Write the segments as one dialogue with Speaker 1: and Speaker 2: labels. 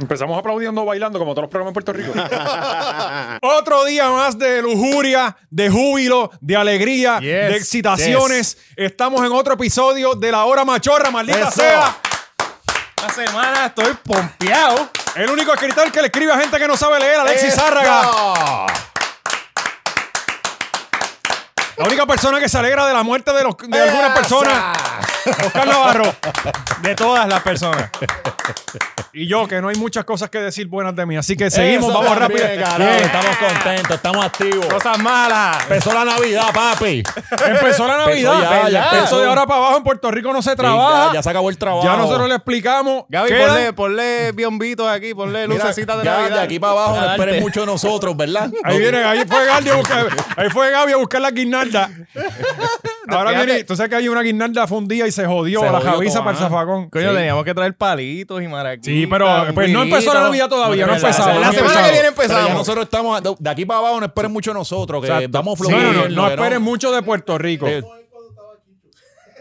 Speaker 1: Empezamos aplaudiendo, bailando, como todos los programas en Puerto Rico. Otro día más de lujuria, de júbilo, de alegría,
Speaker 2: Yes,
Speaker 1: de excitaciones. Estamos en otro episodio de La Hora Machorra, maldita
Speaker 2: Eso.
Speaker 1: sea.
Speaker 2: Esta semana estoy pompeado.
Speaker 1: El único escritor que le escribe a gente que no sabe leer, Alexis Zárraga. La única persona que se alegra de la muerte de, los- de algunas personas, Oscar Navarro.
Speaker 2: De todas las personas.
Speaker 1: Y yo, que no hay muchas cosas que decir buenas de mí. Así que seguimos, vamos rápido. Eh,
Speaker 2: carajo.
Speaker 3: Bien, estamos contentos, estamos activos.
Speaker 2: Cosas malas.
Speaker 3: Empezó la Navidad, papi.
Speaker 1: Empezó la
Speaker 3: Empezó
Speaker 1: Navidad.
Speaker 3: ya, ya
Speaker 1: Eso
Speaker 3: empezó.
Speaker 1: de ahora para abajo en Puerto Rico no se trabaja.
Speaker 3: Ya, ya se acabó el trabajo.
Speaker 1: Ya nosotros le explicamos.
Speaker 2: Gaby,
Speaker 1: Quedan-
Speaker 2: ponle, ponle biombitos aquí, ponle
Speaker 3: Mira,
Speaker 2: lucecitas de
Speaker 3: ya,
Speaker 2: Navidad.
Speaker 3: De aquí para abajo no
Speaker 2: Darte.
Speaker 3: esperen mucho de nosotros, ¿verdad?
Speaker 1: Ahí viene, ahí fue Gaby a buscar, ahí fue Gaby a buscar la guirnalda. Ahora
Speaker 2: Fíjate.
Speaker 1: viene, tú sabes que hay una guirnalda fundida y se jodió
Speaker 3: Se
Speaker 1: la
Speaker 3: jodió
Speaker 1: javiza
Speaker 3: todo,
Speaker 1: para el
Speaker 3: ajá.
Speaker 1: zafacón.
Speaker 2: Coño,
Speaker 3: Sí.
Speaker 2: teníamos que traer palitos y maraquitas.
Speaker 1: Sí, pero pues, no
Speaker 2: un
Speaker 1: empezó la
Speaker 2: vinito.
Speaker 1: Navidad todavía, no ha
Speaker 2: Bueno,
Speaker 1: empezado.
Speaker 2: la-
Speaker 1: no
Speaker 2: La
Speaker 1: ha
Speaker 2: semana que
Speaker 1: empezado.
Speaker 2: viene
Speaker 3: Pero ya
Speaker 2: empezamos.
Speaker 3: nosotros estamos. de- De aquí para abajo no esperen mucho de nosotros, que estamos
Speaker 1: No, no,
Speaker 3: flojos.
Speaker 1: no, no esperen mucho de Puerto Rico.
Speaker 3: Eh.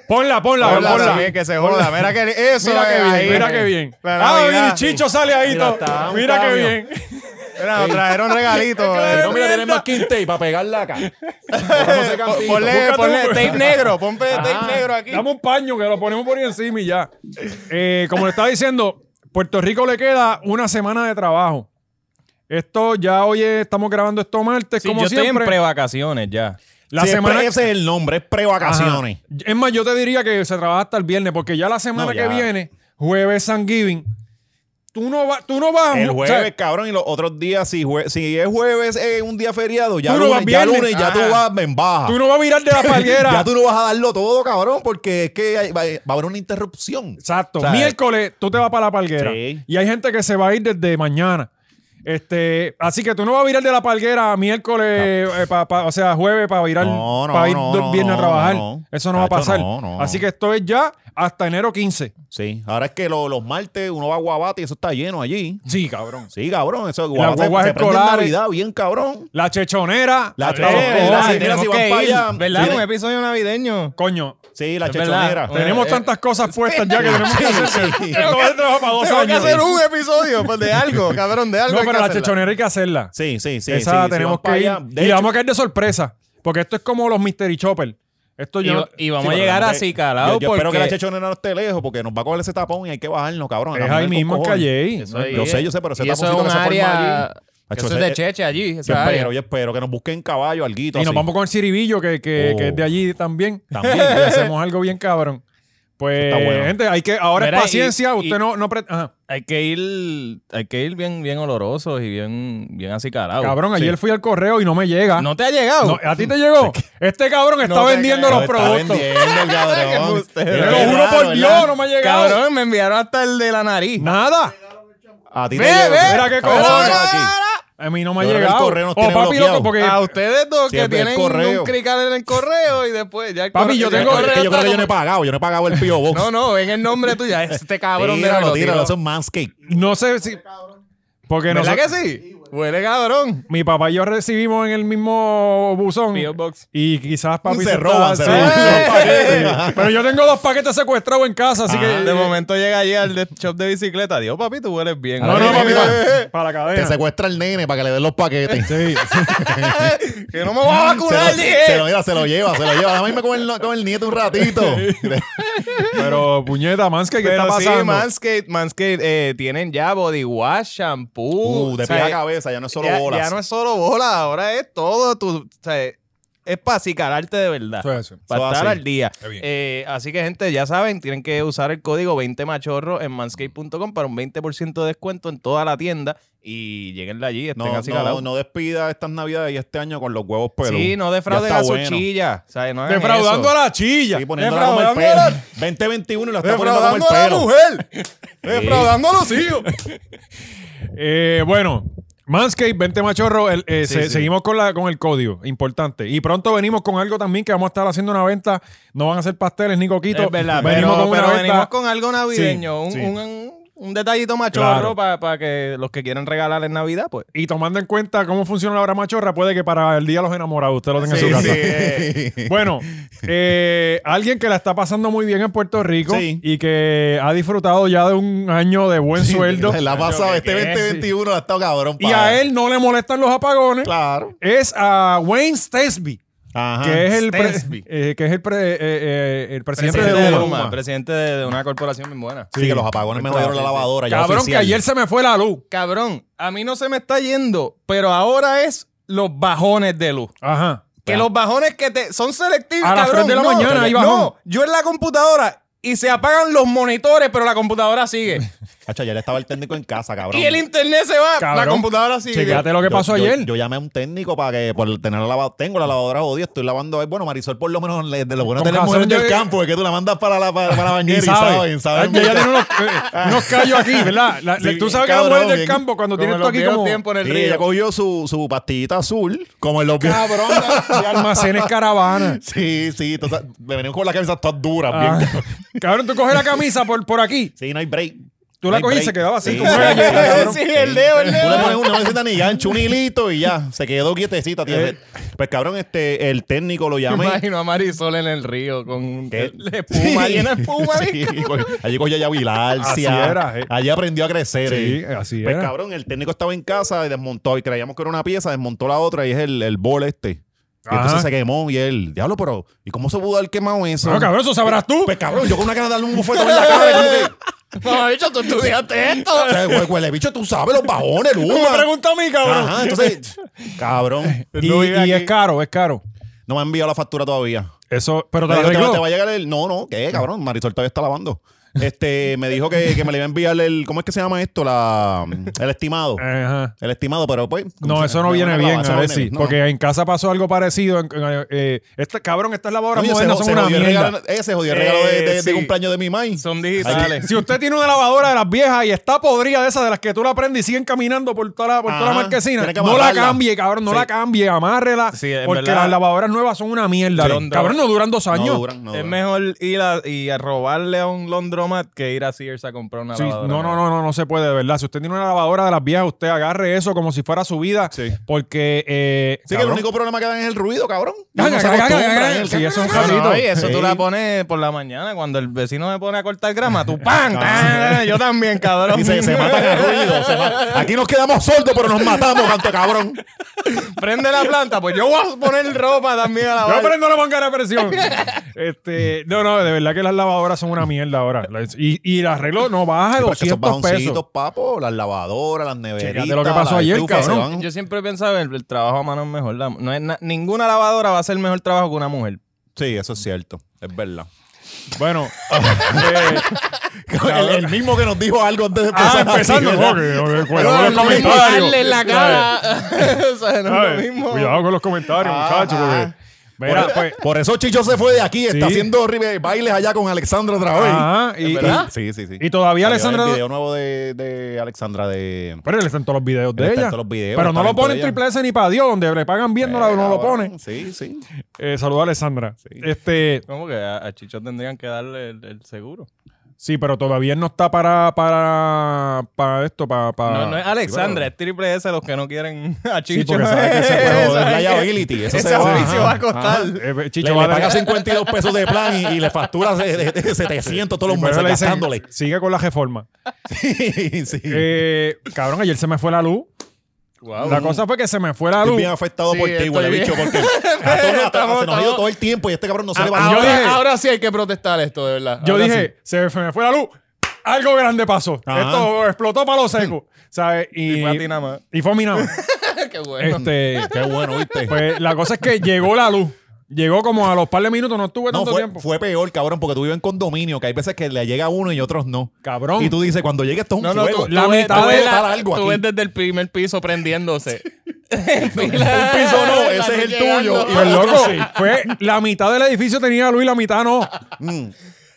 Speaker 1: Ponla, ponla,
Speaker 2: Hola,
Speaker 1: ponla.
Speaker 2: también, que se joda. Mira que eso
Speaker 1: Mira
Speaker 2: es
Speaker 1: qué
Speaker 2: ahí. eh.
Speaker 1: bien, mira qué bien.
Speaker 2: La
Speaker 1: Ah,
Speaker 2: Navidad.
Speaker 1: mira, Chicho sale ahí.
Speaker 2: Mira,
Speaker 1: todo.
Speaker 2: está, un
Speaker 1: Mira qué
Speaker 2: cambio.
Speaker 1: bien.
Speaker 2: Mira, nos trajeron regalitos. eh.
Speaker 3: No, mira, tenemos aquí un tape para pegarla acá. Ponemos ese
Speaker 2: Pon-
Speaker 3: cantito.
Speaker 2: Ponle,
Speaker 1: Búscate
Speaker 2: ponle
Speaker 1: un-
Speaker 2: tape negro, ponle tape negro aquí.
Speaker 1: Dame un paño que lo ponemos por ahí encima y ya. Eh, como le estaba diciendo, Puerto Rico le queda una semana de trabajo. Esto ya hoy es- estamos grabando esto martes,
Speaker 2: Sí,
Speaker 1: como
Speaker 2: yo
Speaker 1: siempre.
Speaker 2: estoy en prevacaciones ya.
Speaker 1: la
Speaker 3: Sí, es
Speaker 1: semana
Speaker 3: pre- Ese es el nombre, es
Speaker 1: Ajá.
Speaker 3: prevacaciones.
Speaker 1: Es más, yo te diría que se trabaja hasta el viernes, porque ya la semana
Speaker 3: No, ya.
Speaker 1: que viene, jueves Thanksgiving, tú no vas, tú no vas.
Speaker 3: El
Speaker 1: o sea,
Speaker 3: jueves, cabrón, y los otros días, si, jue- si es jueves, es un día feriado, ya
Speaker 1: Tú no vas
Speaker 3: lunes, ya,
Speaker 1: viernes.
Speaker 3: lunes, ya tú
Speaker 1: Ajá.
Speaker 3: vas en baja.
Speaker 1: tú no vas a mirar de la palguera.
Speaker 3: ya tú no vas a darlo todo, cabrón, porque es que hay- va, va a haber una interrupción.
Speaker 1: Exacto.
Speaker 3: O sea,
Speaker 1: Miércoles tú te vas para la palguera.
Speaker 3: Sí.
Speaker 1: Y hay gente que se va a ir desde mañana. Este, así que tú no vas a virar de la palguera a miércoles, eh, pa- pa- o sea, jueves para virar,
Speaker 3: No, no,
Speaker 1: para ir
Speaker 3: no,
Speaker 1: do-
Speaker 3: no,
Speaker 1: viernes a
Speaker 3: no,
Speaker 1: trabajar.
Speaker 3: no.
Speaker 1: Eso no va a
Speaker 3: Tacho,
Speaker 1: pasar.
Speaker 3: no, no.
Speaker 1: Así que esto es ya hasta enero 15.
Speaker 3: Sí, ahora es que lo- los martes uno va a Guabate y eso está lleno allí.
Speaker 1: Sí, cabrón.
Speaker 3: Sí, cabrón, eso
Speaker 1: Las
Speaker 3: Guabate
Speaker 1: guaguas
Speaker 3: se prende en
Speaker 1: escolares.
Speaker 3: Navidad bien, cabrón.
Speaker 1: La chechonera.
Speaker 3: La
Speaker 1: hasta los
Speaker 3: chechonera,
Speaker 1: cojones.
Speaker 3: verdad, sí,
Speaker 2: tenemos
Speaker 3: si van
Speaker 2: que
Speaker 3: pa'
Speaker 2: ir,
Speaker 3: allá,
Speaker 2: ¿Verdad?
Speaker 3: tiene-
Speaker 2: Un episodio navideño.
Speaker 1: Coño,
Speaker 3: Sí, la
Speaker 2: Es verdad.
Speaker 3: chechonera.
Speaker 2: Eh,
Speaker 1: tenemos
Speaker 2: eh.
Speaker 1: tantas cosas puestas ya que tenemos que hacer.
Speaker 3: sí.
Speaker 1: Tengo que trabajar para dos
Speaker 2: Tengo que
Speaker 1: años.
Speaker 2: hacer un episodio pues, de algo, cabrón, de algo.
Speaker 1: No,
Speaker 2: hay que
Speaker 1: pero la
Speaker 2: hacerla.
Speaker 1: chechonera hay que hacerla.
Speaker 3: Sí, sí, sí. sí,
Speaker 1: Esa
Speaker 3: sí,
Speaker 1: tenemos
Speaker 3: van pa'
Speaker 1: que ir.
Speaker 3: allá.
Speaker 1: y
Speaker 3: De
Speaker 1: la
Speaker 3: hecho,
Speaker 1: vamos a caer de sorpresa. Porque esto es como los Mystery Chopper. Esto
Speaker 2: Y-
Speaker 1: yo.
Speaker 2: y vamos
Speaker 3: Sí,
Speaker 2: a
Speaker 3: pero
Speaker 2: llegar
Speaker 3: no
Speaker 2: así,
Speaker 3: te-
Speaker 2: calado.
Speaker 3: Yo, yo espero que
Speaker 2: porque-
Speaker 3: la chechonera no esté lejos porque nos va a coger ese tapón y hay que bajarnos, cabrón. a
Speaker 1: Es
Speaker 3: la
Speaker 1: ahí
Speaker 3: madre con
Speaker 1: mismo en
Speaker 3: cojones.
Speaker 1: Calle.
Speaker 3: Eso es- Yo sé, yo sé, pero ese
Speaker 2: y eso es
Speaker 3: taponcito
Speaker 2: un
Speaker 3: que se forma
Speaker 2: área.
Speaker 3: allí. eh,
Speaker 2: que Eso
Speaker 3: Hacho,
Speaker 2: es de
Speaker 3: ese-
Speaker 2: cheche allí.
Speaker 3: Yo
Speaker 2: esa área.
Speaker 3: espero, yo espero que nos busquen caballo, alguito.
Speaker 1: Y nos
Speaker 3: así.
Speaker 1: vamos con el Ciribillo, que, que,
Speaker 3: Oh.
Speaker 1: que es de allí también.
Speaker 3: También.
Speaker 1: Y hacemos algo bien cabrón. Pues,
Speaker 3: Está bueno.
Speaker 1: gente, hay que, ahora
Speaker 2: Mira,
Speaker 1: es
Speaker 2: y-
Speaker 1: paciencia.
Speaker 2: y-
Speaker 1: usted no, no pre- ajá.
Speaker 2: Hay que ir, hay que ir bien, bien olorosos y bien, bien así calado.
Speaker 1: Cabrón,
Speaker 3: sí.
Speaker 1: ayer fui al correo y no me llega.
Speaker 2: ¿No te ha llegado?
Speaker 1: No, ah, ¿A ti te llegó? Este cabrón está
Speaker 2: No te
Speaker 1: vendiendo
Speaker 2: creo,
Speaker 1: los
Speaker 3: está
Speaker 1: productos.
Speaker 3: vendiendo el cabrón.
Speaker 2: Qué
Speaker 1: Te
Speaker 2: Pero
Speaker 1: lo
Speaker 2: qué
Speaker 1: juro por Dios, no me ha llegado.
Speaker 2: Cabrón, me enviaron hasta el de la nariz.
Speaker 1: Nada.
Speaker 3: A ti
Speaker 2: Ve,
Speaker 3: te
Speaker 2: ve.
Speaker 1: Mira qué
Speaker 3: A ver,
Speaker 1: cojones.
Speaker 3: aquí.
Speaker 1: A mí no me ha
Speaker 3: Yo creo que el
Speaker 1: llegado.
Speaker 3: correo nos
Speaker 1: oh,
Speaker 3: tiene
Speaker 1: papi,
Speaker 3: bloqueado.
Speaker 1: loco, porque
Speaker 2: a ustedes dos que
Speaker 3: Siempre el
Speaker 2: tienen
Speaker 3: correo.
Speaker 2: un crical en el correo y después ya el
Speaker 1: Papi,
Speaker 2: correo-
Speaker 1: yo
Speaker 2: el
Speaker 1: tengo-
Speaker 2: correo
Speaker 3: Es que yo
Speaker 2: está
Speaker 3: creo que yo no he
Speaker 2: como-
Speaker 3: pagado, yo no he pagado el P.O. Box.
Speaker 2: No, no, en el nombre tuyo. Este cabrón mira,
Speaker 3: tíralo,
Speaker 2: lo
Speaker 3: tíralo,
Speaker 2: tiró.
Speaker 3: eso es Manscaped.
Speaker 1: no sé si. Porque no
Speaker 2: ¿Verdad
Speaker 1: sé.
Speaker 2: que sí? Huele cabrón.
Speaker 1: Mi papá y yo recibimos en el mismo buzón.
Speaker 2: P.O. Box.
Speaker 1: Y quizás papi
Speaker 3: Se roban, se
Speaker 1: sí.
Speaker 3: roban los
Speaker 2: paquetes.
Speaker 1: Pero yo tengo dos paquetes secuestrados en casa, así que.
Speaker 3: Ah,
Speaker 2: Ah,
Speaker 3: eh.
Speaker 2: de momento llega allí al de- shop de bicicleta. Dios, papi, tú hueles bien.
Speaker 1: No, no,
Speaker 3: Ahí,
Speaker 1: papi,
Speaker 3: eh,
Speaker 1: para, para la
Speaker 3: Te
Speaker 1: cadena.
Speaker 3: secuestra el nene para que le den los paquetes.
Speaker 1: Sí.
Speaker 2: que no me voy a vacunar,
Speaker 3: se, lo, se,
Speaker 2: dije.
Speaker 3: lo, mira, se lo lleva, se lo lleva. Dame irme con el, con el nieto un ratito.
Speaker 1: Pero, puñeta, Manscaped, ¿qué está
Speaker 2: Pero sí,
Speaker 1: pasando?
Speaker 2: Manscaped, Manscaped eh, tienen ya body wash, shampoo.
Speaker 3: Uh, de
Speaker 2: o sea,
Speaker 3: pie a cabeza, ya no es solo
Speaker 2: ya,
Speaker 3: bolas.
Speaker 2: ya no es solo bola, ahora es todo. Tu, o sea, es para acicalarte de verdad.
Speaker 1: Eso es eso.
Speaker 2: Para
Speaker 3: Eso
Speaker 2: estar
Speaker 3: así.
Speaker 2: al día.
Speaker 1: Qué bien.
Speaker 2: Eh, así que, gente, ya saben, tienen que usar el código 20machorro en manscape.com para un 20% de descuento en toda la tienda. Y lleguenle allí, estén
Speaker 3: No,
Speaker 2: así
Speaker 3: no, no despida estas navidades y este año con los huevos peludos.
Speaker 2: Sí, no defrauden
Speaker 3: Ya
Speaker 2: a
Speaker 3: está
Speaker 2: su
Speaker 3: bueno.
Speaker 2: chilla. O sea, no hagan
Speaker 1: Defraudando
Speaker 2: eso.
Speaker 1: a la chilla.
Speaker 3: Y poniéndola como el
Speaker 1: defraudando a
Speaker 3: pelo.
Speaker 1: la
Speaker 3: 2021 y la está poniendo como el
Speaker 2: a
Speaker 3: pelo.
Speaker 2: mujer.
Speaker 3: Defraudando
Speaker 2: a los hijos.
Speaker 1: Eh, bueno, Manscape, 20 machorro. el- eh,
Speaker 2: Sí,
Speaker 1: se-
Speaker 2: sí.
Speaker 1: Seguimos con, la, con el código, importante. Y pronto venimos con algo también que vamos a estar haciendo una venta. No van a ser pasteles ni coquitos.
Speaker 2: Es verdad,
Speaker 1: venimos
Speaker 2: pero,
Speaker 1: con una
Speaker 2: pero
Speaker 1: venta.
Speaker 2: venimos con algo navideño.
Speaker 1: Sí, sí.
Speaker 2: un, un- un detallito machorro
Speaker 1: Claro.
Speaker 2: para que los que quieran regalar en Navidad, pues.
Speaker 1: Y tomando en cuenta cómo funciona la hora machorra, puede que para el día de los enamorados usted lo tenga en su casa. Bueno, eh, alguien que la está pasando muy bien en Puerto Rico
Speaker 4: Sí.
Speaker 1: y que ha disfrutado ya de un año de buen sueldo
Speaker 3: La ha pasado
Speaker 1: que
Speaker 3: este
Speaker 1: es, sí.
Speaker 3: 2021, la ha estado cabrón.
Speaker 1: y
Speaker 3: pa-
Speaker 1: a él no le molestan los apagones,
Speaker 3: Claro. Ah,
Speaker 1: es a Wayne Stesby,
Speaker 4: Ajá.
Speaker 1: que es el, pre-
Speaker 4: Stensby.
Speaker 1: eh, que es el, pre- eh, eh, el presidente,
Speaker 2: Presidente
Speaker 1: de
Speaker 2: de
Speaker 1: Luma.
Speaker 2: Luma, presidente de, de una corporación muy buena.
Speaker 3: Sí, que los apagones me jodieron la lavadora. ya
Speaker 1: Cabrón, que
Speaker 3: oficial.
Speaker 1: ayer se me fue la luz.
Speaker 2: Cabrón, a mí no se me está yendo, pero ahora es los bajones de luz.
Speaker 1: Ajá.
Speaker 2: Que los bajones que te son selectivos,
Speaker 1: A las 3
Speaker 2: cabrón.
Speaker 1: de la
Speaker 2: no,
Speaker 1: mañana hay bajón.
Speaker 2: No, yo en la computadora y se apagan los monitores, pero la computadora sigue.
Speaker 3: Cacho, ayer estaba el técnico en casa, cabrón.
Speaker 2: y el internet se va,
Speaker 1: Cabrón,
Speaker 2: la computadora sigue.
Speaker 1: Chequéate lo que
Speaker 3: Yo-
Speaker 1: pasó
Speaker 3: yo-
Speaker 1: ayer.
Speaker 3: Yo llamé a un técnico para que por tener la lavadora. Tengo la lavadora jodida, estoy lavando. Bueno, Marisol, por lo menos le- de lo bueno
Speaker 1: Con
Speaker 3: tener
Speaker 1: razón
Speaker 3: mujeres
Speaker 1: yo-
Speaker 3: del campo, es que tú la mandas para la, para, para la bañera y saben, saben.
Speaker 1: Ay, ya
Speaker 3: mucho.
Speaker 1: tiene unos, eh, unos callos aquí, ¿verdad? La- la-
Speaker 3: Sí,
Speaker 1: tú sabes que
Speaker 3: cabrón,
Speaker 1: la mujer del
Speaker 3: bien.
Speaker 1: campo cuando
Speaker 2: Como en
Speaker 1: tiene esto
Speaker 2: los
Speaker 1: aquí
Speaker 2: viejos
Speaker 1: como
Speaker 2: tiempos en el
Speaker 3: Sí,
Speaker 2: río.
Speaker 3: ella cogió su, su pastillita azul, como en los viejos.
Speaker 1: cabrón de, de almacenes caravana.
Speaker 3: Sí, sí, entonces, me venían con la cabeza todas duras.
Speaker 1: Ah,
Speaker 3: bien-
Speaker 1: cabrón, tú coges la camisa por, por aquí.
Speaker 3: Sí, no hay break.
Speaker 1: Tú
Speaker 3: No
Speaker 1: la
Speaker 3: hay
Speaker 1: cogiste,
Speaker 3: break.
Speaker 1: quedaba así,
Speaker 3: Sí,
Speaker 1: como
Speaker 3: sí,
Speaker 1: una galleta,
Speaker 3: sí,
Speaker 1: cabrón.
Speaker 3: sí.
Speaker 2: Sí, el dedo, el
Speaker 3: Tú le
Speaker 2: dedo.
Speaker 3: pones una, no necesita ni gancho, un hilito y ya. Se quedó quietecita, tío. Pues cabrón, este, el técnico lo
Speaker 2: Me
Speaker 3: llamé.
Speaker 2: imagino a Marisol en el río con
Speaker 3: Que-
Speaker 2: la espuma,
Speaker 3: Sí.
Speaker 2: llena de espuma.
Speaker 3: Sí, co- allí cogía ya
Speaker 1: Así
Speaker 3: Vilarcia.
Speaker 1: era, eh.
Speaker 3: Allí aprendió a crecer.
Speaker 1: Sí,
Speaker 3: eh.
Speaker 1: así
Speaker 3: Pues
Speaker 1: era.
Speaker 3: cabrón, el técnico estaba en casa y desmontó. Y creíamos que era una pieza, desmontó la otra y es el, el bol este. Y
Speaker 1: Ajá.
Speaker 3: entonces se quemó y él, diablo, pero ¿y cómo se pudo haber quemado eso?
Speaker 1: No, cabrón, eso sabrás tú.
Speaker 3: Pues cabrón, yo con una cara de darle un bufetón en la cara. como que,
Speaker 2: Mamá, bicho, tú estudiaste esto.
Speaker 3: o sea, hue- Huele, bicho, tú sabes los bajones,
Speaker 1: Me
Speaker 3: Luma.
Speaker 1: pregunta a mí, cabrón.
Speaker 3: Ajá, entonces, cabrón,
Speaker 1: Y,
Speaker 2: No vive
Speaker 1: y es
Speaker 2: aquí.
Speaker 1: caro, es caro.
Speaker 3: no me ha enviado la factura todavía.
Speaker 1: Eso, pero te
Speaker 3: Me
Speaker 1: la
Speaker 3: dijo, te, va, te
Speaker 1: arregló.
Speaker 3: va a llegar el. No, no, ¿qué, cabrón? Marisol todavía está lavando. Este, me dijo que, que me le iba a enviar el. ¿Cómo es que se llama esto? La, el estimado.
Speaker 1: Ajá.
Speaker 3: El estimado, pero pues.
Speaker 1: Eh. No, eso no viene bien, a ver si. Porque en casa pasó algo parecido. en- en- eh, esta- cabrón, estas lavadoras modernas son una mierda.
Speaker 3: Ese jodió el regalo de,
Speaker 2: Eh,
Speaker 3: de- de
Speaker 2: sí.
Speaker 3: cumpleaños de mi mai.
Speaker 2: Son digitales.
Speaker 3: Este.
Speaker 1: Si usted tiene una lavadora de las viejas y está podrida de esas de las que tú la prendes y siguen caminando por toda la, por toda la
Speaker 3: Ajá,
Speaker 1: marquesina,
Speaker 3: tiene que
Speaker 1: no la
Speaker 3: amarrarla.
Speaker 1: cambie, cabrón, no
Speaker 2: Sí.
Speaker 1: la cambie, amárrela.
Speaker 2: Sí, en
Speaker 1: porque
Speaker 2: verdad.
Speaker 1: las lavadoras nuevas son una mierda.
Speaker 2: Sí.
Speaker 1: Cabrón, Cabrón, no duran dos años.
Speaker 3: No duran, no
Speaker 2: es
Speaker 3: duran.
Speaker 2: mejor ir a, y a robarle a un laundromat que ir a Sears a comprar una
Speaker 1: Sí,
Speaker 2: lavadora.
Speaker 1: no, no, no, no, no se puede, de verdad. Si usted tiene una lavadora de las viejas, usted agarre eso como si fuera su vida.
Speaker 3: Sí.
Speaker 1: Porque. Eh,
Speaker 3: Sí, que el
Speaker 1: cabrón,
Speaker 3: único problema que dan es el ruido, cabrón.
Speaker 1: Gaga,
Speaker 3: No se
Speaker 1: gaga,
Speaker 3: acostumbra,
Speaker 1: gaga,
Speaker 3: ¿eh? El-
Speaker 1: sí, eso es un
Speaker 2: No, no,
Speaker 1: jardito.
Speaker 2: y eso tú
Speaker 3: Sí.
Speaker 2: la pones por la mañana cuando el vecino me pone a cortar grama, tú ¡pam! ¡Tan! Yo también, cabrón.
Speaker 3: Y se, se matan al ruido. se ma- Aquí nos quedamos sordos, pero nos matamos, tanto cabrón.
Speaker 2: Prende la planta, pues yo voy a poner ropa también a la
Speaker 1: Yo prendo la manga de presión. este, no, no, de verdad que las lavadoras son una mierda ahora. Las- Y, y el arreglo no baja de
Speaker 3: Porque esos
Speaker 1: 200 pesos.
Speaker 3: bajoncitos, papo, las lavadoras, las neveritas.
Speaker 1: pues, lo que pasó
Speaker 3: las
Speaker 1: ayer,
Speaker 3: estufas, se
Speaker 1: cabrón.
Speaker 3: van-
Speaker 2: Yo siempre he pensado el, el trabajo a mano es mejor. la- no es na- ninguna lavadora va a hacer mejor trabajo que una mujer.
Speaker 3: Sí, eso es cierto. Es verdad.
Speaker 1: Bueno,
Speaker 3: El, el mismo que nos dijo algo antes de empezar.
Speaker 1: ah, empezando.
Speaker 3: Así, ¿verdad?
Speaker 1: ok, ok, cuidado con los
Speaker 2: no es
Speaker 1: comentarios.
Speaker 2: darle en la cara. o sea, no
Speaker 1: ¿Sabes?
Speaker 2: es lo mismo. Ah,
Speaker 1: Cuidado con los comentarios, muchachos.
Speaker 3: ajá.
Speaker 1: Porque, mira,
Speaker 3: por,
Speaker 1: pues.
Speaker 3: por eso Chicho se fue de aquí. Está
Speaker 1: Sí.
Speaker 3: haciendo ri- bailes allá con Alexandra otra vez.
Speaker 1: Ajá, y,
Speaker 2: verdad?
Speaker 3: Sí, sí, sí.
Speaker 1: y todavía
Speaker 3: Salió
Speaker 1: Alexandra.
Speaker 3: El video nuevo de, de Alexandra de...
Speaker 1: Pero le están todos los videos de
Speaker 3: Él está en
Speaker 1: ella.
Speaker 3: todos los videos,
Speaker 1: pero
Speaker 3: el
Speaker 1: no lo
Speaker 3: talento
Speaker 1: ponen
Speaker 3: de ella.
Speaker 1: triple S ni para Dios, donde le pagan bien, no, la- no lo ponen.
Speaker 3: Sí, sí.
Speaker 1: Eh, saluda a Alessandra. Este,
Speaker 2: ¿Cómo que a, a Chicho tendrían que darle el, el seguro?
Speaker 1: sí, pero todavía no está para, para, para esto, para. para-
Speaker 2: no, no es Alexandra, es triple S los que no quieren a
Speaker 1: Ah, Sí,
Speaker 2: Chicho.
Speaker 1: porque sabe que ese-
Speaker 3: Pero
Speaker 2: Sabe
Speaker 3: es
Speaker 2: que
Speaker 3: liability. Eso
Speaker 2: ese
Speaker 3: se va.
Speaker 2: servicio va a
Speaker 3: ajá.
Speaker 2: costar.
Speaker 1: Eh,
Speaker 3: Le,
Speaker 1: Chicho
Speaker 3: le
Speaker 1: va a
Speaker 3: paga
Speaker 1: dejar-
Speaker 3: 52 pesos de plan y, y le factura de- de- de 700 todos los
Speaker 1: Sí, pero
Speaker 3: meses
Speaker 1: le dicen,
Speaker 3: gastándole.
Speaker 1: Sigue con la reforma.
Speaker 3: Sí, sí. Ah,
Speaker 1: Eh, cabrón, ayer se me fue la luz.
Speaker 2: Guau.
Speaker 1: La cosa fue que se me fue la
Speaker 3: Estoy
Speaker 1: luz.
Speaker 3: bien afectado
Speaker 2: Sí,
Speaker 3: por ti,
Speaker 2: estoy
Speaker 3: huele
Speaker 2: bien.
Speaker 3: bicho, porque a todos nos-
Speaker 2: Estamos-
Speaker 3: se nos ha ido
Speaker 2: estamos-
Speaker 3: todo el tiempo y este cabrón no se
Speaker 2: ahora,
Speaker 3: levanta.
Speaker 1: yo dije-
Speaker 2: ahora sí hay que protestar esto, de verdad.
Speaker 1: Yo
Speaker 2: Ahora
Speaker 1: dije, se se me fue la luz. Algo grande pasó.
Speaker 3: Ajá.
Speaker 1: Esto explotó para los secos. ¿Sabes? Y,
Speaker 2: sí. Y fue a ti nada más.
Speaker 1: y fue mi nada.
Speaker 2: Qué bueno.
Speaker 1: Este,
Speaker 3: Qué bueno, ¿viste?
Speaker 1: pues la cosa es que llegó la luz. Llegó como a los par de minutos, no estuve
Speaker 3: No,
Speaker 1: tanto
Speaker 3: fue,
Speaker 1: tiempo.
Speaker 3: fue peor, cabrón, porque tú vives en condominio, que hay veces que le llega a uno y otros no.
Speaker 1: Cabrón.
Speaker 3: Y tú dices, cuando llegue esto es un
Speaker 2: No, no,
Speaker 3: fuego.
Speaker 2: tú,
Speaker 1: la
Speaker 2: tú ves-
Speaker 1: mitad
Speaker 2: tú
Speaker 1: de
Speaker 2: ves
Speaker 3: la- algo
Speaker 2: tú
Speaker 3: aquí.
Speaker 2: ves desde el primer piso prendiéndose. un
Speaker 3: Un piso no, ese es el tuyo.
Speaker 1: Y el loco, fue la mitad del edificio tenía luz y la mitad no.
Speaker 3: Mm.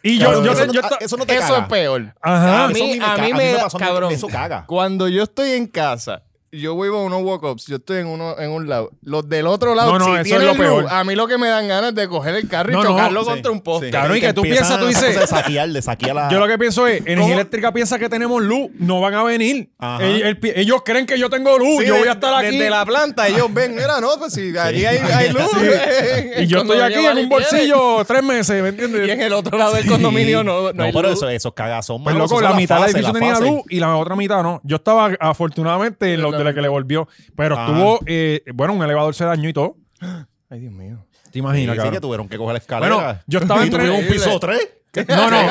Speaker 1: Y yo,
Speaker 3: Cabrón,
Speaker 1: yo,
Speaker 3: eso,
Speaker 1: yo, yo
Speaker 3: no-
Speaker 1: esta-
Speaker 3: ah, eso no te
Speaker 2: Eso
Speaker 3: caga.
Speaker 2: es peor.
Speaker 1: Ajá.
Speaker 2: a mí,
Speaker 3: Eso a mí me
Speaker 2: a
Speaker 3: ca-
Speaker 2: mí me, da-
Speaker 3: pasó, me-
Speaker 2: cabrón.
Speaker 3: eso caga.
Speaker 2: Cuando yo estoy en casa
Speaker 4: yo vivo en unos walk-ups, yo estoy en uno en un lado. Los del otro lado,
Speaker 1: No, no,
Speaker 4: si
Speaker 1: eso es
Speaker 4: tienen
Speaker 1: lo
Speaker 4: luz,
Speaker 1: peor.
Speaker 4: a mí lo que me dan ganas es de coger el carro y
Speaker 1: No, no,
Speaker 4: chocarlo
Speaker 1: sí.
Speaker 4: contra un poste.
Speaker 1: Cabrón, y que tú piensas,
Speaker 3: empiezan
Speaker 1: tú
Speaker 3: esas
Speaker 1: dices-
Speaker 3: cosas De saquear, de saquear la...
Speaker 1: Yo lo que pienso es, energía
Speaker 4: ¿Cómo?
Speaker 1: eléctrica piensa que tenemos luz, no van a venir.
Speaker 3: Ajá.
Speaker 1: El- el pi- ellos creen que yo tengo luz,
Speaker 4: Sí,
Speaker 1: yo voy
Speaker 4: de-
Speaker 1: a estar aquí.
Speaker 4: Desde la planta, ellos ven, mira, no, pues si allí hay, hay luz.
Speaker 1: Y yo estoy aquí en un bolsillo tres meses, ¿me entiendes?
Speaker 4: Y en el otro lado del condominio no, no, hay
Speaker 3: pero
Speaker 4: luz.
Speaker 3: eso- esos cagazón,
Speaker 1: Pues
Speaker 3: mano,
Speaker 1: loco,
Speaker 3: eso
Speaker 1: la
Speaker 3: son
Speaker 1: mitad
Speaker 3: fases,
Speaker 1: del edificio
Speaker 3: las
Speaker 1: tenía
Speaker 3: fases.
Speaker 1: luz y la otra mitad no. Yo estaba afortunadamente en los de la que le volvió. Pero
Speaker 3: Ah.
Speaker 1: estuvo, eh, bueno, un elevador se dañó y todo.
Speaker 2: Ay, Dios mío.
Speaker 1: Te
Speaker 3: Sí,
Speaker 1: imaginas,
Speaker 3: sí,
Speaker 1: cabrón.
Speaker 3: que tuvieron que coger la escalera.
Speaker 1: Bueno, yo estaba
Speaker 3: y tuvieron un
Speaker 1: entre...
Speaker 3: piso 3.
Speaker 1: No, no.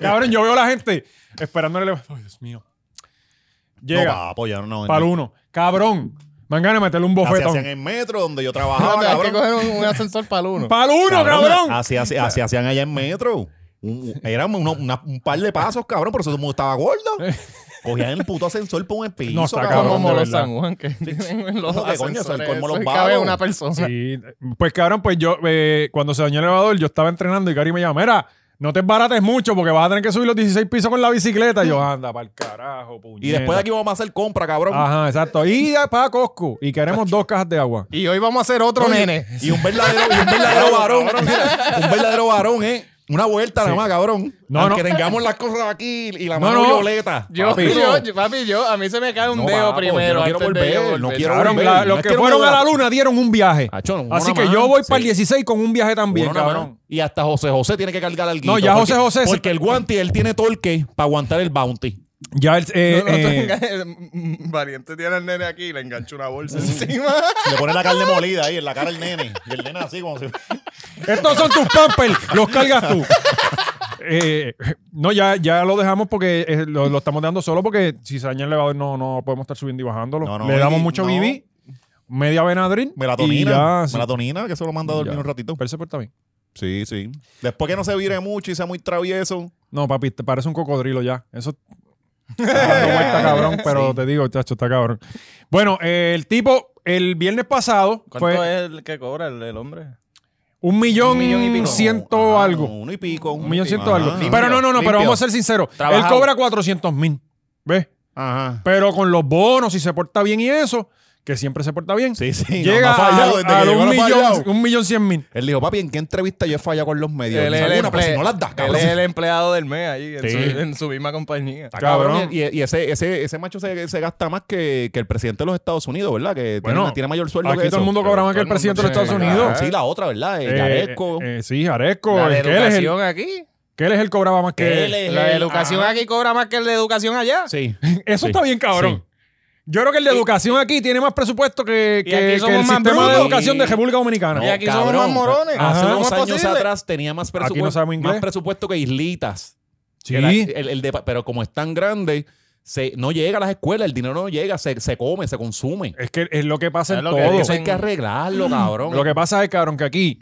Speaker 1: cabrón, yo veo a la gente esperando el elevador. Ay, Dios mío.
Speaker 3: No,
Speaker 1: Llega
Speaker 3: papo, ya no.
Speaker 1: para el uno. Cabrón, me van a meterle un
Speaker 3: Así
Speaker 1: bofetón.
Speaker 3: hacían en metro donde yo
Speaker 4: Ah,
Speaker 3: trabajaba,
Speaker 4: pero hay que
Speaker 3: cabrón.
Speaker 4: coger un, un ascensor para el uno.
Speaker 1: ¡Para el uno, cabrón!
Speaker 3: Así, así, así hacían allá en metro. Un- Eran uno- una- un par de pasos, cabrón, por eso todo el mundo estaba gordo. Cogían el puto ascensor por un piso,
Speaker 1: No, está
Speaker 4: Como
Speaker 3: cabrón.
Speaker 1: cabrón, de
Speaker 4: Molo
Speaker 1: verdad.
Speaker 4: San Juan, que tienen en los
Speaker 3: Eso que coño, eso
Speaker 4: ascensores,
Speaker 3: es como los
Speaker 4: eso cabe
Speaker 3: vados.
Speaker 4: una persona.
Speaker 1: Sí, pues cabrón, pues yo, eh, cuando se dañó el elevador, yo estaba entrenando y Cari me llama, mira, no te embarates mucho porque vas a tener que subir los 16 pisos con la bicicleta. Y yo, anda, para el carajo, puñeta.
Speaker 3: Y después de aquí vamos a hacer compra, cabrón.
Speaker 1: Ajá, exacto. Y para Costco. Y queremos dos cajas de agua.
Speaker 4: Y hoy vamos a hacer otro
Speaker 3: Oye,
Speaker 4: nene.
Speaker 3: Y un verdadero, y un verdadero varón. mira, un verdadero varón, eh. Una vuelta nada más, cabrón.
Speaker 1: No,
Speaker 3: Aunque
Speaker 1: no.
Speaker 3: tengamos las cosas aquí y la
Speaker 1: No,
Speaker 3: mano
Speaker 1: no.
Speaker 3: violeta.
Speaker 4: Yo,
Speaker 3: Papi,
Speaker 4: yo, yo- papi, yo, a mí se me cae un
Speaker 3: No,
Speaker 4: dedo
Speaker 3: papo,
Speaker 4: primero.
Speaker 3: yo no quiero
Speaker 4: antes de yo
Speaker 3: volver, no
Speaker 4: volver.
Speaker 3: quiero
Speaker 1: Cabrón,
Speaker 3: volver.
Speaker 1: la- los
Speaker 3: No es
Speaker 1: que
Speaker 3: que no
Speaker 1: fueron
Speaker 3: me
Speaker 1: a la
Speaker 3: da-
Speaker 1: luna dieron un viaje.
Speaker 3: Acho, no,
Speaker 1: Así
Speaker 3: una
Speaker 1: que
Speaker 3: más.
Speaker 1: yo voy para el
Speaker 3: Sí.
Speaker 1: 16 con un viaje también,
Speaker 3: Uno nada más.
Speaker 1: cabrón.
Speaker 3: Y hasta José José tiene que cargar al
Speaker 1: No, ya
Speaker 3: porque-
Speaker 1: José José se-
Speaker 3: Porque el guante, él tiene torque para aguantar el bounty.
Speaker 1: Ya el, eh,
Speaker 4: No, no, tú
Speaker 1: eh,
Speaker 4: enga- mm, Valiente tiene al nene aquí y le engancha una bolsa encima.
Speaker 3: Le pone la carne molida ahí en la cara al nene. Y el nene así como si...
Speaker 1: Estos son tus pampers, los cargas tú. Eh, no, ya, ya lo dejamos porque eh, lo, lo estamos dejando solo porque si se daña el elevador no, no podemos estar subiendo y bajándolo.
Speaker 3: No, no,
Speaker 1: Le
Speaker 3: y-
Speaker 1: damos mucho
Speaker 3: no.
Speaker 1: BB, media Benadryl y
Speaker 3: Melatonina.
Speaker 1: ya, sí.
Speaker 3: Melatonina, que se lo manda a dormir
Speaker 1: Ya.
Speaker 3: un ratito.
Speaker 1: Pero se porta bien.
Speaker 3: Sí, sí. Después que no se vire mucho y sea muy travieso.
Speaker 1: No, papi, te parece un cocodrilo ya. Eso Ah, no está cabrón, pero te digo, chacho, está cabrón. Bueno, eh, el tipo, el viernes pasado
Speaker 2: ¿Cuánto
Speaker 3: Pues
Speaker 1: fue
Speaker 2: es el que cobra el, el hombre?
Speaker 1: un millón,
Speaker 2: millón y pico.
Speaker 1: ciento
Speaker 3: Ajá,
Speaker 1: algo.
Speaker 3: Ah, Uno y pico.
Speaker 1: Un millón ciento
Speaker 3: Ajá.
Speaker 1: algo.
Speaker 3: Limpio,
Speaker 1: Pero no, no, no, pero
Speaker 3: limpio.
Speaker 1: vamos a ser sinceros. Él
Speaker 3: Trabajado.
Speaker 1: cobra 400 mil. ¿Ves?
Speaker 3: Ajá.
Speaker 1: Pero con los bonos, y se porta bien y eso, que siempre se porta bien,
Speaker 3: Sí, sí. no,
Speaker 1: llega
Speaker 3: no ha fallado
Speaker 1: a-
Speaker 3: desde
Speaker 1: a
Speaker 3: que llegó,
Speaker 1: un,
Speaker 3: no ha
Speaker 1: millón,
Speaker 3: fallado.
Speaker 1: un millón cien mil.
Speaker 3: Él dijo, papi, ¿en qué entrevista yo he fallado con los medios?
Speaker 4: Él es
Speaker 3: Dice,
Speaker 4: el
Speaker 3: "Alguna, pero
Speaker 4: emple-
Speaker 3: si no las das,
Speaker 4: él
Speaker 3: cabrón.
Speaker 4: es el empleado del mes ahí, en,
Speaker 1: Sí.
Speaker 4: su, en su misma compañía.
Speaker 3: Está cabrón.
Speaker 1: Cabrón.
Speaker 3: Y, y ese, ese, ese macho se, se gasta más que, que el presidente de los Estados Unidos, ¿verdad? Que tiene-
Speaker 1: Bueno,
Speaker 3: tiene, mayor sueldo
Speaker 1: Aquí
Speaker 3: que
Speaker 1: todo el
Speaker 3: eso.
Speaker 1: mundo cobra más que el presidente de los Estados
Speaker 4: tiene-
Speaker 1: Unidos.
Speaker 3: Sí, la otra, ¿verdad? El
Speaker 1: Eh,
Speaker 3: Yaresco.
Speaker 1: eh, sí, Aresco.
Speaker 4: La de
Speaker 1: que él es el-
Speaker 4: educación aquí.
Speaker 1: que él es el cobraba más que
Speaker 3: Él es
Speaker 4: La de
Speaker 3: el-
Speaker 4: educación
Speaker 3: Eh, ajá.
Speaker 4: aquí cobra más que el de educación allá.
Speaker 3: Sí.
Speaker 1: Eso
Speaker 3: Sí.
Speaker 1: está bien, cabrón. Yo creo que el de educación aquí tiene más presupuesto que,
Speaker 4: Y
Speaker 1: que-
Speaker 4: aquí
Speaker 1: que
Speaker 4: somos
Speaker 1: el
Speaker 4: más
Speaker 1: sistema de
Speaker 4: brutos.
Speaker 1: educación de República Dominicana.
Speaker 4: Y aquí somos más morones.
Speaker 3: Hace
Speaker 1: Ajá.
Speaker 3: unos
Speaker 4: ¿Cómo es
Speaker 3: años
Speaker 4: posible?
Speaker 3: atrás tenía más, presupu-
Speaker 1: Aquí no sabemos inglés.
Speaker 3: más presupuesto que Islitas.
Speaker 1: Sí.
Speaker 3: Era el- el de- pero como es tan grande, se, no llega a las escuelas, el dinero no llega, se, se come, se consume.
Speaker 1: Es que es lo que pasa
Speaker 4: Es
Speaker 1: en
Speaker 4: lo
Speaker 1: Eh, todo.
Speaker 4: que
Speaker 3: Eso hay que arreglarlo, cabrón.
Speaker 1: Lo que pasa es, cabrón, que aquí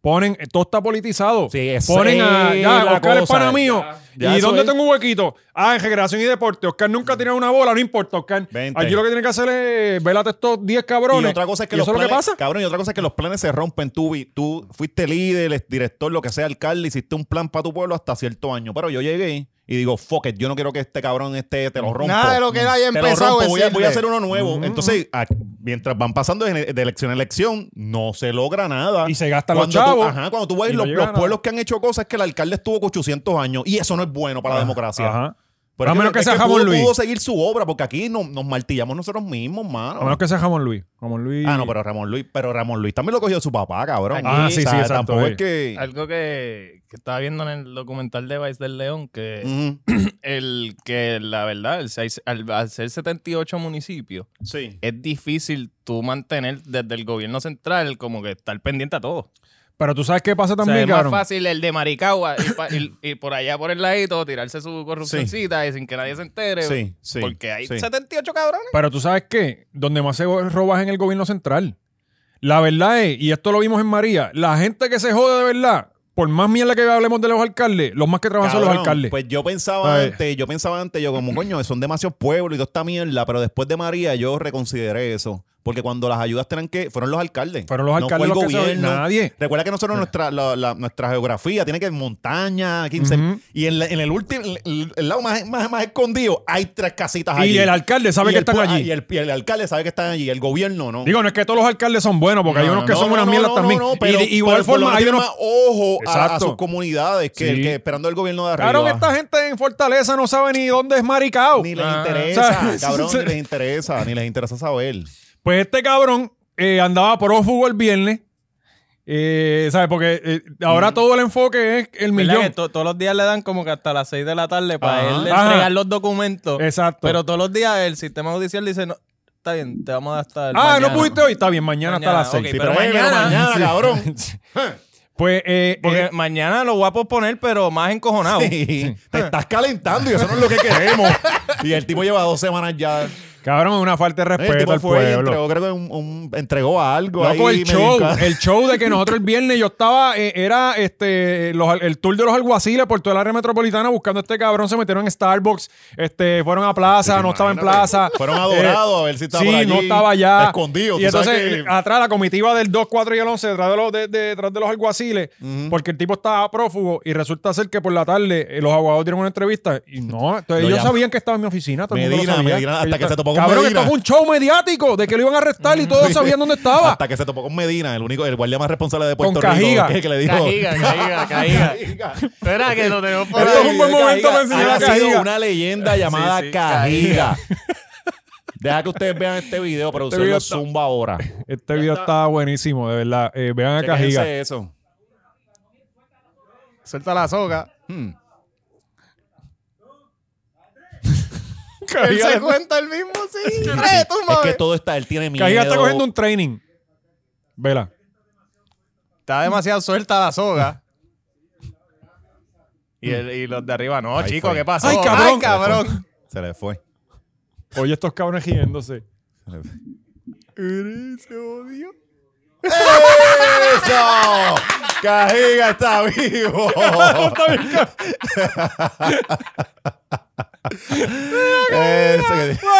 Speaker 1: ponen, todo está politizado.
Speaker 3: Sí, esa
Speaker 1: ponen a
Speaker 3: es
Speaker 1: ya,
Speaker 3: la
Speaker 1: Oscar es
Speaker 3: cosa.
Speaker 1: pana mío.
Speaker 3: ya
Speaker 1: ¿Y
Speaker 3: eso
Speaker 1: dónde
Speaker 3: es.
Speaker 1: tengo un huequito? Ah, en recreación y deporte. Oscar nunca ha tirado una bola, no importa, Oscar.
Speaker 3: Vente.
Speaker 1: Aquí lo que tiene que hacer es velate estos 10
Speaker 3: y
Speaker 1: cabrones.
Speaker 3: otra cosa es que
Speaker 1: ¿Y
Speaker 3: los
Speaker 1: eso es lo
Speaker 3: planes,
Speaker 1: que pasa.
Speaker 3: cabrón, y otra cosa es que los planes se rompen. Tú, vi- tú fuiste líder, es- director, lo que sea, alcalde, hiciste un plan para tu pueblo hasta cierto año. Pero yo llegué y digo, fuck it, yo no quiero que este cabrón este te lo rompa.
Speaker 4: Nada de lo que él haya
Speaker 3: Te lo
Speaker 4: empezado
Speaker 3: rompo, voy, a,
Speaker 4: es
Speaker 3: voy a
Speaker 4: irle.
Speaker 3: hacer uno nuevo.
Speaker 1: Mm.
Speaker 3: Entonces, a- mientras van pasando de, de elección a elección, no se logra nada.
Speaker 1: Y se gastan
Speaker 3: Cuando
Speaker 1: los
Speaker 3: tú-
Speaker 1: chavos.
Speaker 3: ajá, cuando tú ves
Speaker 1: Y no
Speaker 3: los,
Speaker 1: llega
Speaker 3: los
Speaker 1: nada.
Speaker 3: pueblos que han hecho cosas que el alcalde estuvo con 800 años. Y eso no es bueno para la democracia.
Speaker 1: Ajá.
Speaker 3: Pero
Speaker 1: A
Speaker 3: es
Speaker 1: menos que
Speaker 3: es
Speaker 1: sea Jamón
Speaker 3: pudo,
Speaker 1: Luis.
Speaker 3: pudo seguir su obra, porque aquí no- nos martillamos nosotros mismos, mano.
Speaker 1: A menos que sea Jamón Luis. Jamón Luis.
Speaker 3: Ah, no, pero Ramón Luis, pero Ramón Luis también lo cogió de su papá, cabrón.
Speaker 1: Ah, sí, sí, exacto,
Speaker 3: Tampoco
Speaker 1: sí.
Speaker 3: es que.
Speaker 2: Algo que, que estaba viendo en el documental de Vice del León, que
Speaker 3: Ujú.
Speaker 2: el que la verdad, el seis- al, al ser 78 municipios,
Speaker 3: Sí.
Speaker 2: es difícil tú mantener desde el gobierno central como que estar pendiente a todo.
Speaker 1: Pero tú sabes qué pasa
Speaker 2: O sea,
Speaker 1: también,
Speaker 2: es más
Speaker 1: cabrón.
Speaker 2: fácil el de Maricagua ir, pa- ir- ir por allá por el ladito, tirarse su corrupcióncita y sin que nadie se entere.
Speaker 3: Sí, sí,
Speaker 2: porque hay
Speaker 3: sí.
Speaker 2: 78 cabrones.
Speaker 1: Pero tú sabes qué, donde más se roba es en el gobierno central. La verdad es, y esto lo vimos en María, la gente que se jode de verdad, por más mierda que hablemos de los alcaldes, los más que trabajan son los
Speaker 3: Cabrón,
Speaker 1: alcaldes.
Speaker 3: Pues yo pensaba
Speaker 1: Ay.
Speaker 3: antes, yo pensaba antes, yo como, coño, son demasiados pueblos y toda esta mierda, pero después de María yo reconsideré eso. Porque cuando las ayudas tenían que. Fueron los alcaldes.
Speaker 1: Fueron los
Speaker 3: No
Speaker 1: alcaldes
Speaker 3: fue
Speaker 1: los que se- nadie.
Speaker 3: Recuerda que nosotros nuestra, la- la- nuestra geografía tiene que montaña, 15.
Speaker 1: Ujú.
Speaker 3: Y en, la- en el último, el, el lado más, más, más escondido, hay tres casitas
Speaker 1: Y
Speaker 3: allí.
Speaker 1: el alcalde sabe
Speaker 3: Y
Speaker 1: que
Speaker 3: el
Speaker 1: están
Speaker 3: pu-
Speaker 1: allí.
Speaker 3: Y el, y el alcalde sabe que están allí. El gobierno no.
Speaker 1: Digo, no es que todos los alcaldes son buenos, porque hay
Speaker 3: No,
Speaker 1: unos
Speaker 3: no,
Speaker 1: que
Speaker 3: no,
Speaker 1: son
Speaker 3: no,
Speaker 1: unas
Speaker 3: no,
Speaker 1: mierdas
Speaker 3: no,
Speaker 1: también.
Speaker 3: no,
Speaker 1: y
Speaker 3: pero-
Speaker 1: de
Speaker 3: pero
Speaker 1: igual
Speaker 3: por lo
Speaker 1: forma,
Speaker 3: menos
Speaker 1: hay
Speaker 3: tiene
Speaker 1: unos.
Speaker 3: más ojo a, a
Speaker 1: Exacto.
Speaker 3: sus comunidades que, el
Speaker 1: Sí.
Speaker 3: que esperando el gobierno de arriba.
Speaker 1: Claro que esta gente en Fortaleza no sabe ni dónde es Maricao.
Speaker 3: Ni les
Speaker 1: Ah.
Speaker 3: interesa,
Speaker 1: O sea,
Speaker 3: cabrón,
Speaker 1: se-
Speaker 3: ni les interesa, ni les interesa saber.
Speaker 1: Pues este cabrón eh, andaba prófugo el viernes. Eh, ¿Sabes? Porque eh, ahora todo el enfoque es el
Speaker 2: ¿Verdad que
Speaker 1: millón.
Speaker 2: to- todos los días le dan como que hasta las 6 de la tarde para
Speaker 3: Ajá.
Speaker 2: él
Speaker 1: Ajá.
Speaker 2: entregar los documentos.
Speaker 1: Exacto.
Speaker 2: Pero todos los días el sistema judicial dice, no, está bien, te vamos a dar hasta el
Speaker 1: ah,
Speaker 2: mañana".
Speaker 1: no pudiste hoy. Está bien, mañana, hasta
Speaker 2: Mañana,
Speaker 1: las 6.
Speaker 2: ok.
Speaker 3: Sí,
Speaker 2: pero
Speaker 3: eh,
Speaker 2: mañana-
Speaker 3: mañana, cabrón.
Speaker 1: Pues eh,
Speaker 2: Porque
Speaker 1: eh,
Speaker 2: mañana lo voy a posponer, pero más encojonado.
Speaker 3: Sí, Te estás calentando y eso no es lo que queremos. y el tipo lleva dos semanas ya.
Speaker 1: cabrón, es una falta de
Speaker 3: El
Speaker 1: respeto
Speaker 3: tipo
Speaker 1: al
Speaker 3: fue y
Speaker 1: pueblo.
Speaker 3: entregó, creo que un, un- entregó algo.
Speaker 1: Loco,
Speaker 3: ahí
Speaker 1: el show,
Speaker 3: medio-
Speaker 1: el show de que nosotros el viernes yo estaba, eh, era este los al- el tour de los alguaciles por toda el área metropolitana buscando a este cabrón, se metieron en Starbucks, este, fueron a plaza,
Speaker 3: Sí,
Speaker 1: no estaba en
Speaker 3: imagínate.
Speaker 1: plaza. Eh,
Speaker 3: Fueron adorados, a ver si estaba
Speaker 1: Sí,
Speaker 3: por allí,
Speaker 1: no estaba allá.
Speaker 3: escondido,
Speaker 1: Y
Speaker 3: tú sabes
Speaker 1: entonces,
Speaker 3: que-
Speaker 1: atrás, la comitiva del 2, 4 y el 11, detrás de los, de- de- detrás de los alguaciles, porque el tipo estaba prófugo y resulta ser que por la tarde eh, los abogados dieron una entrevista y no, entonces
Speaker 3: Lo
Speaker 1: ellos
Speaker 3: llama-
Speaker 1: sabían que estaba en mi oficina. todo el mundo lo
Speaker 3: Medina,
Speaker 1: sabía.
Speaker 3: Medina, hasta
Speaker 1: Ellos
Speaker 3: que se topó con
Speaker 1: Cabrón,
Speaker 3: Medina.
Speaker 1: esto fue un show mediático de que lo iban a arrestar y todos sabían dónde estaba.
Speaker 3: Hasta que se topó con Medina, el único, el guardia más responsable de Puerto
Speaker 1: Con Cajiga.
Speaker 3: Rico. Que, que le dijo.
Speaker 4: Cajiga, cajiga, cajiga.
Speaker 3: Cajiga.
Speaker 4: Espera, que lo tenemos por
Speaker 1: Esto es
Speaker 4: ahí.
Speaker 1: un buen momento para enseñar
Speaker 3: Ha
Speaker 1: a Cajiga.
Speaker 3: sido una leyenda llamada
Speaker 4: sí,
Speaker 3: Cajiga. Deja que ustedes vean este video, pero usted
Speaker 1: video
Speaker 3: lo
Speaker 1: está-
Speaker 3: zumba ahora.
Speaker 1: Este video está. buenísimo, de verdad. Eh, vean a Cajiga.
Speaker 3: Chequense eso.
Speaker 4: Suelta la soga.
Speaker 3: Hmm.
Speaker 4: Él
Speaker 1: Cajiga,
Speaker 4: se cuenta el mismo, sí. Tres, tú,
Speaker 3: Es que
Speaker 4: mames.
Speaker 3: todo está, él tiene miedo.
Speaker 1: Cajiga está cogiendo un training. Vela.
Speaker 2: Está demasiado suelta la soga.
Speaker 4: Y, el- y los de arriba, no,
Speaker 3: Ahí
Speaker 4: chico,
Speaker 3: fue.
Speaker 4: ¿qué pasó?
Speaker 1: Ay, cabrón.
Speaker 4: Ay, cabrón.
Speaker 3: Se le fue.
Speaker 1: Oye, estos cabrones riéndose.
Speaker 3: Se le fue.
Speaker 4: Ese odio.
Speaker 3: ¡Eso! ¡Cajiga está vivo! Eso que-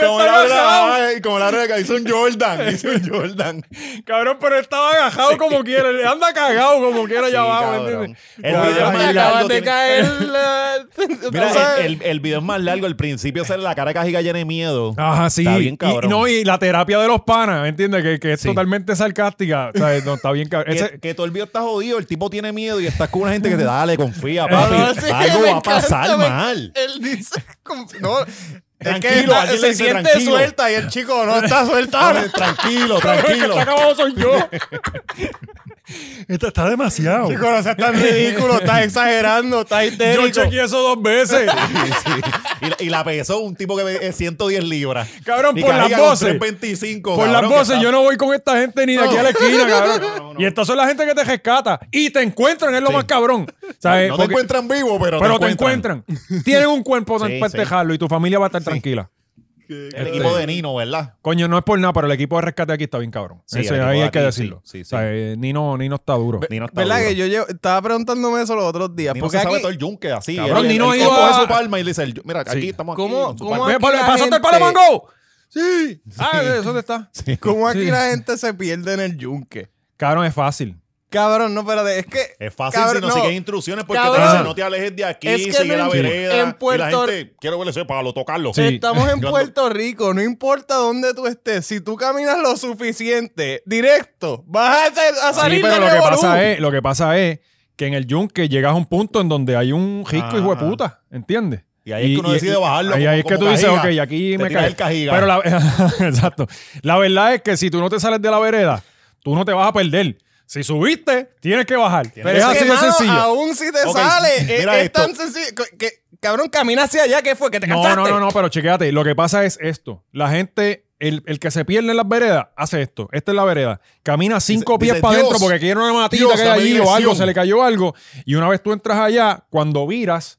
Speaker 3: como la hora de- como la hora de hizo un Jordan, hizo un Jordan.
Speaker 1: Cabrón, pero estaba agajado como quiera. Le Anda cagado como quiera allá
Speaker 3: Sí,
Speaker 1: abajo,
Speaker 3: cabrón.
Speaker 1: ¿entiendes?
Speaker 3: El
Speaker 1: Cabrón,
Speaker 3: video
Speaker 1: me
Speaker 3: más
Speaker 1: acabas
Speaker 3: largo
Speaker 1: de
Speaker 3: tiene-
Speaker 1: caer.
Speaker 4: eh,
Speaker 3: Mira, el, el- el video es más largo. El principio sale la cara de Cajiga llena de miedo.
Speaker 1: Ajá, sí.
Speaker 3: Está bien
Speaker 1: Y-
Speaker 3: cabrón.
Speaker 1: no, y la terapia de los panas, ¿me entiendes? Que, que es
Speaker 3: Sí.
Speaker 1: totalmente sarcástica. O sea, no, está bien cabrón.
Speaker 3: que,
Speaker 1: Ese-
Speaker 3: que todo el video está jodido, el tipo tiene miedo y estás con una gente que te dale, confía, papi.
Speaker 4: No, sí,
Speaker 3: algo
Speaker 4: me
Speaker 3: va a pasar
Speaker 4: encanta, me-
Speaker 3: mal.
Speaker 4: Él dice. como- No. Es que
Speaker 3: Tranquilo,
Speaker 4: está-
Speaker 3: alguien le
Speaker 4: se
Speaker 3: dice
Speaker 4: siente
Speaker 3: tranquilo.
Speaker 4: suelta y el chico no está sueltado.
Speaker 3: Dale, tranquilo,
Speaker 1: El que
Speaker 3: tranquilo.
Speaker 1: está acabado soy yo. Esto está demasiado.
Speaker 4: Chico, no seas tan ridículo, estás exagerando, estás
Speaker 1: Yo
Speaker 4: histérico.
Speaker 1: chequeé eso dos veces.
Speaker 3: Sí, sí. Y, la- y la pesó un tipo que ve- es 110 libras.
Speaker 1: Cabrón,
Speaker 3: Y
Speaker 1: por las
Speaker 3: carga con
Speaker 1: voces.
Speaker 3: 325,
Speaker 1: Por las
Speaker 3: cabrón, que
Speaker 1: voces,
Speaker 3: está-
Speaker 1: yo no voy con esta gente ni de aquí a la esquina, cabrón. Y estas son la gente que te rescata. Y te encuentran, es lo
Speaker 3: Sí.
Speaker 1: más cabrón. ¿Sabes?
Speaker 3: No te
Speaker 1: eh, Porque-
Speaker 3: encuentran vivo, pero,
Speaker 1: pero te encuentran. Tienen un cuerpo
Speaker 3: Sí,
Speaker 1: tan para
Speaker 3: sí.
Speaker 1: dejarlo y tu familia va a estar tranquila.
Speaker 3: El equipo de Nino, ¿verdad?
Speaker 1: Coño, no es por nada, pero el equipo de rescate aquí está bien cabrón.
Speaker 3: Sí,
Speaker 1: Eso,
Speaker 3: el equipo
Speaker 1: ahí
Speaker 3: de
Speaker 1: hay que
Speaker 3: aquí, sí,
Speaker 1: decirlo.
Speaker 3: sí, sí.
Speaker 1: ¿Sabes? Nino, Nino está duro.
Speaker 3: Nino está
Speaker 2: ¿Verdad
Speaker 3: duro.
Speaker 2: que yo llevo- estaba preguntándome eso los otros días?
Speaker 3: Nino
Speaker 2: porque
Speaker 3: se sabe
Speaker 2: aquí-
Speaker 3: todo el yunque así.
Speaker 1: Cabrón,
Speaker 3: él,
Speaker 1: Nino
Speaker 3: él
Speaker 1: ha ido
Speaker 3: coge
Speaker 1: a-
Speaker 3: su palma y le dice, el- mira, aquí
Speaker 1: Sí.
Speaker 3: estamos
Speaker 2: ¿Cómo-
Speaker 3: aquí. con su
Speaker 2: cómo
Speaker 3: palma.
Speaker 2: aquí
Speaker 1: Ve, palo-
Speaker 2: la
Speaker 1: ¿Pasaste el palo
Speaker 2: gente-
Speaker 1: mango? Sí. Ah, ¿eso dónde está?
Speaker 2: ¿Cómo aquí
Speaker 1: Sí.
Speaker 2: la gente se pierde en el yunque?
Speaker 1: Cabrón, es fácil.
Speaker 2: Cabrón, no, espérate, es que...
Speaker 3: Es fácil
Speaker 2: cabrón,
Speaker 3: si no, sigues instrucciones porque
Speaker 2: Cabrón.
Speaker 3: te dicen no te alejes de aquí,
Speaker 2: Es que
Speaker 3: sigue la
Speaker 2: no en-
Speaker 3: vereda.
Speaker 2: en Puerto-
Speaker 3: Y la gente, quiero que le sepa, lo tocarlo.
Speaker 1: Sí.
Speaker 2: Estamos en
Speaker 3: Cuando-
Speaker 2: Puerto Rico, no importa dónde tú estés, si tú caminas lo suficiente, directo, vas a, ser- a
Speaker 1: Sí,
Speaker 2: salir
Speaker 1: pero
Speaker 2: del
Speaker 1: lo que,
Speaker 2: revolú.
Speaker 1: pasa es, lo que pasa es que en el yunque llegas a un punto en donde hay un rico
Speaker 3: Ajá.
Speaker 1: hijo de puta, ¿entiendes?
Speaker 3: Ah. Y ahí es que uno decide bajarlo
Speaker 1: Ahí,
Speaker 3: como-
Speaker 1: ahí es que
Speaker 3: como
Speaker 1: tú dices, ok,
Speaker 3: cajiga.
Speaker 1: aquí
Speaker 3: Te
Speaker 1: me
Speaker 3: tiras
Speaker 1: cae.
Speaker 3: el cajiga.
Speaker 1: Pero la, exacto. La verdad es que si tú no te sales de la vereda, tú no te vas a perder. Si subiste, tienes que bajar.
Speaker 2: Pero
Speaker 1: es
Speaker 2: es
Speaker 1: así
Speaker 2: que,
Speaker 1: de
Speaker 2: mano,
Speaker 1: sencillo.
Speaker 2: aún si te
Speaker 3: Ok,
Speaker 2: sale, es,
Speaker 3: mira
Speaker 2: es tan
Speaker 3: esto.
Speaker 2: sencillo. que- que- cabrón, camina hacia allá, ¿qué fue? ¿Que te
Speaker 1: No,
Speaker 2: cansaste?
Speaker 1: no, no, no, pero chequéate. Lo que pasa es esto. La gente, el, el que se pierde en las veredas, hace esto. Esta es la vereda. Camina cinco
Speaker 3: Dice-
Speaker 1: pies
Speaker 3: dice,
Speaker 1: para adentro
Speaker 3: "Dios,
Speaker 1: porque quiere una matita
Speaker 3: Dios,
Speaker 1: que hay
Speaker 3: dame
Speaker 1: allí o
Speaker 3: dirección".
Speaker 1: algo, se le cayó algo. Y una vez tú entras allá, cuando viras,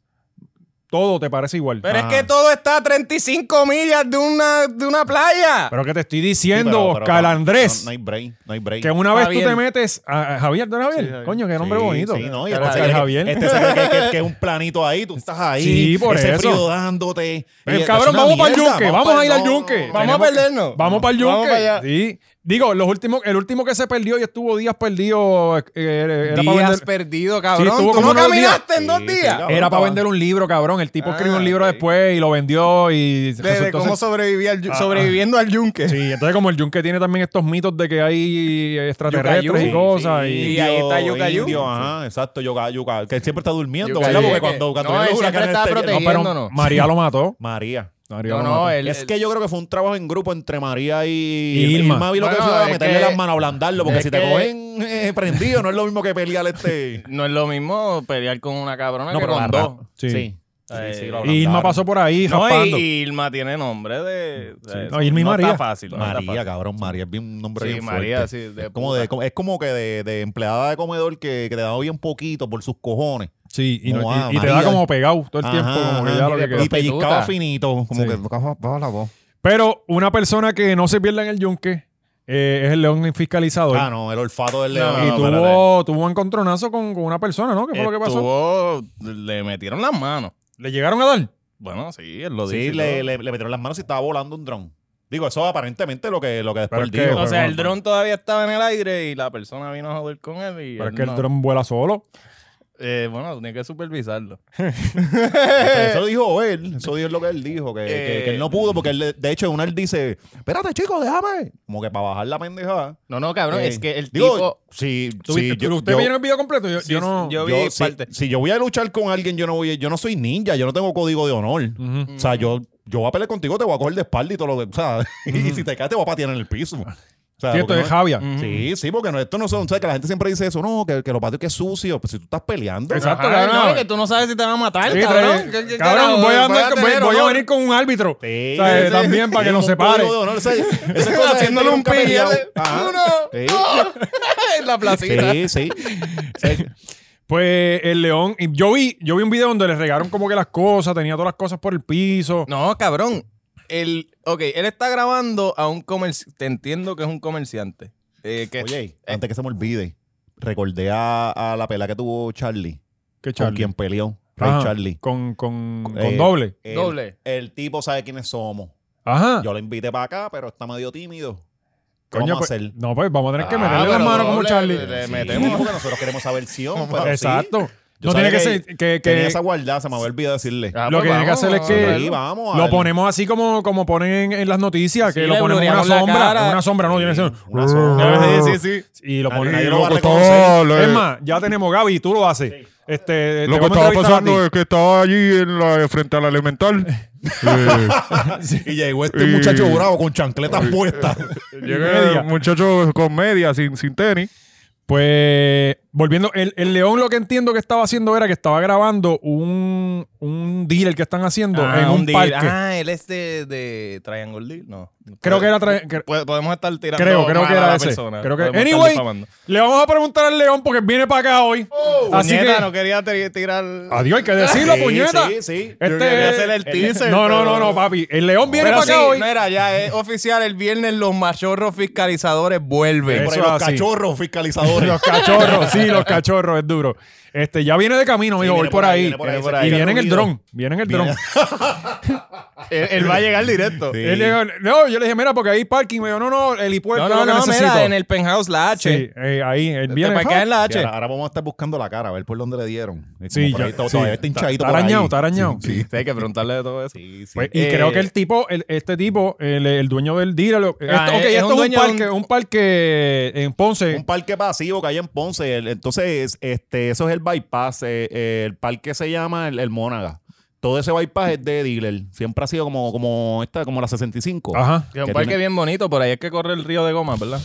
Speaker 1: Todo te parece igual. Ah.
Speaker 2: Pero
Speaker 3: Ajá.
Speaker 2: es que todo está a 35 millas de una, de una playa.
Speaker 1: Pero que te estoy
Speaker 3: Sí,
Speaker 1: diciendo,
Speaker 3: pero- pero,
Speaker 1: Oscar
Speaker 3: no,
Speaker 1: Andrés,
Speaker 3: No, no hay brain, no hay brain.
Speaker 1: que una vez tú
Speaker 2: Javier.
Speaker 1: te metes a a Javier, ¿no era Javier?
Speaker 2: Sí, Javier.
Speaker 1: Coño, qué nombre
Speaker 3: Sí,
Speaker 1: bonito.
Speaker 3: Sí, no, y
Speaker 2: Cara
Speaker 3: este
Speaker 2: de
Speaker 3: se cree
Speaker 1: Javier.
Speaker 3: que- Este se cree que, que- que es un planito ahí, tú estás ahí.
Speaker 1: Sí, por
Speaker 3: ese
Speaker 1: eso.
Speaker 3: frío dándote.
Speaker 1: Pero,
Speaker 3: Y
Speaker 1: Em, cabrón,
Speaker 3: es una
Speaker 1: vamos pa'l
Speaker 3: mierda,
Speaker 1: yunque, vamos
Speaker 3: pa'l-
Speaker 1: a ir al
Speaker 3: no,
Speaker 1: yunque.
Speaker 3: no, no,
Speaker 2: Vamos a
Speaker 1: Tenemos-
Speaker 2: perdernos.
Speaker 1: Vamos para el
Speaker 2: Vamos
Speaker 1: yunque.
Speaker 2: para allá.
Speaker 1: Sí. Digo, los últimos, el último que se perdió y estuvo días perdido eh, eh, era para
Speaker 2: días
Speaker 1: vender,
Speaker 2: perdido, cabrón.
Speaker 1: estuvo
Speaker 2: ¿Tú
Speaker 1: como
Speaker 2: no
Speaker 1: unos días.
Speaker 2: caminaste en dos
Speaker 3: Sí, sí,
Speaker 2: días?
Speaker 3: cabrón.
Speaker 1: era para
Speaker 3: pa-
Speaker 1: vender un libro, cabrón. El tipo
Speaker 2: Ah,
Speaker 1: escribió un libro
Speaker 2: ok.
Speaker 1: después y lo vendió y
Speaker 2: De- de
Speaker 1: resultó
Speaker 2: cómo
Speaker 1: ser-
Speaker 2: sobrevivir al yu-
Speaker 1: Ah, ah.
Speaker 2: sobreviviendo al yunque.
Speaker 1: Sí, entonces como el yunque tiene también estos mitos de que hay extraterrestres
Speaker 2: Yucayu.
Speaker 1: y cosas
Speaker 3: sí,
Speaker 1: y
Speaker 2: Y ahí está
Speaker 3: indio,
Speaker 2: Yucayu.
Speaker 3: indio, ajá, exacto, Yuca- Yuca, que siempre está durmiendo,
Speaker 2: Yucayu.
Speaker 3: ¿verdad? Porque
Speaker 2: Sí,
Speaker 3: cuando,
Speaker 2: que-
Speaker 3: cuando
Speaker 2: no,
Speaker 3: vienen
Speaker 2: él
Speaker 3: los
Speaker 2: siempre
Speaker 3: huracanes,
Speaker 2: está
Speaker 3: este-
Speaker 1: No,
Speaker 2: protegido.
Speaker 1: pero
Speaker 2: Yéndonos.
Speaker 1: María lo mató.
Speaker 3: María.
Speaker 1: María
Speaker 2: No,
Speaker 1: lo
Speaker 2: no,
Speaker 1: mató.
Speaker 2: el-
Speaker 3: es
Speaker 2: el-
Speaker 3: que yo creo que fue un trabajo en grupo entre María y,
Speaker 1: Y Irma.
Speaker 3: Irma vi lo que
Speaker 2: Bueno,
Speaker 3: fue a
Speaker 2: es
Speaker 3: meterle
Speaker 2: que-
Speaker 3: las manos ablandarlo, porque
Speaker 2: es
Speaker 3: si te
Speaker 2: que-
Speaker 3: cogen eh, prendido no es lo mismo que pelear este...
Speaker 2: No es lo mismo pelear con una cabrona
Speaker 3: No,
Speaker 2: que
Speaker 3: pero
Speaker 2: con
Speaker 3: la
Speaker 2: dos.
Speaker 3: ra-
Speaker 1: Sí.
Speaker 2: Eh,
Speaker 1: Y Irma
Speaker 3: lo ablandaron.
Speaker 1: pasó por ahí
Speaker 2: No, y,
Speaker 1: raspando.
Speaker 2: y Irma tiene nombre de. de-
Speaker 1: no, Irma y María.
Speaker 2: Está fácil, no está
Speaker 3: María,
Speaker 2: fácil.
Speaker 3: cabrón, María es bien un nombre
Speaker 2: Sí,
Speaker 3: bien
Speaker 2: María,
Speaker 3: fuerte.
Speaker 2: sí. de
Speaker 3: Como de-
Speaker 2: puta.
Speaker 3: como- es como que de, de empleada de comedor que, que te da bien poquito por sus cojones.
Speaker 1: Sí, y, no-
Speaker 3: Como,
Speaker 1: y-
Speaker 3: ah,
Speaker 1: y te da
Speaker 3: María.
Speaker 1: como pegado todo el
Speaker 3: Ajá,
Speaker 1: tiempo. como que
Speaker 3: ajá.
Speaker 1: ya lo que queda.
Speaker 3: y pellizcaba
Speaker 2: Prostituta.
Speaker 3: finito, como
Speaker 1: Sí.
Speaker 3: que baja- baja la voz.
Speaker 1: Pero una persona que no se pierda en el yunque eh, es el león fiscalizador.
Speaker 3: Ah, no, el olfato del león.
Speaker 2: No,
Speaker 1: y
Speaker 3: no,
Speaker 1: tuvo,
Speaker 3: espérate.
Speaker 1: tuvo un encontronazo con, con una persona, ¿no? ¿Qué fue lo que pasó?
Speaker 2: Estuvo- le metieron las manos.
Speaker 1: ¿Le llegaron a dar?
Speaker 2: Bueno, sí, él lo dice.
Speaker 3: Sí,
Speaker 2: y
Speaker 3: le,
Speaker 2: todo.
Speaker 3: le- le metieron las manos y estaba volando un dron. Digo, eso aparentemente lo que, lo que después
Speaker 1: Pero
Speaker 3: él
Speaker 1: es que-
Speaker 3: dijo.
Speaker 2: O sea,
Speaker 1: Pero-
Speaker 2: el dron todavía estaba en el aire y la persona vino a joder con él. Y
Speaker 1: Pero es
Speaker 2: él
Speaker 1: que el
Speaker 2: no.
Speaker 1: dron vuela solo.
Speaker 2: Eh, bueno, tiene que supervisarlo.
Speaker 3: Eso dijo él, eso dijo lo que él dijo, que, que-
Speaker 2: Eh.
Speaker 3: que él no pudo, porque él, de hecho en una él dice, espérate chico, déjame. Como que para bajar la pendejada.
Speaker 2: No, no, cabrón,
Speaker 3: Eh,
Speaker 2: es que el
Speaker 3: digo,
Speaker 2: tipo.
Speaker 3: si,
Speaker 1: ¿Tú
Speaker 3: si
Speaker 1: viste-
Speaker 3: yo-
Speaker 1: ¿Usted
Speaker 3: yo-
Speaker 1: vieron el video completo? Yo,
Speaker 2: Sí,
Speaker 1: yo no...
Speaker 2: yo vi
Speaker 3: yo- si,
Speaker 2: parte.
Speaker 3: si yo voy a luchar con alguien, yo no voy, yo no soy ninja, yo no tengo código de honor.
Speaker 1: Ujú.
Speaker 3: O sea, yo, yo voy a pelear contigo, te voy a coger de espalda y todo lo que. O sea, y si te caes, te voy a patear en el piso. O sea,
Speaker 1: Sí, esto
Speaker 3: porque
Speaker 1: es
Speaker 3: no-
Speaker 1: Javia.
Speaker 2: Ujú.
Speaker 3: Sí, sí, porque no, esto no son. O sea, que la gente siempre dice eso, no, que, que los patios que es sucio. Pues si tú estás peleando.
Speaker 1: Exacto.
Speaker 2: Ajá,
Speaker 1: cabrón.
Speaker 2: no, es que tú no sabes si te van a matar,
Speaker 1: Sí,
Speaker 2: cabrón.
Speaker 1: trae-
Speaker 2: ¿Qué- qué
Speaker 1: cabrón, voy a,
Speaker 2: vas
Speaker 1: andar con- voy-
Speaker 2: tener
Speaker 1: voy a
Speaker 2: honor?
Speaker 1: venir con un árbitro.
Speaker 3: Sí,
Speaker 1: O sea,
Speaker 3: sí,
Speaker 1: también
Speaker 3: sí.
Speaker 1: para que
Speaker 3: Tienen
Speaker 1: nos
Speaker 3: un
Speaker 1: separe.
Speaker 3: código de honor, o sea, esa cosa de
Speaker 2: Haciéndole
Speaker 3: gente
Speaker 2: un
Speaker 3: nunca ha
Speaker 2: pin.
Speaker 3: peleado.
Speaker 2: ¿eh?
Speaker 3: Ajá.
Speaker 2: Uno.
Speaker 3: Sí.
Speaker 2: dos. En la placita.
Speaker 3: Sí, sí.
Speaker 1: Pues el león... y Yo vi, yo vi un video donde le regaron como que las cosas, tenía todas las cosas por el piso.
Speaker 2: No, cabrón. El, ok, él está grabando a un comerciante. Te entiendo que es un comerciante. Eh, que,
Speaker 3: Oye, antes que se me olvide, recordé a, a la pelea que tuvo Charlie,
Speaker 1: ¿Qué
Speaker 3: con
Speaker 1: Charlie?
Speaker 3: quien peleó. Rey
Speaker 1: Ajá,
Speaker 3: Charlie.
Speaker 1: Con, con, con
Speaker 3: Eh,
Speaker 1: doble.
Speaker 3: El-
Speaker 2: Doble.
Speaker 3: El tipo sabe quiénes somos.
Speaker 1: Ajá.
Speaker 3: Yo lo invité para acá, pero está medio tímido. ¿Qué
Speaker 1: Coño,
Speaker 3: vamos a
Speaker 1: pues,
Speaker 3: hacer?
Speaker 1: No, pues vamos a tener que
Speaker 2: Ah,
Speaker 1: meterle las
Speaker 2: pero
Speaker 1: manos como
Speaker 2: doble,
Speaker 1: Charlie.
Speaker 2: le- le
Speaker 1: Sí.
Speaker 2: metemos.
Speaker 3: porque nosotros queremos saber Sion, pero sí.
Speaker 1: Exacto.
Speaker 3: Yo
Speaker 1: No tiene que
Speaker 3: sabía
Speaker 1: ser... que- que-
Speaker 3: Tenía esa guardada, se me había olvidado decirle.
Speaker 2: Ah,
Speaker 1: lo
Speaker 2: pues
Speaker 1: que tiene que
Speaker 2: vamos,
Speaker 1: hacer es que
Speaker 2: traerlo.
Speaker 3: Sí, vamos a
Speaker 1: lo
Speaker 3: ver.
Speaker 1: ponemos así como, como ponen en las noticias, que
Speaker 2: Sí,
Speaker 1: lo
Speaker 2: le
Speaker 1: ponemos una
Speaker 2: blureamos la
Speaker 1: sombra,
Speaker 2: cara.
Speaker 1: una sombra, no tiene que ser
Speaker 3: una
Speaker 1: Ah.
Speaker 3: sombra.
Speaker 2: Sí, sí, sí.
Speaker 1: Y lo
Speaker 3: Nadie
Speaker 1: ponen
Speaker 3: lo
Speaker 1: ahí,
Speaker 3: va a
Speaker 1: loco, todo.
Speaker 3: reconocer.
Speaker 1: Es más, ya tenemos Gaby, tú lo haces. Este, te
Speaker 5: eh. Lo que
Speaker 1: vamos a
Speaker 5: estaba
Speaker 1: entrevistar a
Speaker 5: pasando es que estaba allí en la, frente a la elemental. Eh,
Speaker 3: Y llegó este
Speaker 5: Y-
Speaker 3: muchacho bravo con chancletas puestas.
Speaker 5: llega
Speaker 1: Media.
Speaker 5: el muchacho con media, sin, sin tenis.
Speaker 1: ti. Pues, volviendo, el, el León lo que entiendo que estaba haciendo era que estaba grabando un, un dealer que están haciendo
Speaker 2: Ah,
Speaker 1: en un,
Speaker 2: deal.
Speaker 1: parque.
Speaker 2: Ah, él es de, de Triangle Deal. No.
Speaker 1: Creo que era tra- que-
Speaker 2: Pod- Podemos estar tirando.
Speaker 1: Creo, creo
Speaker 2: mal
Speaker 1: que
Speaker 2: a
Speaker 1: era
Speaker 2: la
Speaker 1: ese.
Speaker 2: persona.
Speaker 1: Creo que-
Speaker 2: Podemos estar
Speaker 1: Anyway.
Speaker 2: difamando.
Speaker 1: le vamos a preguntar al León porque viene para acá hoy. Así
Speaker 2: Puñeta,
Speaker 1: que,
Speaker 2: no quería tri- tirar.
Speaker 1: adiós, hay que decirlo,
Speaker 3: Sí,
Speaker 1: puñeta.
Speaker 3: Sí, sí.
Speaker 1: Este-
Speaker 2: quería hacer el
Speaker 1: este-
Speaker 2: teaser,
Speaker 1: No, no, no,
Speaker 2: pero-
Speaker 1: no, papi. El León viene
Speaker 2: Pero
Speaker 1: para acá
Speaker 2: sí,
Speaker 1: hoy.
Speaker 2: Mira, ya es oficial. El viernes los machorros fiscalizadores vuelven.
Speaker 1: Eso
Speaker 3: Por ahí
Speaker 1: es
Speaker 3: los
Speaker 1: así.
Speaker 3: cachorros fiscalizadores.
Speaker 1: Los cachorros, sí, los cachorros, es duro. Este, ya viene de camino, mijo,
Speaker 3: viene
Speaker 1: voy por
Speaker 3: por ahí,
Speaker 1: ahí.
Speaker 3: viene por ahí,
Speaker 1: Viene
Speaker 3: se
Speaker 1: por ahí. Y
Speaker 3: escucha
Speaker 1: viene en el
Speaker 3: ruido.
Speaker 1: dron, viene en el dron.
Speaker 2: Él, él va a llegar directo.
Speaker 3: Sí.
Speaker 1: Él llegó, no, yo le dije, mira, porque hay parking. Me dijo, no, no, el hipuerto
Speaker 2: No,
Speaker 1: es lo
Speaker 2: no,
Speaker 1: que
Speaker 2: no,
Speaker 1: necesito.
Speaker 2: mira, en el penthouse la H.
Speaker 1: Sí, eh, ahí, él
Speaker 2: Te
Speaker 1: viene.
Speaker 2: parqueas en la
Speaker 3: Y
Speaker 2: H.
Speaker 3: ahora, ahora vamos a estar buscando la cara, a ver por dónde le dieron. Es
Speaker 1: Sí,
Speaker 3: como por ahí,
Speaker 1: ya-
Speaker 3: to-
Speaker 1: sí.
Speaker 3: todavía está hinchadito
Speaker 1: Está
Speaker 3: por ahí.
Speaker 1: arañado, está arañado.
Speaker 3: Sí, sí.
Speaker 2: Sí, hay que preguntarle de todo eso.
Speaker 3: Sí, sí.
Speaker 1: Pues, y creo
Speaker 2: Eh,
Speaker 1: que el tipo, el- este tipo, el, el dueño del dealer, lo- esto,
Speaker 2: Ah,
Speaker 1: ok,
Speaker 2: es- es
Speaker 1: esto es
Speaker 2: un
Speaker 1: un
Speaker 2: dueño de
Speaker 1: parque,
Speaker 2: un-
Speaker 1: un parque en Ponce.
Speaker 3: un parque pasivo que hay en Ponce. El- Entonces, este, eso es el bypass. eh, eh, el parque se llama el, el Mónaga. Todo ese bypass es de dealer. Siempre ha sido como, como esta, como la 65.
Speaker 1: Ajá.
Speaker 2: Que es
Speaker 3: que
Speaker 2: un parque
Speaker 3: tiene-
Speaker 2: bien bonito, por ahí es que corre el río de goma, ¿verdad?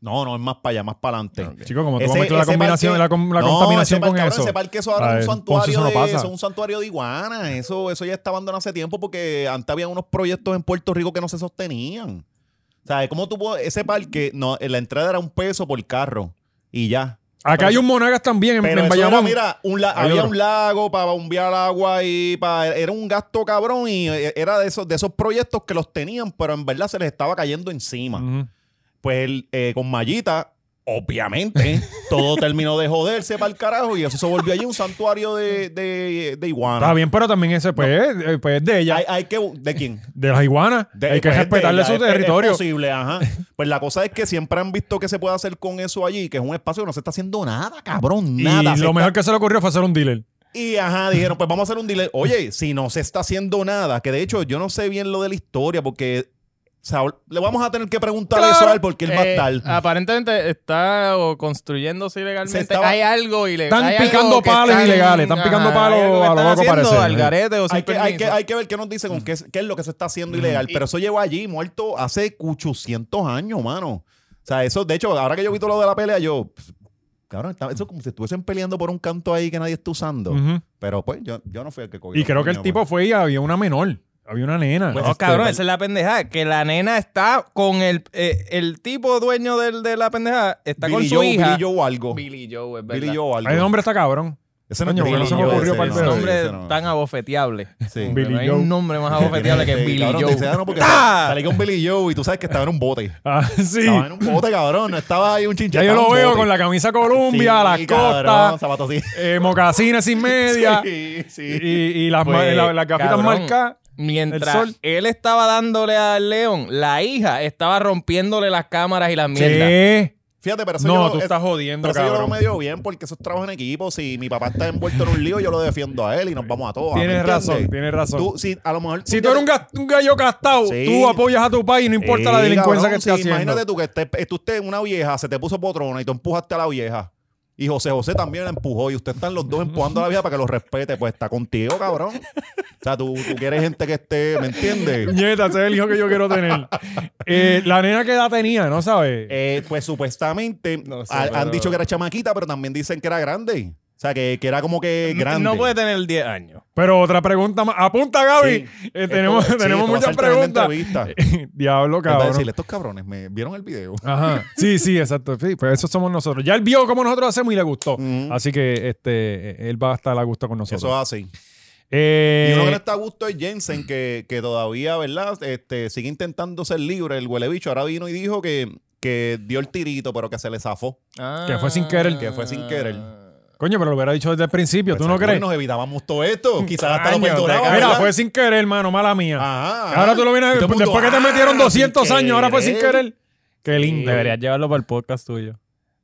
Speaker 3: No, no, es más para allá, más para adelante.
Speaker 1: Chico, como tú
Speaker 3: Ese-
Speaker 1: vas a meter la
Speaker 3: ese
Speaker 1: combinación,
Speaker 3: parque-
Speaker 1: la, com- la
Speaker 3: No,
Speaker 1: contaminación
Speaker 3: ese parque,
Speaker 1: con
Speaker 3: cabrón,
Speaker 1: eso.
Speaker 3: Ese parque eso ahora
Speaker 1: Ah,
Speaker 3: es
Speaker 1: en
Speaker 3: un
Speaker 1: Ponce
Speaker 3: santuario,
Speaker 1: eso no
Speaker 3: de,
Speaker 1: pasa.
Speaker 3: eso es un santuario de iguanas. Eso, eso ya está abandonado hace tiempo porque antes había unos proyectos en Puerto Rico que no se sostenían. eh, O sea, ¿cómo tú puedes- Ese parque, no, en la entrada era un peso por carro y ya.
Speaker 1: Acá hay un Monagas también en,
Speaker 3: Pero
Speaker 1: en
Speaker 3: eso era,
Speaker 1: Bayamón.
Speaker 3: mira, un la-
Speaker 1: Hay
Speaker 3: había
Speaker 1: otro.
Speaker 3: un lago para bombear agua y para, era un gasto cabrón y eh, era de esos, de esos proyectos que los tenían, pero en verdad se les estaba cayendo encima.
Speaker 1: Ujú.
Speaker 3: Pues el, eh, con Mallita, obviamente, todo terminó de joderse para el carajo y eso se volvió allí un santuario de, de, de
Speaker 1: Está
Speaker 3: iguana.
Speaker 1: bien, pero también ese pues, eh, pues, es de ella,
Speaker 3: Hay, hay que, ¿De quién?
Speaker 1: de las iguanas.
Speaker 3: De-
Speaker 1: hay que
Speaker 3: pues, es de
Speaker 1: respetarle
Speaker 3: ella,
Speaker 1: su
Speaker 3: es- es
Speaker 1: territorio.
Speaker 3: posible, ajá. Pues la cosa es que siempre han visto que se puede hacer con eso allí, que es un espacio que no se está haciendo nada, cabrón,
Speaker 1: y
Speaker 3: nada. Se
Speaker 1: lo
Speaker 3: está-
Speaker 1: mejor que se le ocurrió fue hacer un dealer.
Speaker 3: Y ajá, dijeron, pues vamos a hacer un delay. Oye, si no se está haciendo nada, que de hecho yo no sé bien lo de la historia, porque o sea, le vamos a tener que preguntar eso a él porque él va a
Speaker 2: Eh,
Speaker 3: estar.
Speaker 2: Aparentemente está o construyéndose ilegalmente.
Speaker 3: Se estaba-
Speaker 2: Hay algo ilegal.
Speaker 1: Están
Speaker 2: hay algo
Speaker 1: picando
Speaker 2: que
Speaker 1: palos ilegales, están picando
Speaker 2: hay
Speaker 1: palos
Speaker 2: algo que
Speaker 1: a lo
Speaker 2: están
Speaker 1: loco
Speaker 2: haciendo
Speaker 1: parece.
Speaker 2: al garete o sin
Speaker 3: Hay que, hay, que,
Speaker 2: permiso.
Speaker 3: hay que ver qué nos
Speaker 1: Mm.
Speaker 3: dicen con qué, es- qué es lo que se está haciendo ilegal. Pero eso lleva allí muerto hace 800 años, mano. O sea, eso, de hecho, ahora que yo vi todo lo de la pelea, yo, pues, cabrón, está- eso es como si estuviesen peleando por un canto ahí que nadie está usando.
Speaker 1: Ujú.
Speaker 3: Pero pues yo, yo no fui el que cogió.
Speaker 1: Y creo que el
Speaker 3: Coño,
Speaker 1: tipo
Speaker 3: pues.
Speaker 1: fue y había una menor, había una nena.
Speaker 3: Pues,
Speaker 2: No,
Speaker 3: este,
Speaker 2: Oh, cabrón,
Speaker 3: tal-
Speaker 2: esa es la pendejada. Que la nena está con el, eh, el tipo dueño del, de la pendejada, está
Speaker 3: Billy
Speaker 2: con su
Speaker 3: Joe,
Speaker 2: hija.
Speaker 3: Billy Joe o algo. Billy,
Speaker 2: Billy Joe, es verdad.
Speaker 3: Joe o algo.
Speaker 1: el nombre está cabrón.
Speaker 3: Ese
Speaker 1: Coño,
Speaker 3: Billy
Speaker 1: porque no se me
Speaker 3: Joe,
Speaker 1: ocurrió
Speaker 3: ese
Speaker 1: para el
Speaker 2: Es un
Speaker 1: pedo.
Speaker 2: nombre
Speaker 3: ese no.
Speaker 2: tan abofeteable.
Speaker 3: Sí.
Speaker 1: Billy
Speaker 2: Pero no hay
Speaker 1: Joe.
Speaker 2: un nombre más abofeteable que
Speaker 3: Sí,
Speaker 2: Billy
Speaker 3: cabrón, te
Speaker 2: Joe.
Speaker 3: dice, ah, no, porque
Speaker 2: ¡Ah!
Speaker 3: salí con Billy Joe y tú sabes que estaba en un bote.
Speaker 1: Ah, sí.
Speaker 3: Estaba en un bote, cabrón. No estaba ahí un
Speaker 1: Ya
Speaker 3: chinchón.
Speaker 1: yo lo veo con la camisa Colombia, las costas,
Speaker 3: Zapatos así.
Speaker 1: eh, mocasines sin media
Speaker 3: Sí, sí.
Speaker 1: y, y las, ma-
Speaker 2: Pues,
Speaker 1: la- las gafitas
Speaker 2: cabrón,
Speaker 1: marcadas. el sol.
Speaker 2: Mientras él estaba dándole al león, la hija estaba rompiéndole las cámaras y las mierdas.
Speaker 1: ¿Qué?
Speaker 3: Fíjate, pero eso yo
Speaker 1: No,
Speaker 3: lo-
Speaker 1: tú
Speaker 3: es-
Speaker 1: estás
Speaker 3: pero
Speaker 1: jodiendo,
Speaker 3: eso yo lo veo
Speaker 1: cabrón.
Speaker 3: medio bien porque eso es trabajo en equipo. Si mi papá está envuelto en un lío, yo lo defiendo a él y nos vamos a todos.
Speaker 1: Tienes razón, tienes razón.
Speaker 3: Ah, Tú, si, a lo mejor,
Speaker 1: Si tú eres un, gas- un gallo castado,
Speaker 3: Sí.
Speaker 1: tú apoyas a tu país y no importa la
Speaker 3: Sí,
Speaker 1: delincuencia
Speaker 3: cabrón,
Speaker 1: que
Speaker 3: sí,
Speaker 1: estés haciendo.
Speaker 3: Imagínate tú que estés- tú estés en una vieja, se te puso potrona y tú empujaste a la vieja. Y José José también la empujó y ustedes están los dos empujando a la vieja para que los respete. Pues está contigo, cabrón. O sea, tú, tú quieres gente que esté, ¿me entiendes?
Speaker 1: Nieta, ese es el hijo que yo quiero tener. Eh, la nena que edad tenía, ¿no sabes?
Speaker 3: Eh, pues supuestamente
Speaker 2: No sé,
Speaker 3: ha- han
Speaker 2: pero-
Speaker 3: dicho que era chamaquita, pero también dicen que era grande. O sea, que, que era como que grande.
Speaker 2: No puede tener 10 años.
Speaker 1: Pero otra pregunta más. Apunta, Gaby.
Speaker 3: Sí.
Speaker 1: Eh, tenemos
Speaker 3: Esto- sí,
Speaker 1: tenemos
Speaker 3: esto va a
Speaker 1: muchas
Speaker 3: ser tremenda
Speaker 1: preguntas.
Speaker 3: entrevista.
Speaker 1: Diablo,
Speaker 3: Él va a
Speaker 1: cabrón.
Speaker 3: decirle, estos cabrones, ¿me vieron el video?
Speaker 1: Ajá. Sí, sí, exacto. Sí, pues eso somos nosotros. Ya él vio cómo nosotros hacemos y le gustó.
Speaker 3: Ujú.
Speaker 1: Así que este, eh, él va a estar a gusto con nosotros.
Speaker 3: Eso es así.
Speaker 1: Eh,
Speaker 3: Y uno que no está a gusto es Jensen, que, que todavía, ¿verdad? Este, sigue intentando ser libre, el huele bicho. Ahora vino y dijo que, que dio el tirito, pero que se le zafó.
Speaker 2: Ah.
Speaker 1: Que fue sin querer.
Speaker 3: Que fue sin querer.
Speaker 1: Coño, pero lo hubiera dicho desde el principio. ¿Tú no
Speaker 3: Seguro
Speaker 1: crees?
Speaker 3: nos evitábamos todo esto. Quizás hasta
Speaker 2: Años
Speaker 3: lo
Speaker 2: de
Speaker 3: perdonábamos.
Speaker 2: cárcel.
Speaker 1: Mira,
Speaker 3: ¿verdad?
Speaker 1: fue sin querer, mano. Mala mía.
Speaker 3: Ajá, ajá.
Speaker 1: Ahora tú lo vienes a
Speaker 3: Y todo el mundo,
Speaker 1: Después que te
Speaker 3: ah,
Speaker 1: metieron
Speaker 3: sin
Speaker 1: 200 años, ahora fue sin querer. Qué lindo.
Speaker 2: Deberías llevarlo para el podcast tuyo.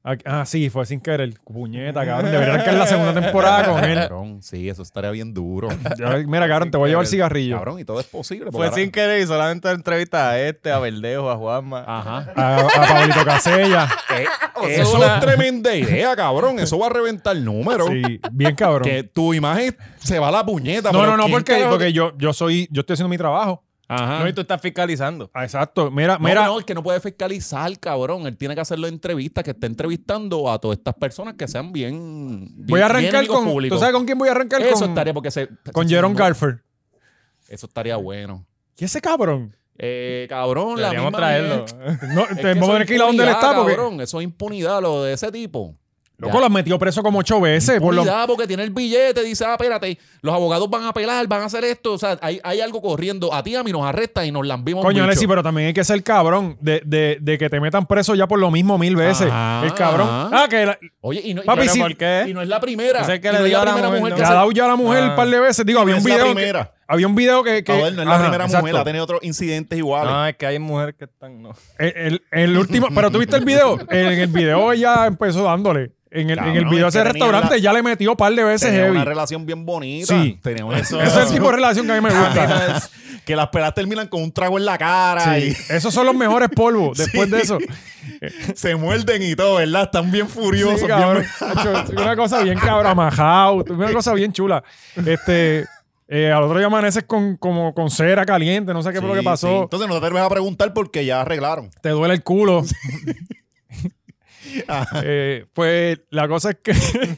Speaker 1: Ah, Ah, sí, fue sin querer. Puñeta, cabrón. Debería arrancar la segunda temporada con él.
Speaker 3: Cabrón, sí, eso estaría bien duro.
Speaker 1: Ya, mira, cabrón, te voy a llevar cigarrillo.
Speaker 3: Cabrón, y todo es posible. porque
Speaker 2: Fue
Speaker 3: ahora-
Speaker 2: sin querer y solamente entrevista a este, a Verdejo, a Juanma.
Speaker 3: Ajá.
Speaker 1: A, a Pablito Casella.
Speaker 3: Eso es tremenda idea, cabrón. Eso va a reventar números.
Speaker 1: Sí, bien cabrón.
Speaker 3: Que tu imagen se va a la puñeta.
Speaker 1: No,
Speaker 3: pero
Speaker 1: no, no,
Speaker 3: ¿quién
Speaker 1: porque,
Speaker 3: carajo-
Speaker 1: porque yo, yo soy, yo estoy haciendo mi trabajo.
Speaker 3: Ajá.
Speaker 2: No, y tú estás fiscalizando.
Speaker 1: Ah, Exacto. Mira,
Speaker 3: No,
Speaker 1: mira.
Speaker 3: no, el que no puede fiscalizar, cabrón. Él tiene que hacerlo en entrevistas, que esté entrevistando a todas estas personas que sean bien.
Speaker 1: voy a arrancar
Speaker 3: bien
Speaker 1: con.
Speaker 3: públicos.
Speaker 1: ¿Tú sabes con quién voy a arrancar?
Speaker 3: Eso
Speaker 1: con,
Speaker 3: estaría porque se.
Speaker 1: con
Speaker 3: se-
Speaker 1: Jerome
Speaker 3: no,
Speaker 1: Garfield.
Speaker 3: Eso estaría bueno.
Speaker 1: ¿Y ese cabrón?
Speaker 3: Eh, cabrón, la
Speaker 2: Deberíamos
Speaker 3: misma
Speaker 2: traerlo.
Speaker 3: gente-
Speaker 1: No,
Speaker 3: Es
Speaker 1: te- vamos
Speaker 3: eso
Speaker 1: a tener
Speaker 3: es
Speaker 1: que ir a donde él
Speaker 3: impunidad,
Speaker 1: está porque.
Speaker 3: Cabrón, eso es impunidad, lo de ese tipo.
Speaker 1: Loco, lo han metido preso como ocho veces. Por lo,
Speaker 3: Impunidad porque tiene el billete, dice, ah, espérate, los abogados van a apelar, van a hacer esto. O sea, hay, hay algo corriendo. A ti y a mí nos arrestan y nos lambimos.
Speaker 1: Coño,
Speaker 3: mucho.
Speaker 1: Alexi, pero también hay que ser cabrón de, de, de que te metan preso ya por lo mismo mil veces.
Speaker 3: Ajá.
Speaker 1: el cabrón. Ah, que la-
Speaker 3: Oye, y no, y-
Speaker 1: Papi,
Speaker 3: pero-
Speaker 1: sí.
Speaker 2: ¿Por
Speaker 3: y
Speaker 2: qué?
Speaker 3: no es la primera.
Speaker 2: Ese es el que
Speaker 3: Ah, Y
Speaker 2: le
Speaker 3: no es
Speaker 2: dio a
Speaker 3: la
Speaker 2: la
Speaker 3: primera
Speaker 2: mujer,
Speaker 3: mujer
Speaker 2: ¿no?
Speaker 1: le
Speaker 3: que
Speaker 1: ha
Speaker 3: se-
Speaker 1: dado ya a la mujer un par de veces. Digo,
Speaker 3: No
Speaker 1: había un
Speaker 3: es la
Speaker 1: video. que-
Speaker 3: primera.
Speaker 1: había un video que. que-
Speaker 3: Cabrón, no es la
Speaker 1: Ajá,
Speaker 3: primera
Speaker 1: exacto.
Speaker 3: mujer, ha tenido otros incidentes iguales.
Speaker 2: No, es que hay mujeres que están. No.
Speaker 1: El, el- el último, pero tú viste el video. En el video ella empezó dándole. En el, en el video
Speaker 3: Cabrón,
Speaker 1: de
Speaker 3: es que
Speaker 1: ese
Speaker 3: tenía
Speaker 1: restaurante
Speaker 3: la-
Speaker 1: ya le metió un par de veces
Speaker 3: Tenía
Speaker 1: heavy.
Speaker 3: una relación bien bonita.
Speaker 1: Sí.
Speaker 3: Tenía una-
Speaker 1: Ese es el tipo de relación que a mí me gusta.
Speaker 3: que las pelas terminan con un trago en la cara
Speaker 1: Sí, esos son los mejores polvos después de eso.
Speaker 3: y se muerden y todo, ¿verdad? Están bien furiosos.
Speaker 1: Sí,
Speaker 3: bien-
Speaker 1: cabrón. Hacho, una cosa bien cabra, majao, una cosa bien chula. Este, eh, al otro día amaneces con, como con cera caliente, no sé qué fue lo que
Speaker 3: Sí,
Speaker 1: pasó.
Speaker 3: sí. Entonces no te atreves a preguntar porque ya arreglaron.
Speaker 1: Te duele el culo. Eh, pues la cosa es que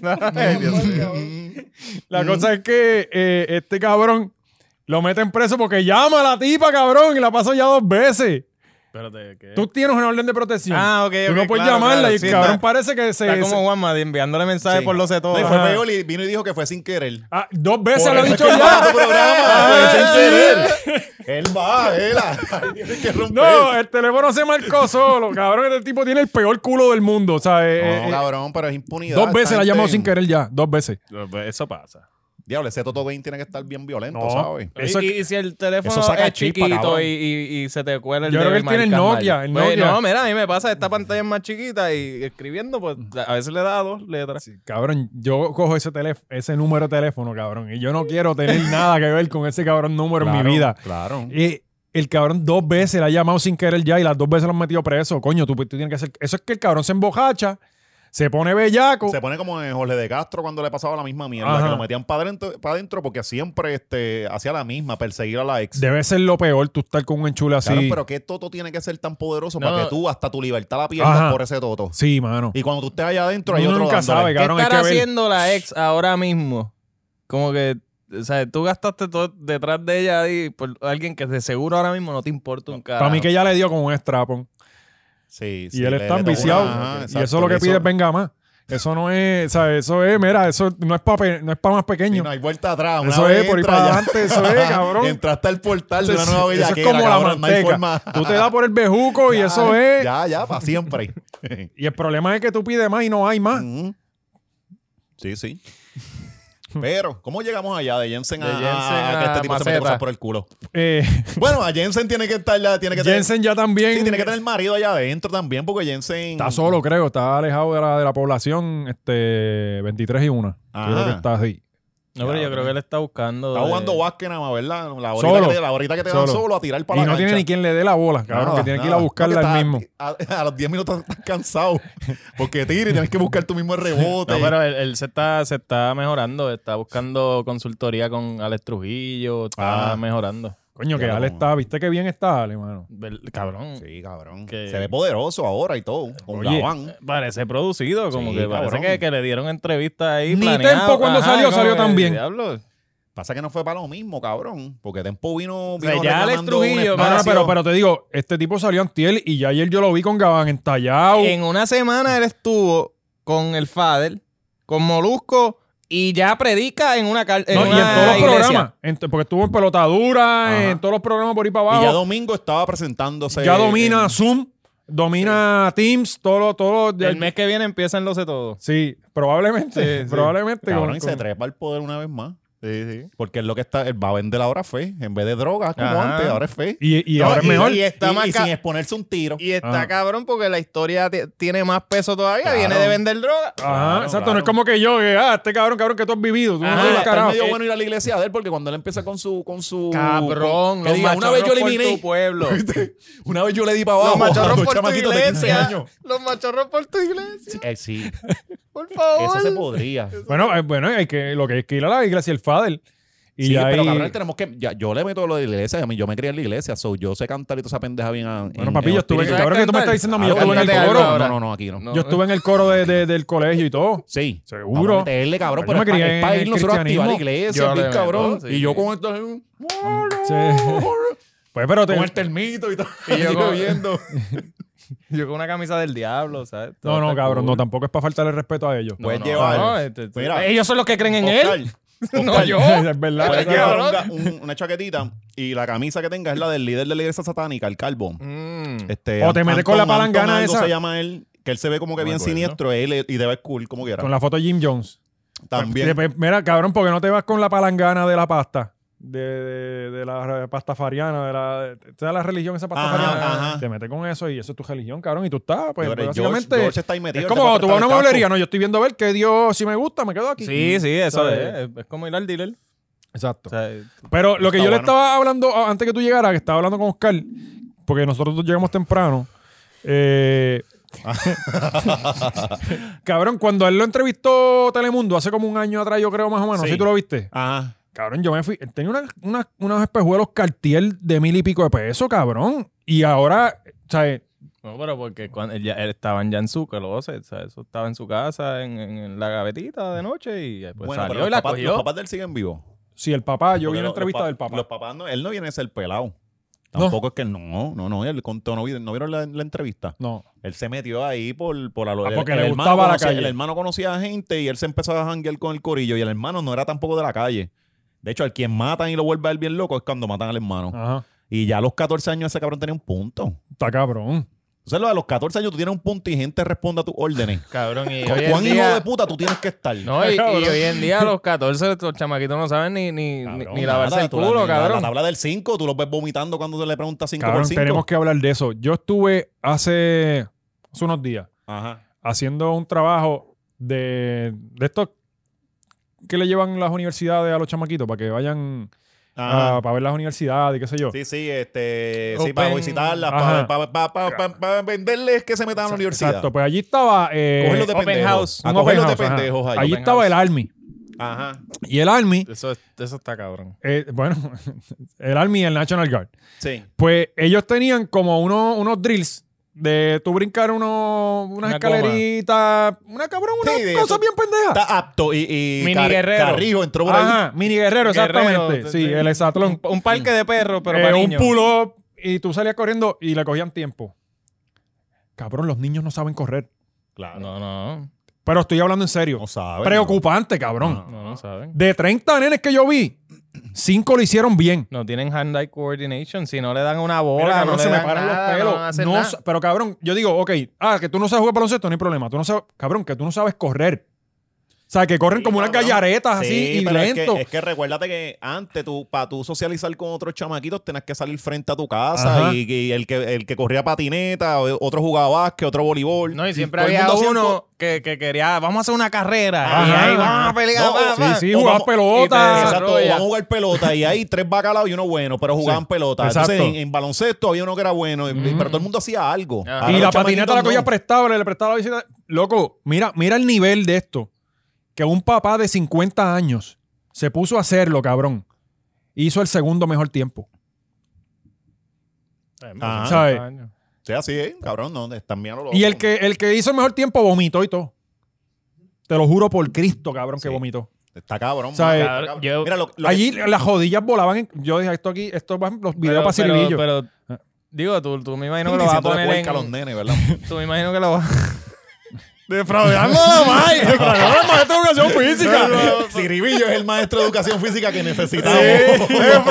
Speaker 1: la cosa es que eh, este cabrón lo meten preso porque llama a la tipa cabrón y la pasó ya dos veces
Speaker 2: Espérate, ¿qué?
Speaker 1: Tú tienes una orden de protección.
Speaker 2: Ah, ok,
Speaker 1: Tú
Speaker 2: ok,
Speaker 1: no puedes
Speaker 2: claro,
Speaker 1: llamarla
Speaker 2: claro,
Speaker 1: y el
Speaker 2: sí,
Speaker 1: cabrón
Speaker 2: está-
Speaker 1: parece que se.
Speaker 2: Está como
Speaker 1: se-
Speaker 2: Juanma enviándole mensajes
Speaker 3: Sí.
Speaker 2: por los de
Speaker 3: No,
Speaker 2: todo.
Speaker 3: y fue
Speaker 1: Ajá.
Speaker 3: peor y vino y dijo que fue sin querer.
Speaker 1: Ah, dos veces lo
Speaker 3: Por
Speaker 1: ha
Speaker 3: eso
Speaker 1: dicho
Speaker 3: es que va a
Speaker 1: ya. Ah,
Speaker 3: tu
Speaker 2: pues,
Speaker 3: programa, fue sin querer. Él va, él. Tiene que romper.
Speaker 1: No, el teléfono se marcó solo. Cabrón, este tipo tiene el peor culo del mundo. O sea, eh,
Speaker 3: No,
Speaker 1: eh,
Speaker 3: cabrón, pero es impunidad.
Speaker 1: dos veces
Speaker 3: esta
Speaker 1: la ha
Speaker 3: gente.
Speaker 1: llamado sin querer ya. Dos veces.
Speaker 2: Eso pasa.
Speaker 3: Diablo, ese Toto Bain tiene que estar bien violento,
Speaker 1: No.
Speaker 3: ¿sabes?
Speaker 1: Eso
Speaker 2: y, y si el teléfono
Speaker 3: eso saca
Speaker 2: es
Speaker 3: chispa,
Speaker 2: chiquito
Speaker 3: cabrón.
Speaker 2: y, y- y se te cuela el
Speaker 1: Yo creo
Speaker 2: de
Speaker 1: que él tiene el
Speaker 2: marcar mal.
Speaker 1: Nokia, el
Speaker 2: Pues,
Speaker 1: Nokia.
Speaker 2: no, mira, a mí me pasa, esta pantalla es más chiquita y escribiendo, pues a veces le da dos letras.
Speaker 1: Sí, cabrón, yo cojo ese, teléf- ese número de teléfono, cabrón, y yo no quiero tener nada que ver con ese cabrón número en mi vida.
Speaker 3: Claro.
Speaker 1: Y el cabrón dos veces la ha llamado sin querer ya y las dos veces lo han metido preso. Coño, tú, tú tienes que hacer. Eso es que el cabrón se embojacha, se pone bellaco.
Speaker 3: Se pone como en Jorge de Castro cuando le pasaba la misma mierda,
Speaker 1: Ajá.
Speaker 3: que lo metían para adentro, pa' adentro porque siempre este, hacía la misma, perseguir a la ex.
Speaker 1: Debe ser lo peor tú estar con un enchule así.
Speaker 3: Claro, pero ¿qué Toto tiene que ser tan poderoso
Speaker 2: No.
Speaker 3: para que tú hasta tu libertad la pierdas
Speaker 1: Ajá.
Speaker 3: por ese Toto?
Speaker 1: Sí, mano.
Speaker 3: Y cuando tú estés allá adentro, hay
Speaker 1: Uno
Speaker 3: otro
Speaker 1: nunca
Speaker 3: dándole.
Speaker 1: sabe,
Speaker 2: ¿Qué
Speaker 1: cabrón. hay
Speaker 2: estará
Speaker 1: que ver.
Speaker 2: haciendo la ex ahora mismo? Como que, o sea, tú gastaste todo detrás de ella y por alguien que de seguro ahora mismo no te importa un carajo.
Speaker 1: Para mí que ya le dio como un strapón.
Speaker 3: Sí,
Speaker 1: y él está enviciado. y eso es lo que pide es venga más. Eso no es, ¿sabes? Eso es, mira, eso no es para no es pa más pequeño.
Speaker 3: no hay vuelta atrás. Una
Speaker 1: Eso
Speaker 3: vez
Speaker 1: es, por ahí
Speaker 3: entra
Speaker 1: para
Speaker 3: ya.
Speaker 1: adelante, eso es, cabrón.
Speaker 3: Entraste al portal de
Speaker 1: Eso
Speaker 3: una
Speaker 1: es-
Speaker 3: nueva
Speaker 1: eso
Speaker 3: bellaquera,
Speaker 1: es como la
Speaker 3: cabrón, no hay
Speaker 1: manteca.
Speaker 3: forma.
Speaker 1: Tú te das por el bejuco y
Speaker 3: Ya,
Speaker 1: eso es.
Speaker 3: Ya, ya, para siempre.
Speaker 1: Y el problema es que tú pides más y no hay más.
Speaker 3: Ujú. Sí, sí. Pero, ¿cómo llegamos allá de Jensen, a,
Speaker 2: De Jensen
Speaker 3: a que este
Speaker 2: a
Speaker 3: tipo se mete
Speaker 2: Maceta.
Speaker 3: cosas por el culo?
Speaker 1: Eh,
Speaker 3: Bueno, a Jensen tiene que estar, ya- tiene que tener-
Speaker 1: Jensen ya también
Speaker 3: sí, tiene que tener marido allá adentro también, porque Jensen
Speaker 1: está solo, creo. Está alejado de la, de la población este, 23 y 1.
Speaker 3: Ajá.
Speaker 1: Creo que está así.
Speaker 2: No, pero yo creo que él está buscando.
Speaker 3: Está
Speaker 2: de-
Speaker 3: jugando básquet nada más, ¿verdad? La horita
Speaker 1: Solo.
Speaker 3: que te, la horita que te dan
Speaker 1: Solo.
Speaker 3: solo a tirar
Speaker 1: Y
Speaker 3: para la
Speaker 1: no tiene
Speaker 3: cancha.
Speaker 1: ni quien le dé la bola, cabrón,
Speaker 3: Nada,
Speaker 1: que tiene que ir a
Speaker 3: nada.
Speaker 1: buscarla
Speaker 3: Porque
Speaker 1: él mismo.
Speaker 3: está- A, a los 10 minutos estás cansado porque tira y tienes que buscar tú mismo el rebote.
Speaker 2: No, pero él, él se, está, se está mejorando, está buscando consultoría con Alex Trujillo, está
Speaker 3: Ah.
Speaker 2: mejorando.
Speaker 1: Coño, que
Speaker 3: Ya lo
Speaker 1: Ale
Speaker 3: como.
Speaker 1: está, viste que bien está Ale, mano.
Speaker 2: Vel- Cabrón.
Speaker 3: Sí, cabrón.
Speaker 2: Que-
Speaker 3: Se ve poderoso ahora y todo. Con
Speaker 1: Oye,
Speaker 3: Gabán.
Speaker 2: Parece producido, como
Speaker 3: Sí,
Speaker 2: que parece
Speaker 3: cabrón.
Speaker 2: que, que le dieron entrevistas ahí.
Speaker 1: Ni
Speaker 2: planeado.
Speaker 1: Tempo cuando salió,
Speaker 2: como
Speaker 1: salió
Speaker 2: que,
Speaker 1: también.
Speaker 2: diablo.
Speaker 3: Pasa que no fue para lo mismo, cabrón. Porque Tempo vino.
Speaker 2: sea,
Speaker 3: vino
Speaker 2: ya Alex
Speaker 3: reclamando un
Speaker 2: Trujillo,
Speaker 1: No, no,
Speaker 3: espacio.
Speaker 1: pero, pero te digo, este tipo salió antiel y ya ayer yo lo vi con Gabán entallado.
Speaker 2: En una semana él estuvo con el Fader, con Molusco y ya predica en una cal- en
Speaker 1: No, y en
Speaker 2: una
Speaker 1: todos los
Speaker 2: iglesia.
Speaker 1: programas. En- porque estuvo en pelotadura,
Speaker 3: Ajá.
Speaker 1: en todos los programas por ahí para
Speaker 3: Y ya
Speaker 1: abajo.
Speaker 3: Domingo estaba presentándose.
Speaker 1: Ya, domina
Speaker 3: en-
Speaker 1: Zoom, domina Teams, todo lo, todo lo-
Speaker 2: El mes que viene empiezan los de todo.
Speaker 1: Sí, probablemente.
Speaker 2: Sí, sí.
Speaker 1: Probablemente.
Speaker 3: Cabrón,
Speaker 1: con-
Speaker 3: y
Speaker 1: con-
Speaker 3: se trepa al poder una vez más. Porque es lo que está. Él va a vender ahora fe. En vez de drogas como
Speaker 2: Ajá.
Speaker 3: antes, ahora es fe.
Speaker 1: y, y
Speaker 2: No,
Speaker 1: ahora es mejor.
Speaker 2: y está más
Speaker 3: y
Speaker 2: ca-
Speaker 3: sin exponerse un tiro.
Speaker 2: Y está
Speaker 1: Ah.
Speaker 2: cabrón porque la historia ti- tiene más peso todavía.
Speaker 3: Claro.
Speaker 2: Viene de vender
Speaker 1: Ajá,
Speaker 2: droga.
Speaker 3: Claro,
Speaker 1: exacto. No
Speaker 3: claro.
Speaker 1: es como que yo, que, ah, este cabrón, cabrón, que tú has vivido. Tú no
Speaker 2: Ajá,
Speaker 1: sabes,
Speaker 3: Está
Speaker 1: carajo. Eh,
Speaker 3: medio bueno ir a la iglesia de él porque cuando él empieza con su con su
Speaker 2: Cabrón,
Speaker 3: Uh, que
Speaker 2: los
Speaker 3: diga, una vez yo
Speaker 2: machorros por
Speaker 3: eliminé
Speaker 2: tu pueblo.
Speaker 3: una vez yo le di para
Speaker 2: Los
Speaker 3: abajo a
Speaker 2: machorros
Speaker 3: dos
Speaker 2: por tu
Speaker 3: chamaquitos de 15
Speaker 2: iglesia.
Speaker 3: años
Speaker 2: Los machorros por tu iglesia.
Speaker 3: Eh, sí
Speaker 2: Por favor.
Speaker 3: eso se podría
Speaker 1: Bueno, eh, bueno, hay que, lo que hay que ir a la iglesia, el Fader. Y
Speaker 3: Sí,
Speaker 1: ya
Speaker 3: pero
Speaker 1: ahí-
Speaker 3: cabrón, tenemos que. ya, yo le meto lo de la iglesia. A mí, yo me crié en la iglesia. So, yo sé cantar y toda esa pendeja bien. a-
Speaker 1: Bueno,
Speaker 3: en-
Speaker 1: papi,
Speaker 3: en
Speaker 1: yo estuve,
Speaker 3: espíritu.
Speaker 2: espíritu.
Speaker 1: cabrón, que tú me estás diciendo a mí, yo
Speaker 3: Claro,
Speaker 1: estuve en
Speaker 2: cállate
Speaker 1: el
Speaker 2: Ah, algo
Speaker 1: coro.
Speaker 2: ahora.
Speaker 3: No, no, no, aquí no.
Speaker 2: No.
Speaker 1: Yo estuve en el coro de- de- del colegio y todo.
Speaker 3: Sí.
Speaker 1: Seguro.
Speaker 3: Vamos a meterle, cabrón,
Speaker 1: Yo
Speaker 3: pero
Speaker 1: me
Speaker 3: es pa-
Speaker 1: crié
Speaker 3: es para
Speaker 1: en
Speaker 3: ir nosotros a activar la
Speaker 1: cristianismo.
Speaker 3: iglesia,
Speaker 2: Yo le
Speaker 3: bien
Speaker 2: meto,
Speaker 3: cabrón.
Speaker 2: sí.
Speaker 3: y yo con esto. así,
Speaker 1: Sí. Pues, pero te-
Speaker 3: Con el termito y todo.
Speaker 2: Y yo con-
Speaker 3: viendo.
Speaker 2: Yo con una camisa del diablo, ¿sabes?
Speaker 1: No, no, cabrón, no, tampoco es para faltarle respeto a ellos. Pues,
Speaker 3: Puedes llevar.
Speaker 2: este- este-
Speaker 3: Mira.
Speaker 2: Ellos son los que creen en él.
Speaker 3: Oscar,
Speaker 2: No,
Speaker 3: Oscar,
Speaker 2: yo. Pues,
Speaker 1: es verdad. es
Speaker 3: puedes
Speaker 1: verdad.
Speaker 3: llevar
Speaker 2: cabrón.
Speaker 3: un ga- un- una chaquetita y la camisa que tengas es la del líder de la iglesia satánica, el calvo.
Speaker 2: Mm.
Speaker 3: Este,
Speaker 1: O te metes con la
Speaker 3: Anton- Anton
Speaker 1: palangana
Speaker 3: algo
Speaker 1: esa.
Speaker 3: se llama él, que él se ve como que
Speaker 2: No me
Speaker 3: bien
Speaker 2: acuerdo.
Speaker 3: siniestro él eh, y debe ser cool como quiera.
Speaker 1: Con la pues, foto de Jim Jones.
Speaker 3: También.
Speaker 1: Pe- pe- Mira, cabrón, porque no te vas con la palangana de la pasta? De, de, de la pastafariana, de la, de toda la religión esa pastafariana.
Speaker 3: Ajá, ajá.
Speaker 1: Te metes con eso y eso es tu religión, cabrón. Y tú estás, pues,
Speaker 3: Señores, George-
Speaker 1: básicamente.
Speaker 3: George está ahí
Speaker 1: es
Speaker 3: metido, él
Speaker 1: como
Speaker 3: te va a
Speaker 1: cuando tú vas a una
Speaker 3: prestar el
Speaker 1: mueblería,
Speaker 3: casco.
Speaker 1: no, yo estoy viendo a ver qué Dios, si me gusta, me quedo aquí.
Speaker 2: Sí, sí, eso
Speaker 1: ¿Sabes?
Speaker 2: es, es. es como ir al dealer.
Speaker 1: Exacto.
Speaker 2: O sea,
Speaker 1: Pero lo que yo le
Speaker 3: Está bueno.
Speaker 1: estaba hablando a- antes que tú llegaras, que estaba hablando con Oscar, porque nosotros dos llegamos temprano. eh, cabrón, cuando él lo entrevistó Telemundo hace como un año atrás, yo creo más o menos, si
Speaker 3: Sí.
Speaker 1: tú lo viste.
Speaker 3: Ajá.
Speaker 1: Cabrón, yo me fui. él Tenía unas- unas- unos espejuelos cartier de mil y pico de pesos, cabrón. Y ahora, ¿sabes?
Speaker 2: no, pero porque cuando, él ya, él estaban ya en su closet, o sea, eso estaba en su casa, en, en- en la gavetita de noche y eh, pues
Speaker 3: bueno, pero
Speaker 2: salió y
Speaker 3: los
Speaker 2: la
Speaker 3: papás,
Speaker 2: cogió.
Speaker 3: los papás de él siguen vivos.
Speaker 1: Si el papá, Ah, yo
Speaker 3: Porque
Speaker 1: vi una
Speaker 3: los-
Speaker 1: entrevista
Speaker 3: los pa-
Speaker 1: del papá.
Speaker 3: Los papás no, él no viene a ser pelado. Tampoco es que él- no, no, no, él contó, no, vi- no vieron la, la entrevista.
Speaker 1: No.
Speaker 3: Él se metió ahí por, por a lo-
Speaker 1: Ah, porque
Speaker 3: el,
Speaker 1: le
Speaker 3: hermano
Speaker 1: gustaba la
Speaker 3: conocía-
Speaker 1: calle.
Speaker 3: el hermano conocía a gente y él se empezó a janguear con el corillo y el hermano no era tampoco de la calle. De hecho, al quien matan y lo vuelve a ver bien loco es cuando matan al hermano.
Speaker 1: Ajá.
Speaker 3: Y ya a los 14 años ese cabrón tenía un punto.
Speaker 1: Está cabrón.
Speaker 3: O sea, lo de los 14 años tú tienes un punto y gente responde a tus órdenes.
Speaker 2: Cabrón, y hoy en
Speaker 3: ¿Cuán hijo
Speaker 2: día...
Speaker 3: de puta tú tienes que estar?
Speaker 2: No, y, y
Speaker 1: Cabrón.
Speaker 2: hoy en día los 14, los chamaquitos no saben ni, ni, ni-
Speaker 3: Cabrón,
Speaker 2: ni lavarse
Speaker 3: nada,
Speaker 2: el
Speaker 3: tú la-
Speaker 2: culo,
Speaker 3: la- La,
Speaker 2: cabrón.
Speaker 3: tabla del 5, tú los ves vomitando cuando se le pregunta 5
Speaker 1: Cabrón,
Speaker 3: por 5.
Speaker 1: tenemos que hablar de eso. Yo estuve hace, hace unos días
Speaker 3: Ajá.
Speaker 1: haciendo un trabajo de, de estos que le llevan las universidades a los chamaquitos para que vayan
Speaker 3: Ajá.
Speaker 1: a- para ver las universidades y qué sé yo.
Speaker 3: Ah. Sí, sí, este, sí,
Speaker 2: Open-
Speaker 3: para visitarlas,
Speaker 1: Ajá.
Speaker 3: para venderles que se metan a la universidad.
Speaker 1: Exacto, pues allí estaba eh,
Speaker 3: Cogerlos de
Speaker 2: open
Speaker 3: pendejos.
Speaker 2: house,
Speaker 3: A
Speaker 1: un
Speaker 3: cogerlos
Speaker 1: open
Speaker 3: de
Speaker 1: house, ajá.
Speaker 3: pendejos ahí.
Speaker 1: allí
Speaker 2: open
Speaker 1: estaba
Speaker 2: house.
Speaker 1: el Army.
Speaker 3: Ajá.
Speaker 1: Y el Army,
Speaker 2: Eso, eso está cabrón.
Speaker 1: eh, bueno, el Army y el National Guard.
Speaker 3: Sí.
Speaker 1: Pues ellos tenían como unos, unos drills de tú brincar unos, unas
Speaker 2: Una
Speaker 1: escaleritas, una cabrón, una
Speaker 3: Sí, de
Speaker 1: cosa
Speaker 3: eso.
Speaker 1: bien pendeja.
Speaker 3: Está apto y, y
Speaker 2: Mini
Speaker 3: Car-
Speaker 2: guerrero.
Speaker 3: Carrijo entró por ahí.
Speaker 1: Ajá, mini guerrero, exactamente.
Speaker 2: Guerrero,
Speaker 1: sí, el
Speaker 2: Un,
Speaker 1: exatlón.
Speaker 2: un parque de perros, pero
Speaker 1: Eh,
Speaker 2: para
Speaker 1: un
Speaker 2: niños.
Speaker 1: pull-up y tú salías corriendo y le cogían tiempo. Cabrón, los niños no saben correr.
Speaker 3: Claro. No,
Speaker 2: Ah, No, no,
Speaker 1: Pero estoy hablando en serio.
Speaker 3: saben.
Speaker 1: Preocupante, cabrón.
Speaker 2: no, no saben.
Speaker 1: De 30 nenes que yo vi, 5 lo hicieron bien.
Speaker 2: No tienen hand-eye coordination. Si no le dan
Speaker 1: Mira,
Speaker 2: una bola,
Speaker 1: cabrón,
Speaker 2: no le
Speaker 1: se me
Speaker 2: dan
Speaker 1: paran
Speaker 2: nada,
Speaker 1: los pelos.
Speaker 2: no hacen
Speaker 1: No
Speaker 2: nada.
Speaker 1: sa- pero cabrón, yo digo, ok, ah, que tú no sabes jugar baloncesto, no hay problema. Tú no sabes, cabrón, que tú no sabes correr. O sea, que corren
Speaker 3: Sí,
Speaker 1: como unas
Speaker 3: cabrón.
Speaker 1: gallaretas así y
Speaker 3: pero es que-
Speaker 1: lento.
Speaker 3: Es que, recuérdate que antes tú, para tú socializar con otros chamaquitos, tenías que salir frente a tu casa
Speaker 1: Ajá.
Speaker 3: y, y el, que, el que corría patineta, o- otro jugaba básquet, otro voleibol.
Speaker 2: No, y siempre
Speaker 3: Todo el
Speaker 2: había
Speaker 3: mundo hacía co-
Speaker 2: uno que, que quería, vamos a hacer una carrera.
Speaker 1: Ajá.
Speaker 2: Y ahí vamos a pelear.
Speaker 3: No,
Speaker 2: va,
Speaker 3: o-
Speaker 2: va.
Speaker 1: sí, sí,
Speaker 3: o
Speaker 1: jugaban
Speaker 3: vamos-
Speaker 2: y
Speaker 1: pelota.
Speaker 2: te-
Speaker 3: Exacto,
Speaker 2: Arroya.
Speaker 3: van a jugar pelota y hay tres bacalaos y uno bueno, pero jugaban
Speaker 1: Ah, Sí,
Speaker 3: pelota. Entonces,
Speaker 1: exacto.
Speaker 3: en, en baloncesto había uno que era bueno, y- pero todo el mundo hacía algo.
Speaker 2: Ajá.
Speaker 3: Ahora
Speaker 1: Y
Speaker 3: los
Speaker 1: la
Speaker 3: chamaquitos
Speaker 1: patineta la cogía
Speaker 3: no.
Speaker 1: prestada, le prestaba la bicicleta. Loco, mira, mira el nivel de esto. Que un papá de 50 años se puso a hacerlo, cabrón. Hizo el segundo mejor tiempo.
Speaker 2: Eh,
Speaker 3: Ajá.
Speaker 1: ¿Sabes?
Speaker 3: Sí, así es, cabrón, no, están mirando los
Speaker 1: Y el que, el que hizo el mejor tiempo vomitó y todo. Te lo juro por Cristo, cabrón, que
Speaker 3: Sí.
Speaker 1: vomitó.
Speaker 3: Está cabrón,
Speaker 1: O sea,
Speaker 3: mano,
Speaker 1: eh,
Speaker 3: está cabrón.
Speaker 2: yo-
Speaker 3: Mira, lo, lo que-
Speaker 1: Allí las rodillas volaban. en- yo dije, esto aquí, esto va los videos para
Speaker 2: pero,
Speaker 1: Cirillo.
Speaker 2: pero, digo, tú, tú me imagino que lo vas a
Speaker 3: diciéndole
Speaker 2: poner
Speaker 3: puerca a los
Speaker 2: en...
Speaker 3: nenes, ¿verdad?
Speaker 2: Tú me imagino que lo vas...
Speaker 3: Defraudando a
Speaker 1: maestro de educación física.
Speaker 3: Siribillo es el maestro de educación física que necesitamos.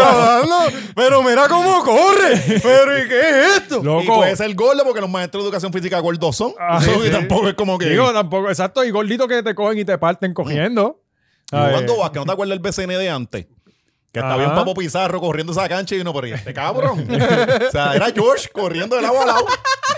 Speaker 4: Pero mira cómo corre. Pero ¿y qué es esto?
Speaker 3: Y
Speaker 1: Loco.
Speaker 3: puede ser gordo porque los maestros de educación física gordos son.
Speaker 1: Ah,
Speaker 3: Eso
Speaker 1: sí.
Speaker 3: tampoco es como que.
Speaker 1: Digo, tampoco, exacto, y gordito que te cogen y te parten cogiendo. ¿Sabes?
Speaker 3: ¿Cuándo vas? Que no te acuerdas el BCN de antes. Que estaba
Speaker 1: Ajá.
Speaker 3: bien Papo Pizarro corriendo esa cancha y uno, pero ¿y este cabrón. o sea, era George corriendo de lado a lado.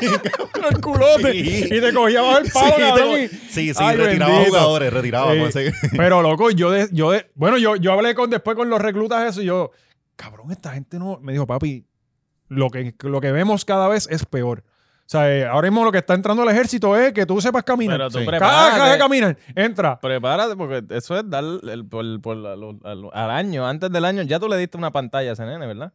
Speaker 1: el culote
Speaker 3: Sí.
Speaker 1: y te cogía bajo el palo,
Speaker 3: sí,
Speaker 1: cabrón. y-
Speaker 3: te- sí, sí,
Speaker 1: Ay,
Speaker 3: retiraba
Speaker 1: bendito. Eh,
Speaker 3: jugadores, retiraba.
Speaker 1: Sí.
Speaker 3: parece que-
Speaker 1: Pero loco, yo de- yo de- bueno, yo, yo hablé con después con los reclutas de eso y yo, cabrón, esta gente no, me dijo, papi, lo que, lo que vemos cada vez es peor. O sea, eh, ahora mismo lo que está entrando al ejército es que tú sepas caminar.
Speaker 2: Pero tú
Speaker 3: Sí.
Speaker 1: Cada vez que
Speaker 2: prepárate.
Speaker 1: caminan, entra.
Speaker 2: Prepárate porque eso es dar el, por, por la- lo- al, al año, antes del año. Ya tú le diste una pantalla a ese nene, ¿verdad?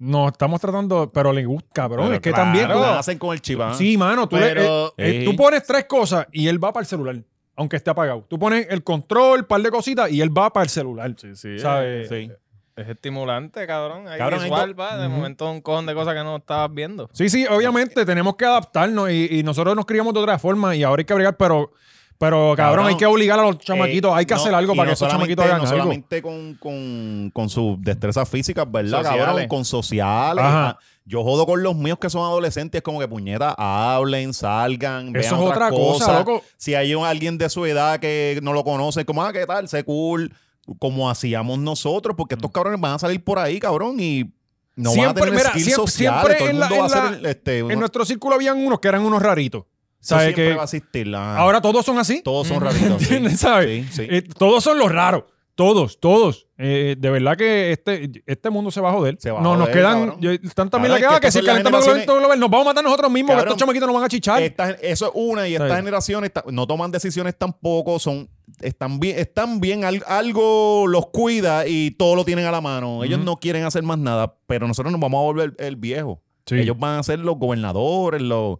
Speaker 1: No, estamos tratando, pero le gusta, cabrón,
Speaker 3: Pero
Speaker 1: es que
Speaker 3: claro,
Speaker 1: también. tú-
Speaker 3: la hacen con el chip. ¿ah?
Speaker 1: Sí, mano, tú, le-
Speaker 2: Pero-
Speaker 1: eh, eh,
Speaker 3: Sí.
Speaker 1: tú pones tres cosas y él va para el celular, aunque esté apagado. Tú pones el control, un par de cositas y él va para el celular.
Speaker 2: Sí, sí.
Speaker 5: eh.
Speaker 1: ¿sabes?
Speaker 3: Sí.
Speaker 2: Es estimulante, cabrón. Ahí
Speaker 3: Cabrón,
Speaker 2: visual,
Speaker 3: hay
Speaker 2: va, de
Speaker 1: Ujú.
Speaker 2: momento un con de cosas que no estabas viendo.
Speaker 1: Sí, sí, obviamente tenemos que adaptarnos y, y nosotros nos criamos de otra forma y ahora hay que bregar, pero, pero cabrón,
Speaker 3: Cabrón,
Speaker 1: hay que obligar a los chamaquitos,
Speaker 3: Eh,
Speaker 1: hay que
Speaker 3: no,
Speaker 1: hacer algo
Speaker 3: y
Speaker 1: para
Speaker 3: no
Speaker 1: que esos
Speaker 3: solamente-
Speaker 1: chamaquitos hagan
Speaker 3: no
Speaker 1: algo.
Speaker 3: solamente con, con, con sus destrezas físicas, ¿verdad,
Speaker 2: Sociales.
Speaker 3: cabrón? Con sociales.
Speaker 1: Ajá.
Speaker 3: Ah, Yo jodo con los míos que son adolescentes, como que puñeta, hablen, salgan, vean
Speaker 1: Eso es otra cosa, loco.
Speaker 3: Si hay un- alguien de su edad que no lo conoce, como, ah, ¿qué tal? Sé cool. Como hacíamos nosotros, porque estos cabrones van a salir por ahí, cabrón, y no van a
Speaker 1: Mm. Siempre,
Speaker 3: tener
Speaker 1: mira,
Speaker 3: skills
Speaker 1: siempre-
Speaker 3: sociales.
Speaker 1: siempre
Speaker 3: Todo el
Speaker 1: en la-
Speaker 3: mundo va a
Speaker 1: en la-
Speaker 3: ser, este, uno-
Speaker 1: En nuestro círculo habían unos que eran unos raritos.
Speaker 3: eso
Speaker 1: ¿Sabes
Speaker 3: siempre
Speaker 1: que
Speaker 3: va a existir. la-
Speaker 1: ahora todos son así?
Speaker 3: todos son raritos. sí.
Speaker 1: ¿Entiendes? ¿Sabes?
Speaker 3: Ah. Sí, sí.
Speaker 1: Eh, todos son los raros. Todos, todos. Eh, de verdad que este, este mundo se va a joder.
Speaker 3: Se va a
Speaker 1: no, nos
Speaker 3: joder,
Speaker 1: quedan
Speaker 3: cabrón.
Speaker 1: yo, tanta
Speaker 3: Cabrón,
Speaker 1: mierda que,
Speaker 3: es que
Speaker 1: va, que
Speaker 3: estas
Speaker 1: si
Speaker 3: son las
Speaker 1: calentamos el
Speaker 3: generaciones-
Speaker 1: calentamiento global, nos vamos a matar nosotros mismos, que
Speaker 3: Cabrón. Eh,
Speaker 1: estos chamaquitos nos van a chichar.
Speaker 3: Estas- eso es una y estas
Speaker 1: Sí.
Speaker 3: generaciones ta- no toman decisiones tampoco, son están bien, están bien al- algo los cuida y todo lo tienen a la mano. Ellos
Speaker 1: Ujú.
Speaker 3: no quieren hacer más nada, pero nosotros nos vamos a volver el viejo.
Speaker 1: Sí.
Speaker 3: Ellos van a ser los gobernadores, los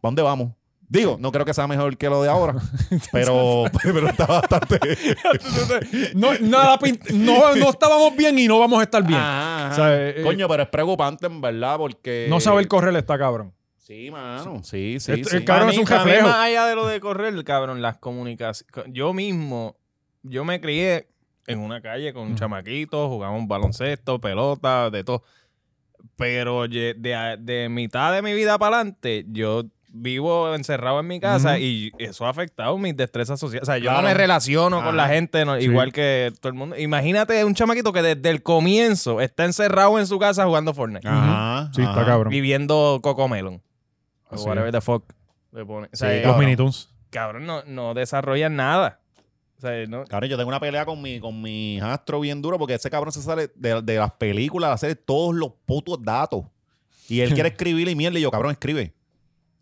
Speaker 3: ¿Para dónde vamos? Digo, no creo que sea mejor que lo de ahora, pero, pero está bastante.
Speaker 1: No, nada pint- no, no estábamos bien y no vamos a estar bien.
Speaker 3: Ajá, ajá.
Speaker 1: O sea, eh,
Speaker 3: Coño, pero es preocupante en verdad porque.
Speaker 1: no saber correr está cabrón.
Speaker 3: Sí, mano. Sí, sí.
Speaker 1: Este-
Speaker 3: sí.
Speaker 1: el cabrón- es un
Speaker 2: Para mí,
Speaker 1: reflejo.
Speaker 2: más allá de lo de correr, cabrón, las comunicaciones. Yo mismo, yo me crié en una calle con
Speaker 1: Mm.
Speaker 2: chamaquitos, jugábamos baloncesto, pelota, de todo. Pero ye- de, a- de mitad de mi vida para adelante, yo vivo encerrado en mi casa
Speaker 1: Ujú.
Speaker 2: y eso ha afectado mis destrezas sociales. O sea, yo
Speaker 3: Claro.
Speaker 2: no me relaciono
Speaker 3: Ajá.
Speaker 2: con la gente no-
Speaker 1: Sí.
Speaker 2: igual que todo el mundo. Imagínate un chamaquito que desde el comienzo está encerrado en su casa jugando Fortnite
Speaker 3: Ajá,
Speaker 1: Sí, está
Speaker 3: ajá.
Speaker 1: cabrón.
Speaker 2: viviendo Cocomelon. O
Speaker 1: Así
Speaker 2: whatever the fuck le pone. O sea,
Speaker 3: Sí,
Speaker 2: eh,
Speaker 1: Los
Speaker 3: cabrón.
Speaker 1: Mini Toons.
Speaker 2: cabrón, no, no desarrollan nada. O sea, eh, no.
Speaker 3: Cabrón, yo tengo una pelea con mi, con mi astro bien duro porque ese cabrón se sale de, de las películas, de hacer todos los putos datos. Y él quiere escribirle y mierda. Y yo, cabrón, escribe.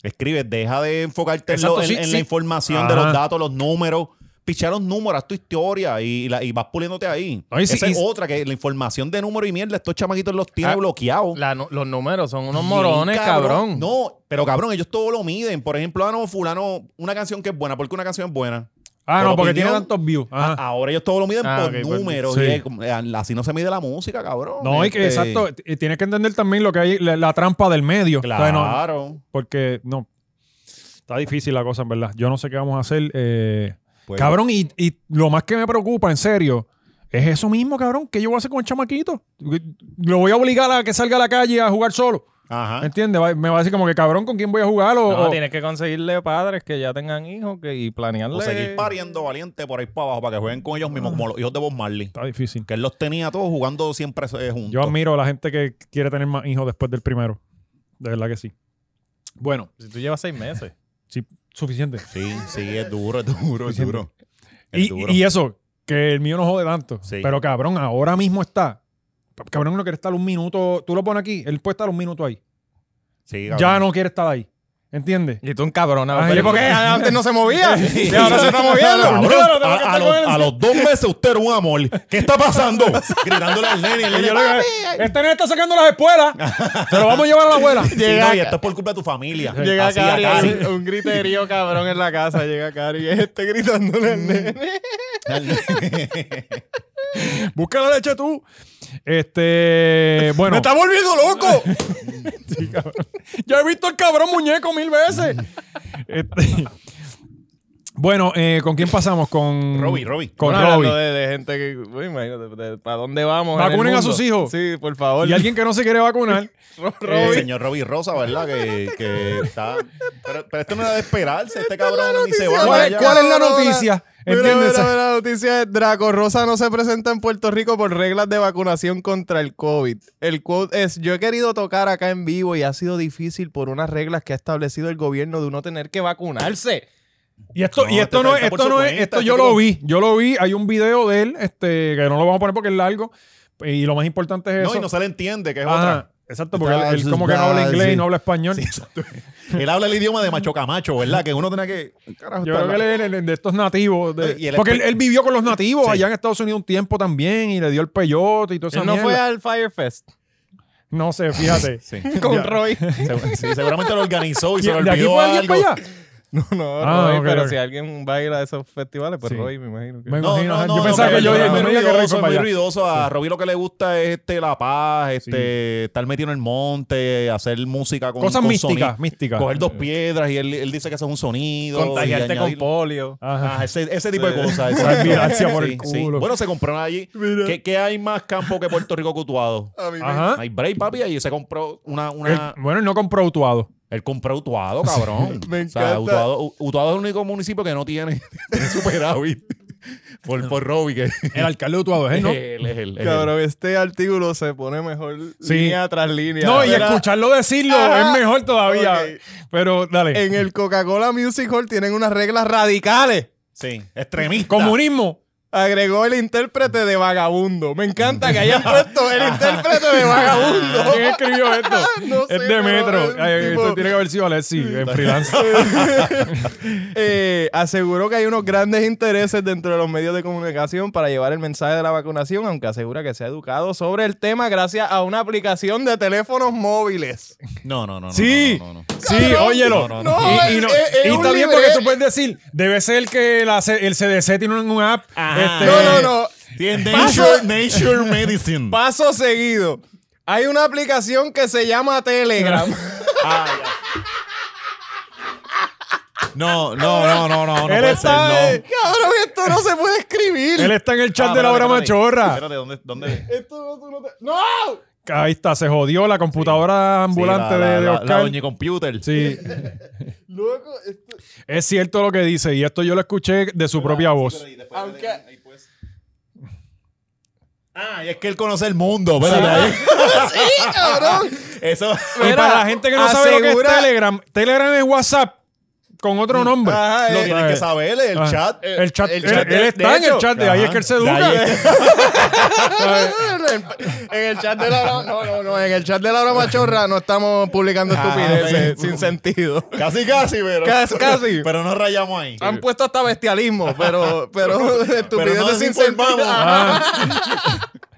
Speaker 3: Escribe, deja de enfocarte en,
Speaker 1: Exacto,
Speaker 3: lo- en-
Speaker 1: sí,
Speaker 3: en
Speaker 1: sí.
Speaker 3: la información de los
Speaker 1: Ajá.
Speaker 3: datos, los números. Pichar los números, haz tu historia y, la- y vas puliéndote ahí.
Speaker 1: No, y sí,
Speaker 3: Esa es
Speaker 1: y-
Speaker 3: otra, que la información de números y mierda, estos chamaquitos los tiene
Speaker 2: Ah,
Speaker 3: bloqueados.
Speaker 2: La no- los números son unos
Speaker 3: Bien,
Speaker 2: morones, cabrón.
Speaker 3: No, pero cabrón, ellos todo lo miden. Por ejemplo, ah, no, fulano, una canción que es buena. ¿Por qué una canción es buena?
Speaker 1: Ah,
Speaker 3: Por
Speaker 1: no, porque tiene
Speaker 3: opinión.
Speaker 1: tantos views. Ajá.
Speaker 3: Ahora ellos todo lo miden
Speaker 2: Ah,
Speaker 3: por
Speaker 2: ok, por-
Speaker 3: números.
Speaker 1: sí.
Speaker 3: y es como, eh, así no se mide la música, cabrón.
Speaker 1: No, y que
Speaker 3: Este,
Speaker 1: exacto. t- y Tienes que entender también lo que hay, la, la trampa del medio. O sea, no-
Speaker 3: Claro.
Speaker 1: porque no. Está difícil la cosa, en verdad. Yo no sé qué vamos a hacer. eh,
Speaker 3: Pues,
Speaker 1: cabrón, y, y lo más que me preocupa, en serio, es eso mismo, cabrón. ¿Qué yo voy a hacer con el chamaquito? Lo voy a obligar a que salga a la calle a jugar solo.
Speaker 3: Ajá.
Speaker 1: ¿Entiendes? Va- Me va a decir como que, cabrón, ¿con quién voy a jugar? O,
Speaker 2: No,
Speaker 1: o-
Speaker 2: tienes que conseguirle padres que ya tengan hijos que, y planearle.
Speaker 3: O seguir pariendo valiente por ahí para abajo para que jueguen con ellos mismos, como los hijos de Bob Marley.
Speaker 1: Está difícil.
Speaker 3: Que él los tenía todos jugando siempre eh, juntos.
Speaker 1: Yo admiro a la gente que quiere tener más hijos después del primero. De verdad que sí. Bueno,
Speaker 2: Si tú llevas seis meses.
Speaker 1: sí, suficiente.
Speaker 3: Sí, sí, es duro, es duro, es duro. Es
Speaker 1: Y,
Speaker 3: duro.
Speaker 1: y eso, que el mío no jode tanto.
Speaker 3: Sí.
Speaker 1: Pero cabrón, ahora mismo está. Cabrón no quiere estar un minuto. Tú lo pones aquí, él puede estar un minuto ahí.
Speaker 3: Sí,
Speaker 1: Ya
Speaker 3: cabrón.
Speaker 1: no quiere estar ahí. ¿Entiendes?
Speaker 2: Y tú un cabrón.
Speaker 1: Ay,
Speaker 2: ¿Pero
Speaker 1: yo-
Speaker 2: por qué antes no se movía? Y ahora se está
Speaker 3: Cabrón,
Speaker 2: moviendo.
Speaker 3: a, a los, a los dos meses usted era un amor. ¿Qué está pasando? Gritándole al nene. el nene,
Speaker 1: Y yo le
Speaker 3: "Papi".
Speaker 1: digo, este nene está sacando las espuelas. Se lo vamos a llevar a la abuela.
Speaker 3: Sí,
Speaker 2: Llega
Speaker 3: no, y
Speaker 2: acá.
Speaker 3: esto es por culpa de tu familia.
Speaker 2: Llega
Speaker 3: Así, a
Speaker 2: Cari,
Speaker 3: Cari.
Speaker 2: un- un griterío cabrón en la casa. Llega Cari y este gritándole al nene.
Speaker 1: Busca la leche tú. Este. Bueno.
Speaker 4: ¡Me está volviendo loco!
Speaker 3: Eh,
Speaker 1: Sí, cabrón. Ya he visto el cabrón muñeco mil veces. Este, Bueno, eh, ¿con quién pasamos? Con
Speaker 3: Robbie, Robbie.
Speaker 1: Con
Speaker 2: Bueno, hablando
Speaker 1: Robbie.
Speaker 2: De, de gente que, uy, imagínate, de- ¿para dónde vamos? en el
Speaker 1: Vacunen a
Speaker 2: mundo?
Speaker 1: sus hijos.
Speaker 2: Sí, por favor.
Speaker 1: Y alguien que no se quiere vacunar.
Speaker 2: Ro-
Speaker 3: El
Speaker 2: Robbie.
Speaker 3: señor Robbie Rosa, ¿verdad? Que, que está. Pero, pero esto no era de esperarse. Este cabrón ni se va.
Speaker 1: ¿Cuál,
Speaker 3: allá.
Speaker 1: cuál es la
Speaker 2: Cabrona.
Speaker 1: noticia?
Speaker 2: Mira,
Speaker 1: ¿Entiendes?
Speaker 2: mira, mira, la noticia es Draco Rosa no se presenta en Puerto Rico por reglas de vacunación contra el COVID. El quote es, yo he querido tocar acá en vivo y ha sido difícil por unas reglas que ha establecido el gobierno de uno tener que vacunarse.
Speaker 1: Y esto,
Speaker 3: No,
Speaker 1: y esto
Speaker 3: este
Speaker 1: no,
Speaker 3: está
Speaker 1: es,
Speaker 3: por
Speaker 1: esto
Speaker 3: su
Speaker 1: no es,
Speaker 3: cuenta,
Speaker 1: esto
Speaker 3: este
Speaker 1: yo lo
Speaker 3: tipo-
Speaker 1: vi, yo lo vi, hay un video de él, este, que no lo vamos a poner porque es largo, y lo más importante es eso.
Speaker 3: No, y no se le entiende, que es
Speaker 1: Ajá,
Speaker 3: otra.
Speaker 1: Exacto, porque él, él como que no habla inglés y no habla español.
Speaker 3: Sí, exacto. Él habla el idioma de macho camacho, ¿verdad? Que uno tiene que. Carajo,
Speaker 1: Yo
Speaker 3: está
Speaker 1: creo que él
Speaker 3: la-
Speaker 1: es el- el de estos nativos. de-
Speaker 3: Eh, y él es
Speaker 1: porque
Speaker 3: pe-
Speaker 1: él, él vivió con los nativos
Speaker 3: Sí.
Speaker 1: allá en Estados Unidos un tiempo también y le dio el peyote y todo eso.
Speaker 2: Él no fue al Firefest
Speaker 1: No sé, fíjate.
Speaker 3: Sí.
Speaker 2: con
Speaker 1: Ya.
Speaker 2: Roy.
Speaker 3: Segu- sí, seguramente lo organizó y se lo
Speaker 1: ¿De aquí
Speaker 3: olvidó
Speaker 1: fue alguien
Speaker 3: algo.
Speaker 1: para allá?
Speaker 2: No, no,
Speaker 1: Ah,
Speaker 2: Roy,
Speaker 1: ok,
Speaker 2: pero
Speaker 1: ok.
Speaker 2: si alguien va a ir a esos festivales, pues
Speaker 1: Sí.
Speaker 2: Roy, me imagino. que-
Speaker 1: Me
Speaker 3: No,
Speaker 1: imagino,
Speaker 3: no,
Speaker 1: ajá.
Speaker 3: no,
Speaker 1: yo
Speaker 3: no,
Speaker 1: pensaba
Speaker 3: pero
Speaker 1: que yo
Speaker 3: es
Speaker 1: dije,
Speaker 3: muy
Speaker 1: no me diga que Roy
Speaker 3: ruidoso,
Speaker 1: fue
Speaker 3: es
Speaker 1: para
Speaker 3: muy
Speaker 1: allá.
Speaker 3: ruidoso. A Robbie lo que le gusta es este, la paz, este, estar metido en el monte, hacer música con
Speaker 1: Cosas
Speaker 3: con
Speaker 1: místicas,
Speaker 3: soni-
Speaker 1: místicas.
Speaker 3: Coger dos piedras y él, él dice que eso es un sonido.
Speaker 2: Contagiarte
Speaker 3: y
Speaker 2: con
Speaker 3: añadir-
Speaker 2: polio.
Speaker 1: Ajá.
Speaker 3: Ah, ese, ese tipo de cosas.
Speaker 1: Esa
Speaker 3: exacto.
Speaker 1: evidencia por el culo.
Speaker 3: Bueno, se compraron allí. ¿Qué, qué hay más campo que Puerto Rico cutuado?
Speaker 4: A mí me-
Speaker 1: Ajá.
Speaker 3: Hay break, papi, y se compró una... una...
Speaker 1: Él- bueno, él no compró autuado.
Speaker 3: Él compró Utuado, cabrón.
Speaker 4: Me
Speaker 3: O sea,
Speaker 4: encanta.
Speaker 3: Utuado, U- Utuado es el único municipio que no tiene, tiene superávit. Por, por Robbie, que
Speaker 1: El alcalde de autuado es él, ¿Eh, ¿no?
Speaker 3: él, es él, es él.
Speaker 2: Cabrón, este artículo se pone mejor
Speaker 1: Sí.
Speaker 2: línea tras línea.
Speaker 1: No, y
Speaker 2: Mira,
Speaker 1: escucharlo decirlo
Speaker 2: Ajá.
Speaker 1: es mejor todavía.
Speaker 2: Ok.
Speaker 1: Pero dale.
Speaker 2: En el Coca-Cola Music Hall tienen unas reglas radicales.
Speaker 3: Sí, extremista.
Speaker 1: Comunismo.
Speaker 2: agregó el intérprete de vagabundo. Me encanta que hayan puesto el intérprete de vagabundo.
Speaker 1: ¿Quién escribió esto?
Speaker 2: No sé,
Speaker 1: es de
Speaker 2: pero
Speaker 1: Metro.
Speaker 2: el
Speaker 1: Ay,
Speaker 2: tipo-
Speaker 1: Esto tiene que haber sido Alexi en freelance.
Speaker 2: Eh, aseguró que hay unos grandes intereses dentro de los medios de comunicación para llevar el mensaje de la vacunación, aunque asegura que se ha educado sobre el tema gracias a una aplicación de teléfonos móviles.
Speaker 3: No, no, no. no,
Speaker 1: Sí,
Speaker 3: no, no, no.
Speaker 1: sí, óyelo.
Speaker 3: No, no,
Speaker 2: no.
Speaker 1: y, y
Speaker 2: No, es- es-
Speaker 1: y
Speaker 2: es
Speaker 1: está
Speaker 2: un
Speaker 1: bien porque
Speaker 2: libre-
Speaker 1: tú puedes decir, debe ser que la C- el CDC tiene una app.
Speaker 3: Ajá.
Speaker 1: este,
Speaker 2: No, no, no.
Speaker 3: Tiene
Speaker 2: Paso-
Speaker 3: Nature, Nature Medicine.
Speaker 2: Paso seguido. Hay una aplicación que se llama Telegram.
Speaker 3: No, no, no, no, no. no
Speaker 1: Él
Speaker 3: puede
Speaker 1: está,
Speaker 3: ser,
Speaker 1: eh,
Speaker 3: no.
Speaker 2: Cabrón, esto no se puede escribir.
Speaker 1: Él está en el chat
Speaker 3: Ah,
Speaker 1: de la
Speaker 3: espérate,
Speaker 1: hora
Speaker 3: espérate.
Speaker 1: machorra.
Speaker 3: Espérate, ¿dónde? dónde?
Speaker 2: Esto no, tú no te- ¡No!
Speaker 1: Ahí está, se jodió la computadora ambulante
Speaker 3: Sí, la-
Speaker 1: de,
Speaker 3: la-
Speaker 1: de
Speaker 3: la-
Speaker 1: Oscar.
Speaker 3: La Doña Computer.
Speaker 1: Sí,
Speaker 2: Loco, esto-
Speaker 1: es cierto lo que dice y esto yo lo escuché de su propia voz.
Speaker 2: Aunque- ahí,
Speaker 3: Ah, y es que él conoce el mundo. Espérate ahí.
Speaker 2: cabrón.
Speaker 3: Eso.
Speaker 1: Y
Speaker 2: Mira,
Speaker 1: para la gente que no sabe lo que es
Speaker 2: asegura-
Speaker 1: Telegram, Telegram es WhatsApp con otro nombre.
Speaker 2: Ajá,
Speaker 3: Lo
Speaker 2: eh,
Speaker 3: tienen que saber, el
Speaker 1: Ah,
Speaker 3: chat.
Speaker 1: El chat,
Speaker 2: el
Speaker 1: él-
Speaker 2: chat
Speaker 1: él,
Speaker 2: de-
Speaker 1: está
Speaker 2: de
Speaker 1: en el
Speaker 2: hecho.
Speaker 1: chat de ahí es
Speaker 3: Ajá,
Speaker 1: que él se
Speaker 3: de
Speaker 1: educa.
Speaker 3: ahí es-
Speaker 2: eh, en, el chat de la no, no, no, en el chat de la hora machorra no estamos publicando
Speaker 1: Ah,
Speaker 3: ok.
Speaker 2: estupideces sin sentido.
Speaker 3: Casi, casi, pero.
Speaker 2: Casi, casi.
Speaker 3: Pero no rayamos ahí.
Speaker 2: Han puesto hasta bestialismo, pero pero
Speaker 3: Pero
Speaker 2: estupideces
Speaker 3: no
Speaker 2: sin sentido.
Speaker 3: desinformamos. Ah.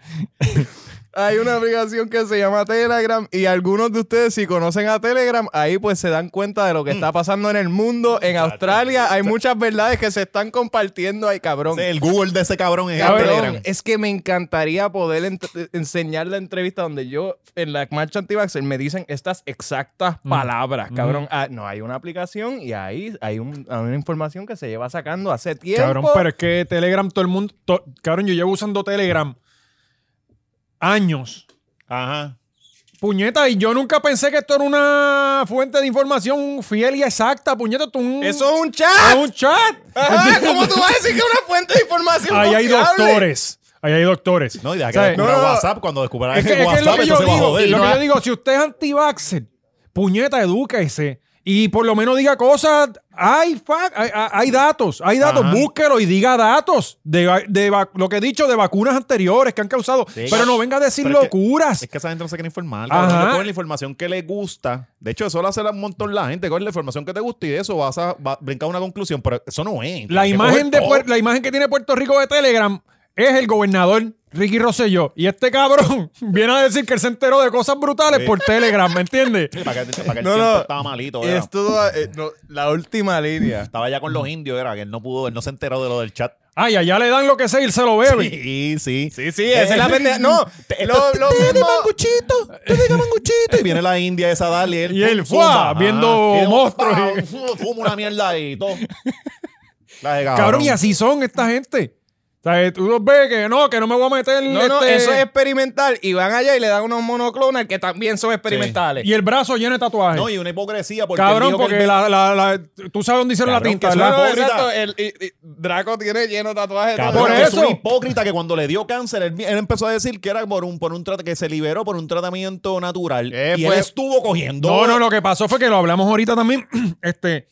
Speaker 2: Hay una aplicación que se llama Telegram y algunos de ustedes si conocen a Telegram, ahí pues se dan cuenta de lo que
Speaker 3: Mm.
Speaker 2: está pasando en el mundo, en Australia, hay muchas verdades que se están compartiendo ahí, cabrón.
Speaker 3: Sí, El Google de ese cabrón es el
Speaker 1: Cabrón.
Speaker 3: Telegram.
Speaker 2: Es que me encantaría poder ent- enseñar la entrevista donde yo, en la marcha antivaxxer, me dicen estas exactas palabras, cabrón. Ah, no, hay una aplicación y ahí hay, un- hay una información que se lleva sacando hace tiempo.
Speaker 1: Cabrón, pero es que Telegram, todo el mundo. to- cabrón, yo llevo usando Telegram años.
Speaker 3: Ajá.
Speaker 1: Puñeta, y yo nunca pensé que esto era una fuente de información fiel y exacta. Puñeta, esto es un,
Speaker 2: ¡Eso es un
Speaker 1: es
Speaker 2: chat!
Speaker 1: un chat.
Speaker 2: Ajá, ¿Cómo tú vas a decir que es una fuente de información
Speaker 1: Ahí hay
Speaker 2: confiable?
Speaker 1: doctores. Ahí hay doctores.
Speaker 3: No, y de que
Speaker 1: ¿Sabes?
Speaker 3: descubra
Speaker 2: no, no.
Speaker 3: WhatsApp. Cuando descubra
Speaker 1: Es que, es que es lo
Speaker 3: WhatsApp,
Speaker 1: que
Speaker 3: esto
Speaker 1: yo
Speaker 3: se va a
Speaker 1: digo.
Speaker 3: joder.
Speaker 1: Lo
Speaker 3: No,
Speaker 1: que yo digo, si usted es anti-vaxxer, puñeta, edúquese. Y por lo menos diga cosas. Hay, fac- hay, hay- hay datos, hay datos.
Speaker 3: Ajá.
Speaker 1: Búsquelo y diga datos de, va- de va- lo que he dicho de vacunas anteriores que han causado.
Speaker 3: Sí.
Speaker 1: Pero no venga a decir
Speaker 3: Pero es que-
Speaker 1: locuras.
Speaker 3: Es que esa gente no se quiere informar.
Speaker 1: Ajá.
Speaker 3: cabrón. Le ponen la información que le gusta. De hecho, eso lo hace un montón la gente. Cogen la información que te gusta y de eso vas a va- brincar una conclusión. Pero eso no es.
Speaker 1: la,
Speaker 3: Tienes que
Speaker 1: imagen
Speaker 3: coger
Speaker 1: de
Speaker 3: todo.
Speaker 1: Puer- la imagen que tiene Puerto Rico de Telegram es el gobernador Ricky Rosselló. Y este cabrón viene a decir que él se enteró de cosas brutales
Speaker 3: Sí.
Speaker 1: por Telegram, ¿me entiendes?
Speaker 3: Sí, Para que, para que él
Speaker 2: No,
Speaker 3: siempre
Speaker 2: no.
Speaker 3: estaba malito. era.
Speaker 1: Este,
Speaker 2: Esto, eh, no, la última línea.
Speaker 3: Estaba ya con los indios, era que él no pudo, él no se enteró de lo del chat.
Speaker 1: Ay, allá le dan lo que sea y él se lo bebe.
Speaker 3: Sí, sí. Eh, Sí,
Speaker 2: Sí, esa es la pendeja. No, lo, lo mismo-
Speaker 3: manguchito, te diga manguchito. Y viene la india esa a darle y él.
Speaker 1: Y él,
Speaker 3: zumba.
Speaker 1: ¡fua!
Speaker 3: Ajá.
Speaker 1: viendo
Speaker 3: Y él,
Speaker 1: monstruos.
Speaker 3: ¡pam! Fu- Fuma una mierda ahí y todo. La de
Speaker 1: Cabrón, y así son esta gente. O sea, eh, tú los ves que no, que no me voy a meter.
Speaker 2: No, no,
Speaker 1: este-
Speaker 2: eso es experimental. Y van allá y le dan unos monoclonal que también son experimentales.
Speaker 1: Y el brazo lleno de tatuajes.
Speaker 3: No, y una hipocresía porque. él
Speaker 1: cabrón,
Speaker 3: dijo que
Speaker 1: porque
Speaker 3: él-
Speaker 1: la, la, la- tú sabes dónde hicieron
Speaker 3: Cabrón,
Speaker 1: la tinta,
Speaker 3: que eso
Speaker 1: ¿verdad?
Speaker 2: No,
Speaker 3: Pobre
Speaker 2: exacto.
Speaker 3: Draco.
Speaker 2: el- y- y Draco tiene lleno de tatuajes.
Speaker 3: Cabrón,
Speaker 1: Por
Speaker 3: que es
Speaker 1: eso.
Speaker 3: un hipócrita que cuando le dio cáncer, él, él empezó a decir que era por un, por un trat- que se liberó por un tratamiento natural.
Speaker 2: Eh,
Speaker 3: y
Speaker 2: fue-
Speaker 3: él estuvo cogiendo.
Speaker 1: No, no, lo que pasó fue que lo hablamos ahorita también. este,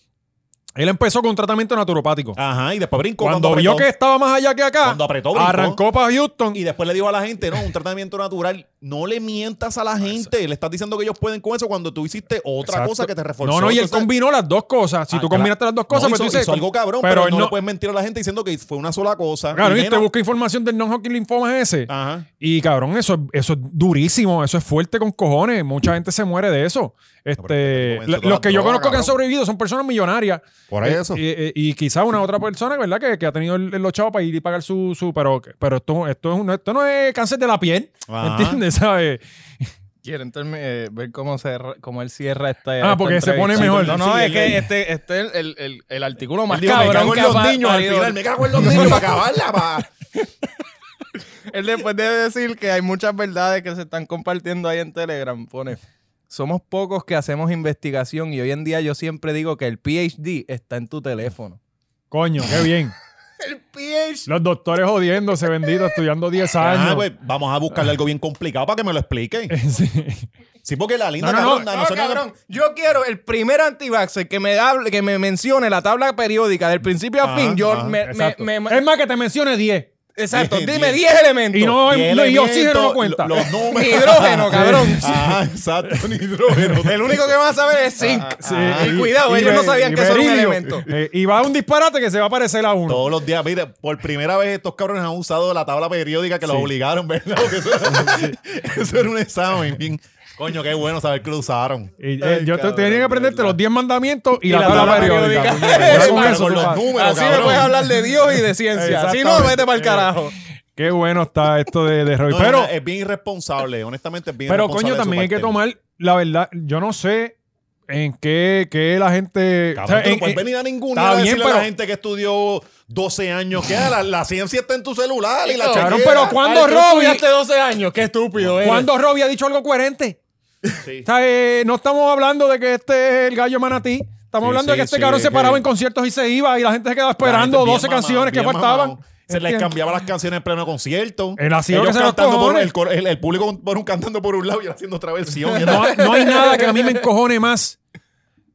Speaker 1: él empezó con tratamiento naturopático.
Speaker 3: Ajá, y después brincó.
Speaker 1: cuando vio
Speaker 3: Ah, apretó.
Speaker 1: que estaba más allá que acá,
Speaker 3: Cuando apretó, brincó.
Speaker 1: arrancó para Houston.
Speaker 3: Y después le dijo a la gente, no, un tratamiento natural. No le mientas a la gente. Le estás diciendo que ellos pueden con eso cuando tú hiciste otra
Speaker 1: Ah, Exacto.
Speaker 3: cosa que te reforzó.
Speaker 1: No, no, y él
Speaker 3: Entonces,
Speaker 1: combinó las dos cosas. Si
Speaker 3: ah,
Speaker 1: tú
Speaker 3: claro.
Speaker 1: combinaste las dos cosas,
Speaker 3: No,
Speaker 1: pues tú
Speaker 3: hizo-
Speaker 1: dices.
Speaker 3: hizo algo cabrón, pero,
Speaker 1: él
Speaker 3: no, le puedes mentir a la gente diciendo que fue una sola cosa.
Speaker 1: Claro,
Speaker 3: Y
Speaker 1: y te
Speaker 3: nena-
Speaker 1: busca información del non-Hawking linfoma ese.
Speaker 3: Ajá.
Speaker 1: Y cabrón, eso, es- eso es durísimo, eso es fuerte con cojones. Mucha gente se muere de eso.
Speaker 3: pero es
Speaker 1: Este,
Speaker 3: que te
Speaker 1: la-
Speaker 3: convence
Speaker 1: los que yo
Speaker 3: toda
Speaker 1: conozco que han
Speaker 3: cabrón.
Speaker 1: sobrevivido son personas millonarias.
Speaker 3: Por
Speaker 1: Eh, Y, y- y quizá una otra persona, ¿verdad? Que, que ha tenido el- los chavos para ir y pagar su. su pero pero esto, esto, es un- esto no es cáncer de la piel.
Speaker 3: Ajá.
Speaker 1: ¿Entiendes? ¿Sabes?
Speaker 2: Quieren eh, ver cómo, se, cómo él cierra este esta.
Speaker 1: Ah, esta porque se entrevista. pone mejor.
Speaker 2: No, no,
Speaker 1: Sí,
Speaker 2: es
Speaker 1: él-
Speaker 2: que este, este es el, el- el artículo más
Speaker 3: Él dijo, me
Speaker 2: cabrón
Speaker 3: cago
Speaker 2: que
Speaker 3: en
Speaker 2: ha
Speaker 3: los
Speaker 2: pa-
Speaker 3: niños al
Speaker 2: parido.
Speaker 3: final. Me cago en los niños para acabarla. pa.
Speaker 2: Él después de decir que hay muchas verdades que se están compartiendo ahí en Telegram, pone, somos pocos que hacemos investigación y hoy en día yo siempre digo que el PhD está en tu teléfono.
Speaker 1: Coño, qué bien.
Speaker 2: El PhD.
Speaker 1: Los doctores jodiéndose, bendito, estudiando 10
Speaker 3: Ah,
Speaker 1: años.
Speaker 3: pues, vamos a buscarle algo bien complicado para que me lo expliquen.
Speaker 1: Sí.
Speaker 3: Sí, porque la linda
Speaker 1: No, no, no.
Speaker 3: cabrón, a nosotros-
Speaker 2: cabrón, yo quiero el primer antivaxxer que me hable, que me mencione la tabla periódica del principio a
Speaker 3: Ajá,
Speaker 2: fin. Yo
Speaker 3: ajá,
Speaker 2: me, me-
Speaker 1: Exacto.
Speaker 2: me-
Speaker 1: es más, que te mencione 10.
Speaker 2: Exacto,
Speaker 3: Bien,
Speaker 2: dime
Speaker 3: bien.
Speaker 2: 10 elementos.
Speaker 1: Y no,
Speaker 3: Y
Speaker 1: no, y
Speaker 3: elementos,
Speaker 1: oxígeno no cuenta.
Speaker 3: lo- Los números.
Speaker 2: Ni hidrógeno, cabrón.
Speaker 3: Ah, exacto, ni hidrógeno.
Speaker 2: El único que va a saber es zinc.
Speaker 1: Sí.
Speaker 2: Ah, Y cuidado,
Speaker 1: Ah, Y
Speaker 2: ellos no
Speaker 1: ve-
Speaker 2: sabían
Speaker 1: y
Speaker 2: que eso era un
Speaker 1: berilio.
Speaker 2: elemento.
Speaker 1: Eh, y va a un disparate que se va a parecer a uno.
Speaker 3: Todos los días, mira, por primera vez estos cabrones han usado la tabla periódica que los obligaron, ¿verdad? Porque eso, eso era un examen. bien. Coño, qué bueno saber que lo usaron.
Speaker 1: Y, eh, yo te, tenía que aprenderte los 10 mandamientos y,
Speaker 2: Y
Speaker 1: la
Speaker 2: la
Speaker 1: tabla,
Speaker 2: tabla
Speaker 1: periódica.
Speaker 2: periódica.
Speaker 1: Ya
Speaker 2: Eso,
Speaker 1: con
Speaker 2: pero
Speaker 1: eso
Speaker 3: con
Speaker 1: tú
Speaker 3: los
Speaker 1: sabes.
Speaker 3: números.
Speaker 2: Así me
Speaker 3: cabrón.
Speaker 2: puedes hablar de Dios y de ciencia. Si no,
Speaker 1: Exactamente.
Speaker 2: vete para el carajo.
Speaker 1: Qué bueno está esto de, de Roy.
Speaker 3: No,
Speaker 1: pero,
Speaker 3: es bien irresponsable, honestamente es bien
Speaker 1: pero
Speaker 3: irresponsable
Speaker 1: coño,
Speaker 3: de su
Speaker 1: también hay que
Speaker 3: parte.
Speaker 1: tomar, la verdad, yo no sé en qué, qué la gente... o sea,
Speaker 3: Cabrón, tú
Speaker 1: en-
Speaker 3: no puedes
Speaker 1: en-
Speaker 3: venir a ninguna
Speaker 1: Eh, está
Speaker 3: a
Speaker 1: bien,
Speaker 3: decirle a la
Speaker 1: pero-
Speaker 3: gente que estudió 12 años que ah, la, la ciencia está en tu celular y la
Speaker 1: Cabrón,
Speaker 3: chequera.
Speaker 1: pero cuando
Speaker 2: Ay, tú
Speaker 1: Robbie...
Speaker 2: estudiaste 12 años, qué estúpido eres.
Speaker 1: Cuando Robbie ha dicho algo coherente.
Speaker 3: Sí.
Speaker 1: O sea, eh, no estamos hablando de que este es el gallo manatí. Estamos
Speaker 3: Sí,
Speaker 1: hablando de
Speaker 3: sí,
Speaker 1: que este
Speaker 3: sí,
Speaker 1: cabrón
Speaker 3: es
Speaker 1: se paraba
Speaker 3: que-
Speaker 1: en conciertos y se iba y la gente se quedaba
Speaker 3: La gente
Speaker 1: esperando
Speaker 3: bien
Speaker 1: 12
Speaker 3: mamado,
Speaker 1: canciones que
Speaker 3: bien
Speaker 1: faltaban.
Speaker 3: mamado. Se les
Speaker 1: ¿Entiendes?
Speaker 3: cambiaba las canciones en pleno concierto.
Speaker 1: El ácido
Speaker 3: Ellos
Speaker 1: que se los
Speaker 3: cantando por
Speaker 1: cojones.
Speaker 3: el, cor- el- el público por un, cantando por un lado y haciendo otra versión.
Speaker 1: No, hay- no hay nada que a mí me encojone más.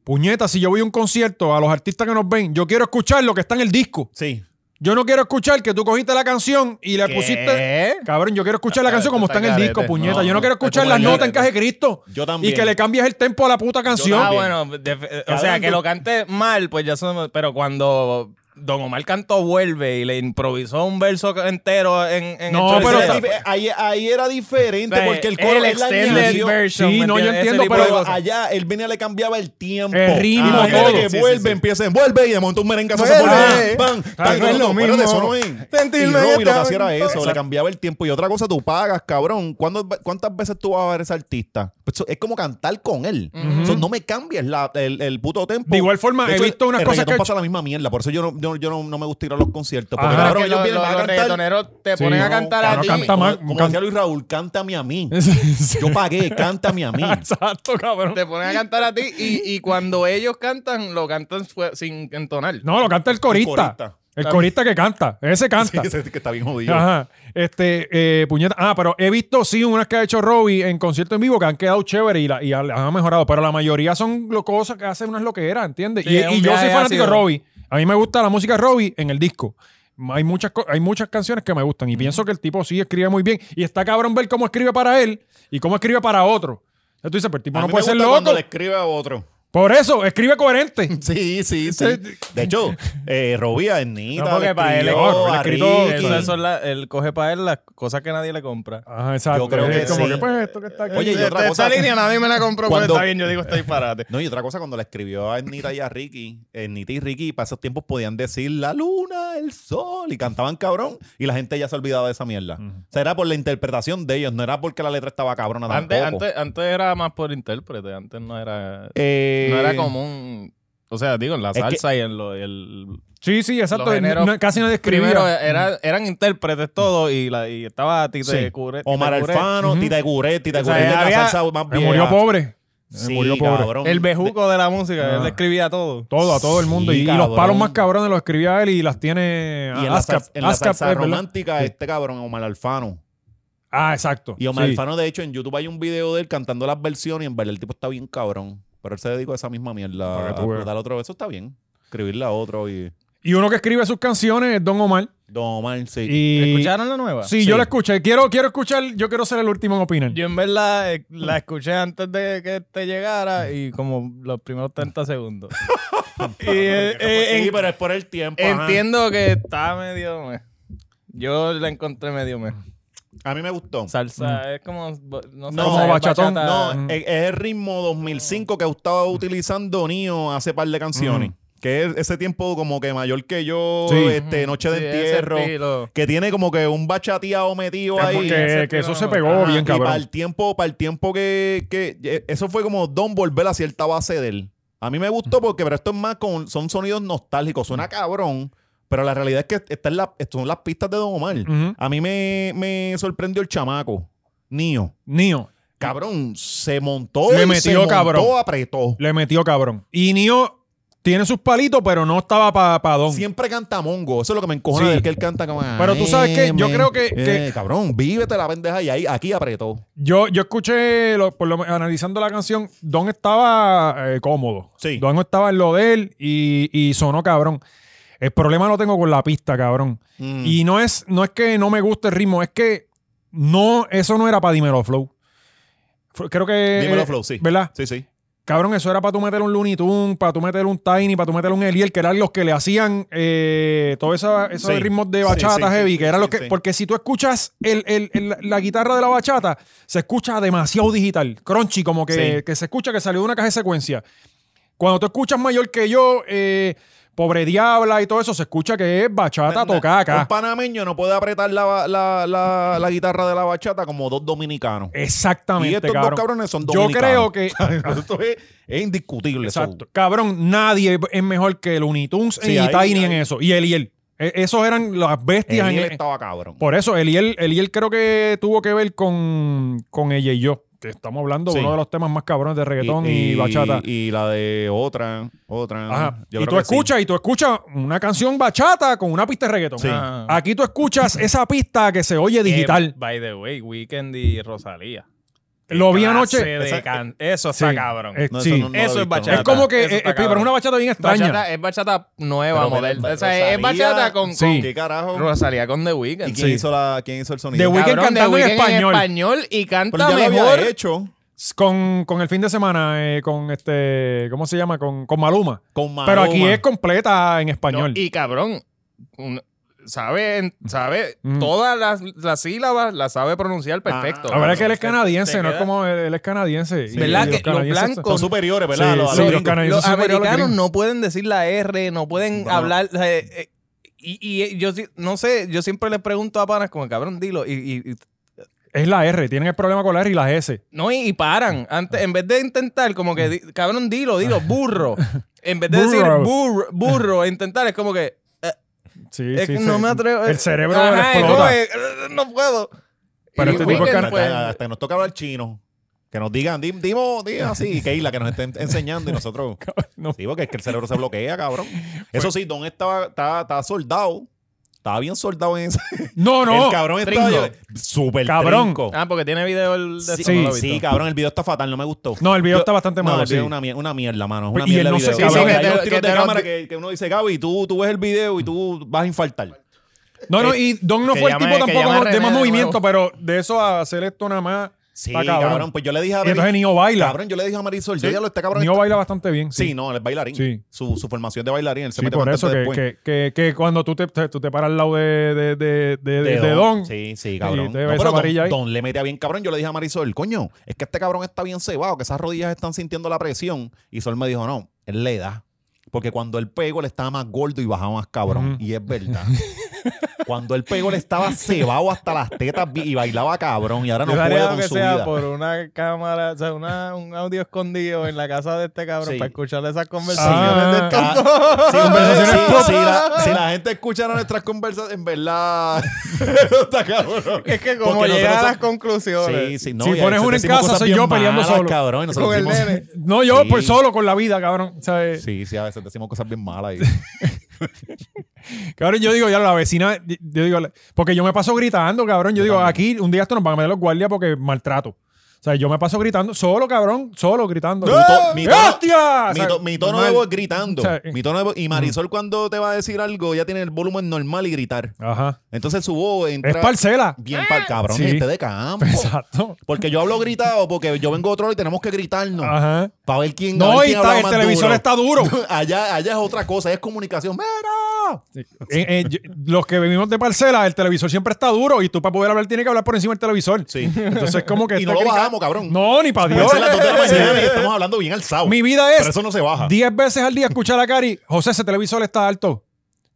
Speaker 1: Puñeta, si yo voy a un concierto, a los artistas que nos ven, yo quiero escuchar lo que está en el disco.
Speaker 3: Sí.
Speaker 1: Yo no quiero escuchar que tú cogiste la canción y le pusiste.
Speaker 2: ¿Eh?
Speaker 1: Cabrón, yo quiero escuchar la
Speaker 3: Ah,
Speaker 1: canción como
Speaker 3: está
Speaker 1: está en el
Speaker 3: carete.
Speaker 1: disco, puñeta.
Speaker 3: No,
Speaker 1: yo no quiero escuchar
Speaker 3: es
Speaker 1: las
Speaker 3: como el
Speaker 1: notas
Speaker 3: carete.
Speaker 1: en Caje Cristo.
Speaker 3: Yo también.
Speaker 1: Y que le cambies el tempo a la puta canción.
Speaker 2: Ah,
Speaker 3: Bien.
Speaker 2: bueno, de- o sea,
Speaker 3: Cabrón,
Speaker 2: que
Speaker 3: tú-
Speaker 2: lo cante mal, pues ya son, pero cuando Don Omar Cantó vuelve y le improvisó un verso entero en, en
Speaker 1: No,
Speaker 2: el
Speaker 1: pero
Speaker 2: choriceta.
Speaker 1: está-
Speaker 3: ahí, ahí era diferente porque el coro
Speaker 2: el
Speaker 3: él
Speaker 2: extended
Speaker 3: añadió-
Speaker 2: version.
Speaker 1: Sí,
Speaker 2: ¿me
Speaker 1: no, yo
Speaker 2: entiendes? Ese
Speaker 1: entiendo,
Speaker 2: tipo de
Speaker 3: Pero
Speaker 2: cosas.
Speaker 3: allá él venía le cambiaba el tiempo.
Speaker 1: El ritmo,
Speaker 3: Ah,
Speaker 1: todo.
Speaker 3: imagínate que
Speaker 1: Sí, sí,
Speaker 3: vuelve, empieza en vuelve y de momento un merengazo se pone.
Speaker 2: Vuelve.
Speaker 3: Bam,
Speaker 1: Ah,
Speaker 3: tan,
Speaker 1: no es lo
Speaker 3: no, espérate,
Speaker 1: mismo.
Speaker 3: eso no es.
Speaker 2: Sentirme
Speaker 3: Y Robbie lo que
Speaker 2: esta-
Speaker 3: hacía era eso, le
Speaker 2: Exacto.
Speaker 3: cambiaba el tiempo. Y otra cosa, tú pagas, cabrón. ¿Cuándo- ¿Cuántas veces tú vas a ver a ese artista? Pues eso es como cantar con él. So, no me cambies la- el, el puto tempo.
Speaker 1: De igual forma,
Speaker 3: De
Speaker 1: he visto unas
Speaker 3: el
Speaker 1: cosas
Speaker 3: reggaetón
Speaker 1: que-
Speaker 3: pasa la misma mierda. Por eso yo no, yo, yo no, no me gusta ir a los conciertos. Porque,
Speaker 1: Ajá.
Speaker 3: cabrón,
Speaker 2: Que
Speaker 3: ellos
Speaker 2: los,
Speaker 3: vienen
Speaker 2: los-
Speaker 3: van
Speaker 2: los
Speaker 3: a cantar.
Speaker 2: reggaetoneros te ponen
Speaker 1: no,
Speaker 2: a cantar a
Speaker 1: cabrón,
Speaker 2: ti.
Speaker 1: canta más.
Speaker 3: Como,
Speaker 1: can-
Speaker 3: como decía Luis Raúl, cántame a mí. Yo pagué, cántame a mí.
Speaker 1: Exacto, cabrón.
Speaker 2: Te ponen a cantar a ti y, y cuando ellos cantan, lo cantan fue- sin entonar.
Speaker 1: No, lo canta el corista. El corista,
Speaker 3: corista.
Speaker 1: que canta. Ese
Speaker 3: Sí,
Speaker 1: canta.
Speaker 3: ese es que está bien jodido.
Speaker 1: Ajá. Este, eh, puñeta. Ah, pero he visto, sí, unas que ha hecho Robbie en concierto en vivo que han quedado chévere y, la, y han han mejorado. Pero la mayoría son lo- cosas que hacen unas loqueras, ¿entiendes?
Speaker 2: Sí,
Speaker 1: y
Speaker 2: es un
Speaker 1: y yo soy
Speaker 2: viaje
Speaker 1: fanático de
Speaker 2: ácido.
Speaker 1: Robbie. A mí me gusta la música de Robbie en el disco. Hay muchas, co- hay muchas canciones que me gustan y pienso que el tipo sí escribe muy bien. Y está cabrón ver cómo escribe para él y cómo escribe para otro. Entonces tú dices, pero el tipo
Speaker 3: A
Speaker 1: no
Speaker 3: mí
Speaker 1: puede
Speaker 3: me
Speaker 1: ser
Speaker 3: gusta
Speaker 1: loco.
Speaker 3: Cuando le escribe a otro.
Speaker 1: Por eso, escribe coherente.
Speaker 3: Sí, sí, sí.
Speaker 1: Ese-
Speaker 3: De hecho, eh, Robbie a Nita.
Speaker 2: No, porque para él es
Speaker 1: horror, le escrito-
Speaker 2: Eso- eso es la- él coge para él las cosas que nadie le compra.
Speaker 1: Ajá, exacto.
Speaker 3: Yo creo
Speaker 1: Es
Speaker 3: que
Speaker 1: como
Speaker 3: sí.
Speaker 1: que pues esto que está aquí.
Speaker 3: Oye, y otra
Speaker 2: Este, Esta-
Speaker 3: cosa-
Speaker 2: Esta línea nadie me la compró, pues
Speaker 3: Cuando-
Speaker 2: está bien, yo digo, está disparate.
Speaker 3: No, y otra cosa, cuando le escribió a Ernita y a Ricky, Ernita y Ricky, para esos tiempos podían decir la luna, el sol, y cantaban cabrón, y la gente ya se olvidaba de esa mierda. O sea, era por la interpretación de ellos, no era porque la letra estaba cabrona tampoco.
Speaker 2: Antes, antes, antes era más por intérprete, antes no era,
Speaker 3: Eh,
Speaker 2: no era común. O sea, digo, en la
Speaker 3: es que-
Speaker 2: salsa y en lo, y el.
Speaker 1: Sí, sí, exacto.
Speaker 2: Los géneros-
Speaker 1: No- casi nadie escribía.
Speaker 2: Primero
Speaker 3: eh,
Speaker 2: era, eran intérpretes todos y, la, y estaba Tite
Speaker 3: Sí.
Speaker 2: Cure- Tite
Speaker 3: Omar
Speaker 2: Cure.
Speaker 3: Alfano, Tita Gure, Tita
Speaker 2: O sea,
Speaker 3: Gure, de
Speaker 2: había-
Speaker 3: la salsa más
Speaker 1: Me
Speaker 3: vieja.
Speaker 1: murió pobre. Me
Speaker 3: Sí,
Speaker 1: murió pobre.
Speaker 3: cabrón.
Speaker 2: El bejuco de la música,
Speaker 1: Ah.
Speaker 2: él escribía todo.
Speaker 1: Todo, a todo el mundo.
Speaker 3: Sí,
Speaker 1: y, y los
Speaker 3: cabrón.
Speaker 1: palos más cabrones los escribía él y las tiene
Speaker 3: Y en la,
Speaker 1: ASCAP.
Speaker 3: salsa- en la
Speaker 1: ASCAP, eh,
Speaker 3: salsa
Speaker 1: es, ¿verdad?
Speaker 3: romántica,
Speaker 1: Sí.
Speaker 3: este cabrón, Omar Alfano.
Speaker 1: Ah, exacto.
Speaker 3: Y Omar
Speaker 1: Sí.
Speaker 3: Alfano, de hecho, en YouTube hay un video de él cantando las versiones y en verdad el tipo está bien cabrón. Pero él se dedicó a esa misma mierda.
Speaker 1: Para
Speaker 3: A
Speaker 1: que tú veas.
Speaker 3: explotar otro. Eso está bien. Escribirla a otro y...
Speaker 1: Y uno que escribe sus canciones es Don Omar.
Speaker 3: Don Omar, sí.
Speaker 1: Y...
Speaker 2: ¿Escucharon la nueva?
Speaker 1: Sí,
Speaker 3: Sí.
Speaker 1: yo la escuché. Quiero, quiero escuchar, yo quiero ser el último en opinar.
Speaker 2: Yo en verdad eh, la escuché antes de que te llegara y como los primeros 30 segundos. y, eh, eh,
Speaker 3: sí,
Speaker 2: en-
Speaker 3: pero es por el tiempo. ajá.
Speaker 2: entiendo que está medio meh. Yo la encontré medio meh.
Speaker 3: A mí me gustó.
Speaker 2: Salsa es como bo- no,
Speaker 3: No,
Speaker 2: salsa, es
Speaker 1: Mm. bachatón,
Speaker 2: bachata.
Speaker 3: No, eh, es, es el ritmo 2005 que estaba utilizando Nio hace par de canciones. Que es ese tiempo como que mayor que yo,
Speaker 1: Sí.
Speaker 3: este, Noche de
Speaker 2: Sí, ese
Speaker 3: Entierro.
Speaker 2: estilo.
Speaker 3: Que tiene como que un bachateado metido
Speaker 1: Ah,
Speaker 3: ahí.
Speaker 1: porque
Speaker 2: ese
Speaker 1: que eso
Speaker 2: tema,
Speaker 1: se pegó
Speaker 3: Ajá,
Speaker 1: bien,
Speaker 3: y para
Speaker 1: cabrón.
Speaker 3: el tiempo, para el tiempo que, que- eh, eso fue como Don volver a cierta base de él. A mí me gustó porque, pero esto es más con, son sonidos nostálgicos, suena cabrón, pero la realidad es que esta es la- estas son las pistas de Don Omar.
Speaker 1: Ujú.
Speaker 3: A mí me, me sorprendió el chamaco, Nio.
Speaker 1: Nio.
Speaker 3: Cabrón, se montó,
Speaker 1: Le
Speaker 3: y
Speaker 1: metió,
Speaker 3: se montó,
Speaker 1: cabrón.
Speaker 3: apretó.
Speaker 1: Le metió cabrón. Y Nio tiene sus palitos, pero no estaba para Don.
Speaker 3: Siempre canta mongo, eso es lo que me encojona
Speaker 1: Sí.
Speaker 3: de él, que él canta como.
Speaker 1: Pero tú sabes que
Speaker 3: "Ay,
Speaker 1: yo
Speaker 3: me-
Speaker 1: creo que-
Speaker 3: eh, cabrón, vívete la pendeja y ahí, aquí apretó.
Speaker 1: Yo, yo escuché, lo- por lo menos analizando la canción, Don estaba eh, cómodo.
Speaker 3: Sí.
Speaker 1: Don estaba en lo de él y, y sonó cabrón. El problema lo tengo con la pista, cabrón.
Speaker 3: Mm.
Speaker 1: Y no es, no es que no me guste el ritmo, es que no, eso no era para Dímelo Flow. Fue- Creo que. eh,
Speaker 3: Dímelo Flow, sí.
Speaker 1: ¿Verdad?
Speaker 3: Sí, sí.
Speaker 1: Cabrón, eso era para tú meter un Looney Tunes, para tú meter un Tiny, para tú meter un Eliel, que eran los que le hacían eh, todos esos esos
Speaker 3: Sí.
Speaker 1: ritmos de
Speaker 3: Sí,
Speaker 1: bachata
Speaker 3: sí, sí,
Speaker 1: heavy,
Speaker 3: sí,
Speaker 1: que eran los
Speaker 3: sí,
Speaker 1: que.
Speaker 3: sí.
Speaker 1: Porque si tú escuchas el- el- el- la guitarra de la bachata, se escucha demasiado digital. Crunchy, como que,
Speaker 3: Sí.
Speaker 1: que se escucha que salió de una caja de secuencia. Cuando tú escuchas mayor que yo, eh, pobre diabla y todo eso, se escucha que es bachata tocada
Speaker 3: Un
Speaker 1: acá.
Speaker 3: panameño no puede apretar la, la, la, la guitarra de la bachata como dos dominicanos.
Speaker 1: Exactamente,
Speaker 3: y estos
Speaker 1: cabrón.
Speaker 3: dos cabrones son
Speaker 1: yo
Speaker 3: dominicanos.
Speaker 1: creo que
Speaker 3: Esto es, es indiscutible. eso.
Speaker 1: Exacto. Cabrón, nadie es mejor que Looney Tunes
Speaker 3: Sí,
Speaker 1: y
Speaker 3: ahí-
Speaker 1: Tiny
Speaker 3: ahí-
Speaker 1: en eso. Y Eliel. E- Esos eran las bestias.
Speaker 3: Eliel
Speaker 1: en-
Speaker 3: estaba cabrón.
Speaker 1: eh, Por eso, Eliel, Eliel creo que tuvo que ver con, con ella y yo. Que estamos hablando de
Speaker 3: Sí.
Speaker 1: uno de los temas más cabrones de reggaetón y, bachata.
Speaker 3: Y la de otra, otra.
Speaker 1: Ajá.
Speaker 3: Yo
Speaker 1: y
Speaker 3: creo
Speaker 1: tú
Speaker 3: que sí.
Speaker 1: escuchas, y tú escuchas una canción bachata con una pista de reggaetón.
Speaker 3: Sí.
Speaker 1: Ah. Aquí tú escuchas esa pista que se oye digital.
Speaker 4: Eh, by the way, Weekend y Rosalía.
Speaker 1: Lo vi
Speaker 4: Clase
Speaker 1: anoche.
Speaker 4: de
Speaker 3: Esa-
Speaker 4: can- Eso está
Speaker 1: Sí.
Speaker 4: cabrón.
Speaker 1: Eh,
Speaker 3: No,
Speaker 1: sí.
Speaker 3: eso no- no lo he
Speaker 4: Eso es
Speaker 3: visto,
Speaker 4: bachata.
Speaker 3: no.
Speaker 1: es como
Speaker 4: Eso
Speaker 1: que,
Speaker 4: está
Speaker 1: eh, pero es
Speaker 4: cabrón.
Speaker 1: una bachata bien extraña.
Speaker 4: Bachata- es bachata nueva,
Speaker 3: Pero,
Speaker 4: moderna.
Speaker 3: pero,
Speaker 4: O sea, es
Speaker 3: Rosalía-
Speaker 4: bachata con,
Speaker 1: Sí.
Speaker 3: ¿Qué carajo?
Speaker 4: con Rosalía con The
Speaker 3: ¿Y
Speaker 4: Weeknd.
Speaker 3: quién,
Speaker 1: Sí.
Speaker 3: hizo la, quién hizo el
Speaker 1: The
Speaker 3: sonido?
Speaker 1: Weeknd
Speaker 4: Cabrón, The
Speaker 1: cantando en
Speaker 4: Weeknd
Speaker 1: español.
Speaker 4: español y
Speaker 3: Pero
Speaker 4: canta
Speaker 3: ya lo
Speaker 4: mejor.
Speaker 3: había hecho
Speaker 1: con, con el fin de semana, eh, con este, ¿cómo se llama? Con, con Maluma.
Speaker 3: con Maluma.
Speaker 1: Pero aquí es completa en español.
Speaker 4: No, y cabrón, un- sabe, sabe
Speaker 1: Mm. Ah,
Speaker 4: todas las, las sílabas, las sabe pronunciar perfecto.
Speaker 1: La verdad es que él es
Speaker 4: Se-
Speaker 1: canadiense,
Speaker 4: se
Speaker 1: no es
Speaker 4: queda-
Speaker 1: como él, él es canadiense. Y
Speaker 4: ¿Verdad que los
Speaker 1: canadienses
Speaker 4: blancos-
Speaker 1: son-
Speaker 3: Son superiores,
Speaker 1: Sí,
Speaker 3: ¿verdad? A los- a
Speaker 1: sí,
Speaker 3: los
Speaker 1: los
Speaker 3: gringos.
Speaker 1: canadienses
Speaker 4: Los
Speaker 1: son superiores a los
Speaker 4: americanos
Speaker 1: gringos.
Speaker 4: no pueden decir la R, no pueden
Speaker 3: No.
Speaker 4: hablar. o sea, eh, eh, y, y yo si- no sé, yo siempre les pregunto a panas como cabrón, dilo. Y, y- y-
Speaker 1: Es la R, tienen el problema con la R y la S.
Speaker 4: no, y, y paran. Antes, en vez de intentar, como que, di- cabrón, dilo, dilo, burro. En vez de decir
Speaker 1: Burro.
Speaker 4: burro, burro, e intentar, es como que. eh,
Speaker 1: Sí,
Speaker 4: es
Speaker 1: sí,
Speaker 4: que
Speaker 1: sí.
Speaker 4: no me atrevo.
Speaker 1: El cerebro
Speaker 4: Ajá,
Speaker 1: le
Speaker 4: es
Speaker 1: explota.
Speaker 4: como que, eh, no puedo.
Speaker 1: Pero
Speaker 4: Y
Speaker 1: este tipo es
Speaker 4: Weekend,
Speaker 1: cana-
Speaker 4: pues,
Speaker 3: Hasta, hasta que nos toca hablar chino. Que nos digan, dim- dimos, digan así, que Isla que nos estén enseñando y nosotros.
Speaker 1: no.
Speaker 3: Sí, porque es que el cerebro se bloquea, cabrón. Eso
Speaker 1: Pues-
Speaker 3: sí, Don estaba, estaba, estaba soldado. Estaba bien soldado en ese.
Speaker 1: No, no.
Speaker 3: el cabrón estaba
Speaker 4: trinco.
Speaker 3: yo- súper
Speaker 1: Cabrón.
Speaker 3: trinco.
Speaker 4: Ah, porque tiene video el de
Speaker 3: Sí,
Speaker 4: esto, no lo he
Speaker 3: sí,
Speaker 4: visto.
Speaker 3: cabrón, el video está fatal, no me gustó.
Speaker 1: No, el video está bastante
Speaker 3: No,
Speaker 1: malo,
Speaker 3: el video
Speaker 1: sí.
Speaker 3: es una, mier- una mierda, mano. es
Speaker 1: Pues,
Speaker 3: Una
Speaker 1: y él
Speaker 3: mierda
Speaker 1: no
Speaker 3: el
Speaker 1: se-
Speaker 3: video.
Speaker 1: sí, sí,
Speaker 3: cabrón.
Speaker 1: que
Speaker 3: Hay
Speaker 4: te-
Speaker 3: unos tiros
Speaker 4: que
Speaker 3: de
Speaker 4: te-
Speaker 3: cámara que, que uno dice, Gaby, tú, tú ves el video y tú vas a infartar.
Speaker 1: No,
Speaker 3: Eh,
Speaker 1: no, y Don no
Speaker 4: Que
Speaker 1: fue el
Speaker 4: llame-
Speaker 1: tipo
Speaker 4: que
Speaker 1: tampoco
Speaker 4: llame
Speaker 1: de
Speaker 4: René
Speaker 1: más
Speaker 4: de
Speaker 1: movimiento,
Speaker 4: nuevo.
Speaker 1: pero de eso a hacer esto nada más.
Speaker 3: Sí,
Speaker 1: está
Speaker 3: cabrón. Pues yo le dije a
Speaker 1: Y entonces
Speaker 3: Marisol.
Speaker 1: Nio baila.
Speaker 3: Cabrón, yo le dije a Marisol, yo
Speaker 1: Sí.
Speaker 3: ya lo está cabrón.
Speaker 1: Nio
Speaker 3: está-
Speaker 1: baila bastante bien.
Speaker 3: Sí, no, él es bailarín.
Speaker 1: Sí.
Speaker 3: Su, su formación de bailarín, él se
Speaker 1: Sí,
Speaker 3: mete
Speaker 1: por
Speaker 3: bastante
Speaker 1: eso que,
Speaker 3: después.
Speaker 1: que, que, que cuando tú te, te- tú te paras al lado de, de, de, de, de- de Don,
Speaker 3: Sí, sí, cabrón.
Speaker 1: te
Speaker 3: No,
Speaker 1: ves
Speaker 3: pero
Speaker 1: amarilla
Speaker 3: don,
Speaker 1: ahí.
Speaker 3: Don le metía bien cabrón. Yo le dije a Marisol, coño, es que este cabrón está bien cebado, que esas rodillas están sintiendo la presión. Y Sol me dijo, no, él le da. Porque cuando él pegó, él estaba más gordo y bajaba más cabrón.
Speaker 1: Ujú.
Speaker 3: Y es verdad. cuando él pegó, él estaba cebado hasta las tetas bi- y bailaba cabrón. Y ahora no
Speaker 2: Yo
Speaker 3: puede
Speaker 2: haría
Speaker 3: con
Speaker 2: lo que
Speaker 3: su
Speaker 2: sea
Speaker 3: vida.
Speaker 2: por una cámara, o sea, una- un audio escondido en la casa de este cabrón
Speaker 3: Sí.
Speaker 2: para escuchar esas conversaciones
Speaker 1: Ah.
Speaker 2: de estos
Speaker 3: Ah,
Speaker 2: dos.
Speaker 3: sí, hombre,
Speaker 1: Conversaciones
Speaker 3: sí, sí, la- si la gente escuchara nuestras conversaciones, en verdad. está cabrón.
Speaker 2: Es que como
Speaker 3: Porque
Speaker 2: llega a
Speaker 3: nosotros
Speaker 2: las
Speaker 3: so-
Speaker 2: conclusiones
Speaker 3: Sí, sí, no,
Speaker 1: Si
Speaker 3: y a
Speaker 1: pones
Speaker 3: veces
Speaker 1: una en
Speaker 3: decimos
Speaker 1: casa,
Speaker 3: cosas
Speaker 1: soy
Speaker 3: bien
Speaker 1: yo peleando
Speaker 3: malas,
Speaker 1: solo.
Speaker 3: Cabrón, y nosotros
Speaker 2: con el
Speaker 3: decimos-
Speaker 2: nene.
Speaker 1: No, yo
Speaker 3: Sí.
Speaker 1: pues solo con la vida, cabrón. ¿sabes?
Speaker 3: Sí, sí, a veces decimos cosas bien malas. Y...
Speaker 1: Cabrón, yo digo, ya la vecina, yo digo, la- porque yo me paso gritando, cabrón. Yo, digo, aquí un día esto nos van a meter los guardias porque maltrato. O sea, yo me paso gritando, solo, cabrón, solo gritando. ¡Eh,
Speaker 3: Mi to- mi tono-
Speaker 1: ¡Hostia! O
Speaker 3: mi,
Speaker 1: sea,
Speaker 3: to- mi tono de
Speaker 1: Ah, normal.
Speaker 3: voz gritando.
Speaker 1: O sea, eh, mm.
Speaker 3: mi tono de voz- Y Marisol, cuando te va a decir algo, ya tiene el volumen normal y gritar.
Speaker 1: Ajá.
Speaker 3: Entonces su voz entra
Speaker 1: Es parcela.
Speaker 3: bien para el cabrón,
Speaker 1: Sí.
Speaker 3: gente de campo.
Speaker 1: Exacto.
Speaker 3: Porque yo hablo gritado, porque yo vengo otro lado y tenemos que gritarnos.
Speaker 1: Ajá.
Speaker 3: Para ver quién a
Speaker 1: Ah. No,
Speaker 3: ver
Speaker 1: y
Speaker 3: quién
Speaker 1: está-
Speaker 3: hablaba
Speaker 1: el
Speaker 3: más
Speaker 1: televisor está duro.
Speaker 3: allá, allá es otra cosa, es comunicación. ¡Mira!
Speaker 1: Eh, eh, yo- los que vivimos de parcela, el televisor siempre está duro y tú para poder hablar tienes que hablar por encima del televisor.
Speaker 3: Sí.
Speaker 1: Entonces es como que...
Speaker 3: Y no lo
Speaker 1: está-
Speaker 3: bajamos, cabrón.
Speaker 1: No, ni para
Speaker 3: Pueden
Speaker 1: Dios.
Speaker 3: ser las dos de la mañana y estamos hablando bien alzado.
Speaker 1: Mi vida es
Speaker 3: Pero eso no se baja.
Speaker 1: 10 veces al día escuchar a Cari, José, ese televisor está alto.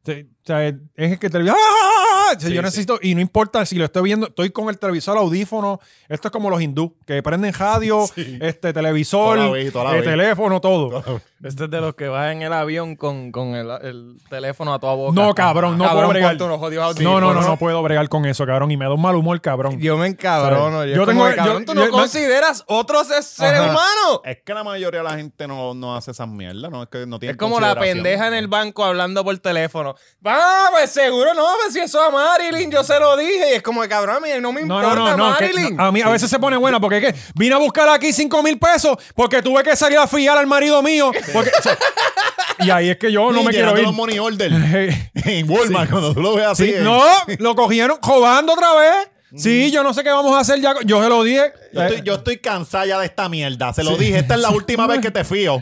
Speaker 1: Te- o sea, es que el televisor. ¡Ah! O sea,
Speaker 3: Sí,
Speaker 1: yo
Speaker 3: sí.
Speaker 1: necesito, y no importa si lo estoy viendo, estoy con el televisor audífono. Esto es como los hindú, que prenden radio, este televisor,
Speaker 3: Toda la vez, toda la
Speaker 1: eh,
Speaker 3: vez.
Speaker 1: teléfono, todo.
Speaker 4: Este es de los que va en el avión con, con el, el teléfono a toda boca.
Speaker 1: No, cabrón, no puedo bregar.
Speaker 4: ponte unos jodidos
Speaker 1: No,
Speaker 4: audífonos.
Speaker 1: no, no, no puedo bregar con eso, cabrón. Y me da un mal humor, cabrón.
Speaker 2: Yo me encabrono.
Speaker 1: ¿Sabes?
Speaker 2: Yo,
Speaker 1: Yo
Speaker 2: como
Speaker 1: tengo-
Speaker 2: que, cabrón,
Speaker 1: yo-
Speaker 2: tú
Speaker 1: yo-
Speaker 2: no consideras otros seres
Speaker 1: Ajá.
Speaker 2: humanos.
Speaker 3: Es que la mayoría de la gente no, no hace esas mierdas, ¿no? Es que no tiene
Speaker 4: Es como la pendeja en el banco hablando por teléfono. Ah, pues seguro no, pues si eso a Marilyn, yo se lo dije. Y es como, cabrón, mira, no me
Speaker 1: No,
Speaker 4: importa
Speaker 1: no, no, no. que-
Speaker 4: Marilyn.
Speaker 1: no, a mí a veces se pone buena porque es que vine a buscar aquí 5 mil pesos porque tuve que salir a fiar al marido mío. Porque, o sea, Y ahí es que yo no me quiero
Speaker 3: Llenando
Speaker 1: ir.
Speaker 3: los money order en Walmart cuando tú lo veas así.
Speaker 1: Sí,
Speaker 3: eh.
Speaker 1: no, lo cogieron robando otra vez. Sí, yo no sé qué vamos a hacer ya. Yo se lo dije. Eh,
Speaker 3: Yo estoy, yo estoy cansada ya de esta mierda. Se lo dije. Esta es la última vez que te fío.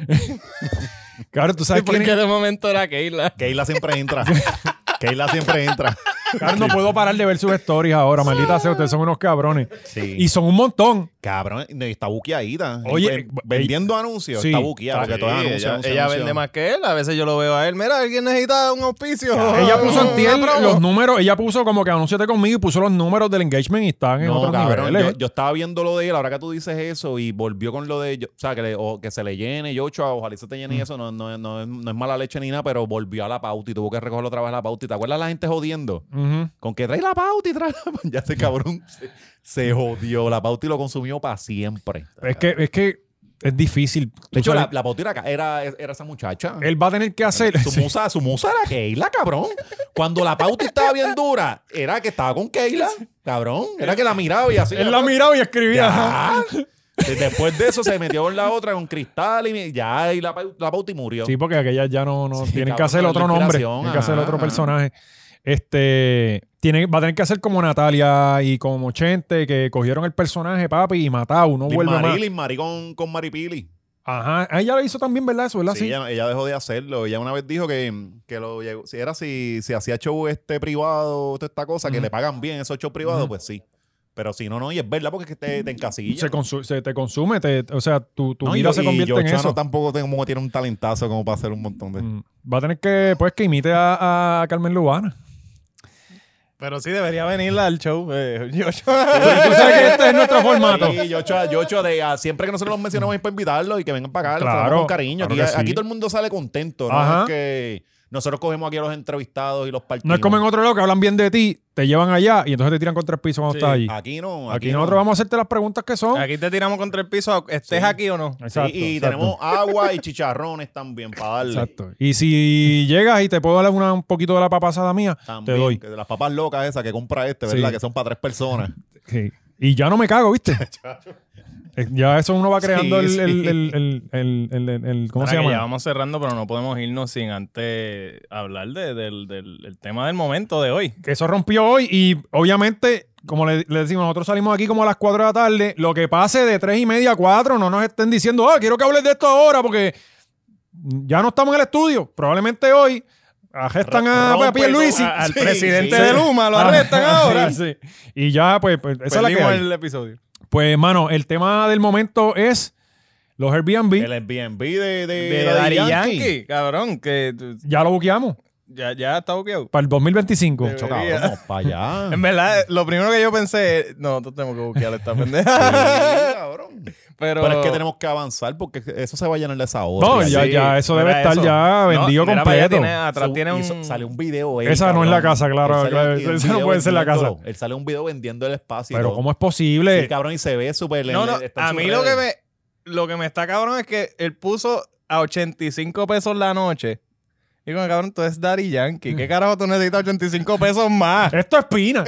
Speaker 1: Claro, tú
Speaker 2: ¿Y
Speaker 1: sabes
Speaker 2: por qué
Speaker 1: que
Speaker 2: de momento era Keila?
Speaker 3: Keila siempre entra. Keila siempre entra.
Speaker 1: claro, no puedo parar de ver sus stories ahora. Maldita sea, ustedes son unos cabrones.
Speaker 3: Sí.
Speaker 1: Y son un montón.
Speaker 3: Cabrón, no, y está buqueadita.
Speaker 1: Oye,
Speaker 3: Ven- vendiendo anuncios,
Speaker 1: sí,
Speaker 3: está buqueada.
Speaker 1: está-
Speaker 3: porque todo es
Speaker 2: Sí,
Speaker 3: anuncio,
Speaker 2: ella
Speaker 3: anuncio,
Speaker 2: ella
Speaker 3: anuncio.
Speaker 2: vende más que él. A veces yo lo veo a él. Mira, alguien necesita un auspicio.
Speaker 1: Ella puso
Speaker 2: Una
Speaker 1: antier
Speaker 2: promo.
Speaker 1: los números, ella puso como que anúnciate conmigo y puso los números del engagement y están en
Speaker 3: No,
Speaker 1: otros
Speaker 3: cabrón,
Speaker 1: niveles.
Speaker 3: yo, yo estaba viendo lo de él, ahora que tú dices eso y volvió con lo de, yo- o sea, que, le- o que se le llene, yo, chua, ojalá y se te
Speaker 1: Mm.
Speaker 3: llene y eso, no, no, no es- no es mala leche ni nada, pero volvió a la pauta y tuvo que recoger otra vez la pauta. ¿Y te acuerdas la gente jodiendo?
Speaker 1: Ujú.
Speaker 3: Con que trae la pauta y trae la pauta. Ya ese cabrón se, se jodió, la pauta y lo consumió para siempre.
Speaker 1: Es que, es que es difícil.
Speaker 3: De
Speaker 1: Tú
Speaker 3: hecho, la,
Speaker 1: sabes,
Speaker 3: la pauta era, era, era esa muchacha.
Speaker 1: él va a tener que hacer.
Speaker 3: Su musa, su musa era Keila, cabrón. Cuando la pauta estaba bien dura, era que estaba con Keila, cabrón. Era que la miraba y así.
Speaker 1: Él la miraba y escribía.
Speaker 3: Ya. Y Después de eso se metió con la otra, con cristal y mi- ya, y la, pau- la pauta y murió.
Speaker 1: Sí, porque aquellas ya no, no
Speaker 3: Sí,
Speaker 1: tienen que
Speaker 3: cabrón,
Speaker 1: hacer
Speaker 3: la
Speaker 1: otro nombre,
Speaker 3: inspiración,
Speaker 1: tienen que hacer
Speaker 3: ajá,
Speaker 1: otro
Speaker 3: ajá.
Speaker 1: personaje. Este tiene, va a tener que hacer como Natalia y como Chente, que cogieron el personaje, papi, y matado, no
Speaker 3: Liz
Speaker 1: vuelve
Speaker 3: Marí,
Speaker 1: más.
Speaker 3: Liz Marí con, con Maripili.
Speaker 1: Ajá, Ah, ella lo hizo también, ¿verdad? Eso, ¿verdad?
Speaker 3: Sí,
Speaker 1: Sí.
Speaker 3: Ella, ella dejó de hacerlo. Ella una vez dijo que, que lo llegó- si era si, si hacía show este privado, toda esta cosa, que
Speaker 1: Ujú.
Speaker 3: le pagan bien esos shows privados, pues sí. Pero si no, no, y es verdad porque es que te, te encasilla.
Speaker 1: Se, consu- se te consume, te- o sea, tu, tu
Speaker 3: No, y
Speaker 1: vida
Speaker 3: yo-
Speaker 1: se
Speaker 3: y
Speaker 1: convierte en
Speaker 3: Yochano
Speaker 1: eso.
Speaker 3: tampoco tengo- como tiene un talentazo como para hacer un montón de.
Speaker 1: Mm. Va a tener que, pues, que imite a, a Carmen Lubana.
Speaker 6: Pero sí debería venirla al show. eh, yo-
Speaker 1: Tú sabes que este es nuestro formato.
Speaker 3: Sí, Yocho, Yocho, de, ah, siempre que nosotros los mencionamos es para invitarlos y que vengan para acá, los
Speaker 1: Claro,
Speaker 3: tratamos con cariño.
Speaker 1: claro
Speaker 3: aquí,
Speaker 1: que sí.
Speaker 3: aquí todo el mundo sale contento, ¿no?
Speaker 1: Ajá.
Speaker 3: Es que nosotros cogemos aquí a los entrevistados y los partimos.
Speaker 1: No es como en otro lado que hablan bien de ti, te llevan allá y entonces te tiran contra el piso cuando estás allí. Aquí,
Speaker 3: Aquí Ah, no.
Speaker 1: nosotros vamos a hacerte las preguntas que son.
Speaker 2: Aquí te tiramos contra el piso. ¿Estés
Speaker 3: Sí.
Speaker 2: aquí o no?
Speaker 3: Sí,
Speaker 1: Exacto,
Speaker 3: y
Speaker 1: exacto.
Speaker 3: tenemos agua y chicharrones también para darle.
Speaker 1: Exacto. Y si llegas y te puedo dar una- un poquito de la papasada mía,
Speaker 3: También,
Speaker 1: te doy.
Speaker 3: que de las papas locas esas que compra este,
Speaker 1: Sí.
Speaker 3: ¿verdad? Que son para tres personas.
Speaker 1: Sí. Y ya no me cago, ¿viste? Eh, ya eso uno va creando
Speaker 3: Sí,
Speaker 1: el,
Speaker 3: sí.
Speaker 1: el, el, el, el- el- el- el- ¿Cómo
Speaker 2: Mira
Speaker 1: se
Speaker 2: que Ya
Speaker 1: llama?
Speaker 2: vamos cerrando, pero no podemos irnos sin antes hablar de- del, del- del tema del momento de hoy.
Speaker 1: Que eso rompió hoy y obviamente, como le, le decimos, nosotros salimos aquí como a las 4 de la tarde, lo que pase de 3 y media a 4, no nos estén diciendo, ah, quiero que hables de esto ahora porque ya no estamos en el estudio. Probablemente hoy arrestan a,
Speaker 3: Rompe
Speaker 1: a Pierluisi.
Speaker 3: todo.
Speaker 2: A- al
Speaker 3: Sí,
Speaker 2: presidente
Speaker 3: sí.
Speaker 2: de Luma lo arrestan
Speaker 1: Ah,
Speaker 2: ahora.
Speaker 1: sí, sí. Y ya, pues, pues, esa es la que
Speaker 2: Perdimos
Speaker 1: hay.
Speaker 2: el episodio.
Speaker 1: Pues, mano, el tema del momento es los Airbnb.
Speaker 3: El Airbnb de, de,
Speaker 2: De Eh, Daddy Yankee, cabrón, que tú-
Speaker 1: Ya lo buqueamos
Speaker 2: ya, ya está buqueado.
Speaker 1: para el 2025.
Speaker 2: De-
Speaker 3: Choca, vamos para allá.
Speaker 2: En verdad, lo primero que yo pensé es, no, nosotros tenemos que buquear esta pendeja.
Speaker 3: Sí, cabrón.
Speaker 2: pero,
Speaker 3: Pero es que tenemos que avanzar porque eso se va a llenar de sabor.
Speaker 1: No,
Speaker 3: Sí.
Speaker 1: ya, ya, eso debe
Speaker 2: mira
Speaker 1: estar
Speaker 2: eso.
Speaker 1: ya
Speaker 2: No,
Speaker 1: vendido
Speaker 2: mira para allá,
Speaker 1: completo.
Speaker 2: tiene- atrás
Speaker 3: Su-
Speaker 2: tiene un...
Speaker 3: hizo- sale un video. él,
Speaker 1: Esa no es la casa, claro,
Speaker 3: sale
Speaker 1: claro,
Speaker 3: un
Speaker 1: esa no
Speaker 3: video
Speaker 1: puede ser la casa.
Speaker 3: vendiéndolo. Él sale un video vendiendo el espacio. y
Speaker 1: Pero
Speaker 3: todo.
Speaker 1: ¿cómo es
Speaker 3: Sí,
Speaker 1: posible?
Speaker 3: cabrón, y se ve súper...
Speaker 2: No,
Speaker 3: en-
Speaker 2: no,
Speaker 3: está en
Speaker 2: a
Speaker 3: sus
Speaker 2: mí lo que,
Speaker 3: redes.
Speaker 2: me, lo que me está cabrón es que él puso a 85 pesos la noche. Y como cabrón, tú es Daddy Yankee. ¿Qué carajo tú necesitas 85 pesos más?
Speaker 1: Esto es Pina.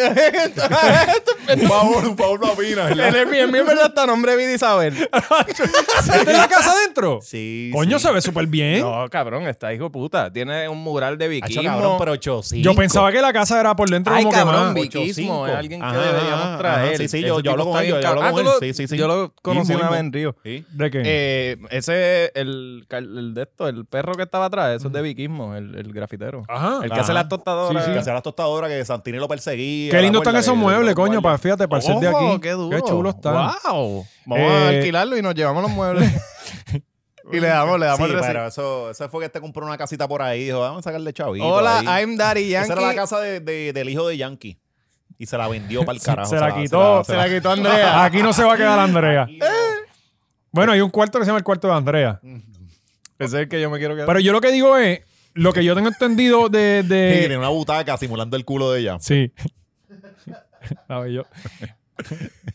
Speaker 3: Un favor, un favor, papina,
Speaker 2: el
Speaker 3: ¿verdad?
Speaker 2: Airbnb, ¿verdad? Está nombre de Vida Isabel.
Speaker 1: ¿Esta es la casa adentro?
Speaker 3: Sí,
Speaker 1: Coño,
Speaker 3: sí.
Speaker 1: se ve súper bien.
Speaker 2: No, cabrón, está hijo de puta. Tiene un mural de
Speaker 3: ¿Eh? Hacho,
Speaker 2: viquismo.
Speaker 3: cabrón, pero ocho,
Speaker 1: Yo pensaba que la casa era por dentro
Speaker 2: Ay,
Speaker 1: como
Speaker 2: cabrón,
Speaker 1: que más.
Speaker 2: viquismo. Es alguien que
Speaker 3: Ajá,
Speaker 2: deberíamos
Speaker 3: ajá,
Speaker 2: traer.
Speaker 3: sí, sí,
Speaker 2: Ese
Speaker 3: yo- yo
Speaker 2: tipo
Speaker 3: hablo con
Speaker 2: está
Speaker 3: él,
Speaker 2: bien
Speaker 3: yo hablo
Speaker 2: cabrón.
Speaker 3: con
Speaker 2: Ah, tú
Speaker 3: él,
Speaker 2: lo-
Speaker 3: sí, sí, sí.
Speaker 2: Yo lo conocí
Speaker 3: Mismo,
Speaker 2: una vez
Speaker 3: mismo.
Speaker 2: en Río.
Speaker 1: ¿De qué?
Speaker 2: Eh, ese, el, cal- el de esto, el perro que estaba atrás, eso es de viquismo, el, el grafitero.
Speaker 1: Ajá.
Speaker 2: El
Speaker 3: Ah,
Speaker 2: que
Speaker 3: Ajá.
Speaker 2: hace las tostadoras.
Speaker 1: Sí, sí.
Speaker 3: Que hacía las tostadoras, que Santini lo perseguía.
Speaker 1: Qué lindo
Speaker 3: ¿te
Speaker 1: están
Speaker 3: acuerdas?
Speaker 1: esos
Speaker 3: Que-
Speaker 1: muebles, coño,
Speaker 3: guardia.
Speaker 1: para fíjate, para el ser de
Speaker 2: Ojo,
Speaker 1: aquí.
Speaker 2: Qué, duro.
Speaker 1: Qué chulo están.
Speaker 2: Wow. Vamos a
Speaker 1: Eh,
Speaker 2: alquilarlo y nos llevamos los muebles. y le damos, le damos
Speaker 3: Sí,
Speaker 2: el recibo.
Speaker 3: pero eso, eso fue que este compró una casita por ahí. Dijo, vamos a sacarle chavito.
Speaker 2: Hola,
Speaker 3: ahí.
Speaker 2: I'm Daddy Yankee.
Speaker 3: Esa era la casa de- de- del hijo de Yankee. Y se la vendió para el carajo.
Speaker 1: se la quitó, Eh,
Speaker 2: Se la quitó Andrea.
Speaker 1: Aquí no se va a quedar Andrea. Bueno, hay un cuarto que se llama el cuarto de Andrea.
Speaker 2: Ese es el que yo me quiero quedar.
Speaker 1: Pero yo lo que digo es, lo que yo tengo entendido de... de-
Speaker 3: Y tiene una butaca simulando el culo de ella.
Speaker 1: Sí. La veo yo.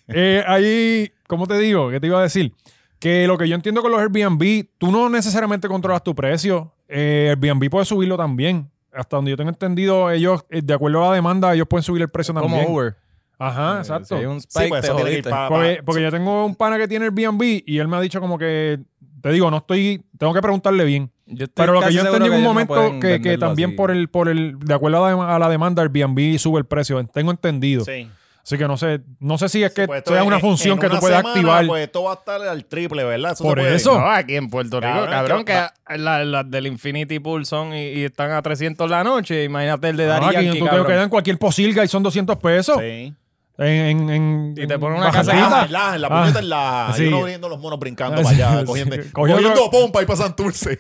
Speaker 1: Eh, ahí, ¿cómo te digo? ¿Qué te iba a decir? Que lo que yo entiendo con los Airbnb, tú no necesariamente controlas tu precio. Eh, Airbnb puede subirlo también. Hasta donde yo tengo entendido, ellos, eh, de acuerdo a la demanda, ellos pueden subir el precio
Speaker 2: como
Speaker 1: también.
Speaker 2: Uber.
Speaker 1: Ajá,
Speaker 2: Si
Speaker 1: exacto.
Speaker 2: hay un
Speaker 3: Sí,
Speaker 2: spike,
Speaker 3: pues
Speaker 2: te
Speaker 3: eso tiene que ir
Speaker 2: jodiste.
Speaker 3: pa- pa-
Speaker 1: Porque, porque yo tengo un pana que tiene Airbnb y él me ha dicho como que Te digo, no estoy. Tengo que preguntarle bien.
Speaker 4: Yo estoy
Speaker 1: Pero lo que
Speaker 4: casi
Speaker 1: yo
Speaker 4: seguro
Speaker 1: entendí en un
Speaker 4: ellos no
Speaker 1: momento
Speaker 4: pueden
Speaker 1: que, que
Speaker 4: venderlo
Speaker 1: también
Speaker 4: así.
Speaker 1: por el, por el, de acuerdo a la, a la demanda, Airbnb sube el precio. Tengo entendido.
Speaker 3: Sí.
Speaker 1: Así que no sé, no sé si es que
Speaker 3: Pues esto
Speaker 1: sea
Speaker 3: en-
Speaker 1: una
Speaker 3: en
Speaker 1: función que
Speaker 3: una
Speaker 1: tú puedas
Speaker 3: semana,
Speaker 1: activar.
Speaker 3: Pues esto va a estar al triple, ¿verdad? Eso
Speaker 1: Por
Speaker 3: se puede
Speaker 1: eso.
Speaker 3: decir.
Speaker 4: No, aquí en Puerto Rico,
Speaker 3: Cabrón,
Speaker 4: cabrón,
Speaker 3: que-
Speaker 4: que las las del Infinity Pool son y, y están a 300 la noche. Imagínate el de
Speaker 1: Ah,
Speaker 4: Daddy
Speaker 1: que
Speaker 4: Yankee,
Speaker 1: tú te
Speaker 4: cabrón.
Speaker 1: quedan cualquier posilga y son 200 pesos.
Speaker 3: Sí.
Speaker 1: En, en, en-
Speaker 4: Y te ponen una
Speaker 1: en
Speaker 4: casa
Speaker 3: En
Speaker 1: Barranquita.
Speaker 3: la, en la, en la puñeta, en la.
Speaker 1: sí.
Speaker 3: Y uno viendo los monos brincando
Speaker 1: Ah,
Speaker 3: para
Speaker 1: sí,
Speaker 3: allá,
Speaker 1: sí.
Speaker 3: cogiendo,
Speaker 1: Cogió
Speaker 3: cogiendo
Speaker 1: otro-
Speaker 3: pompa y pasan dulce.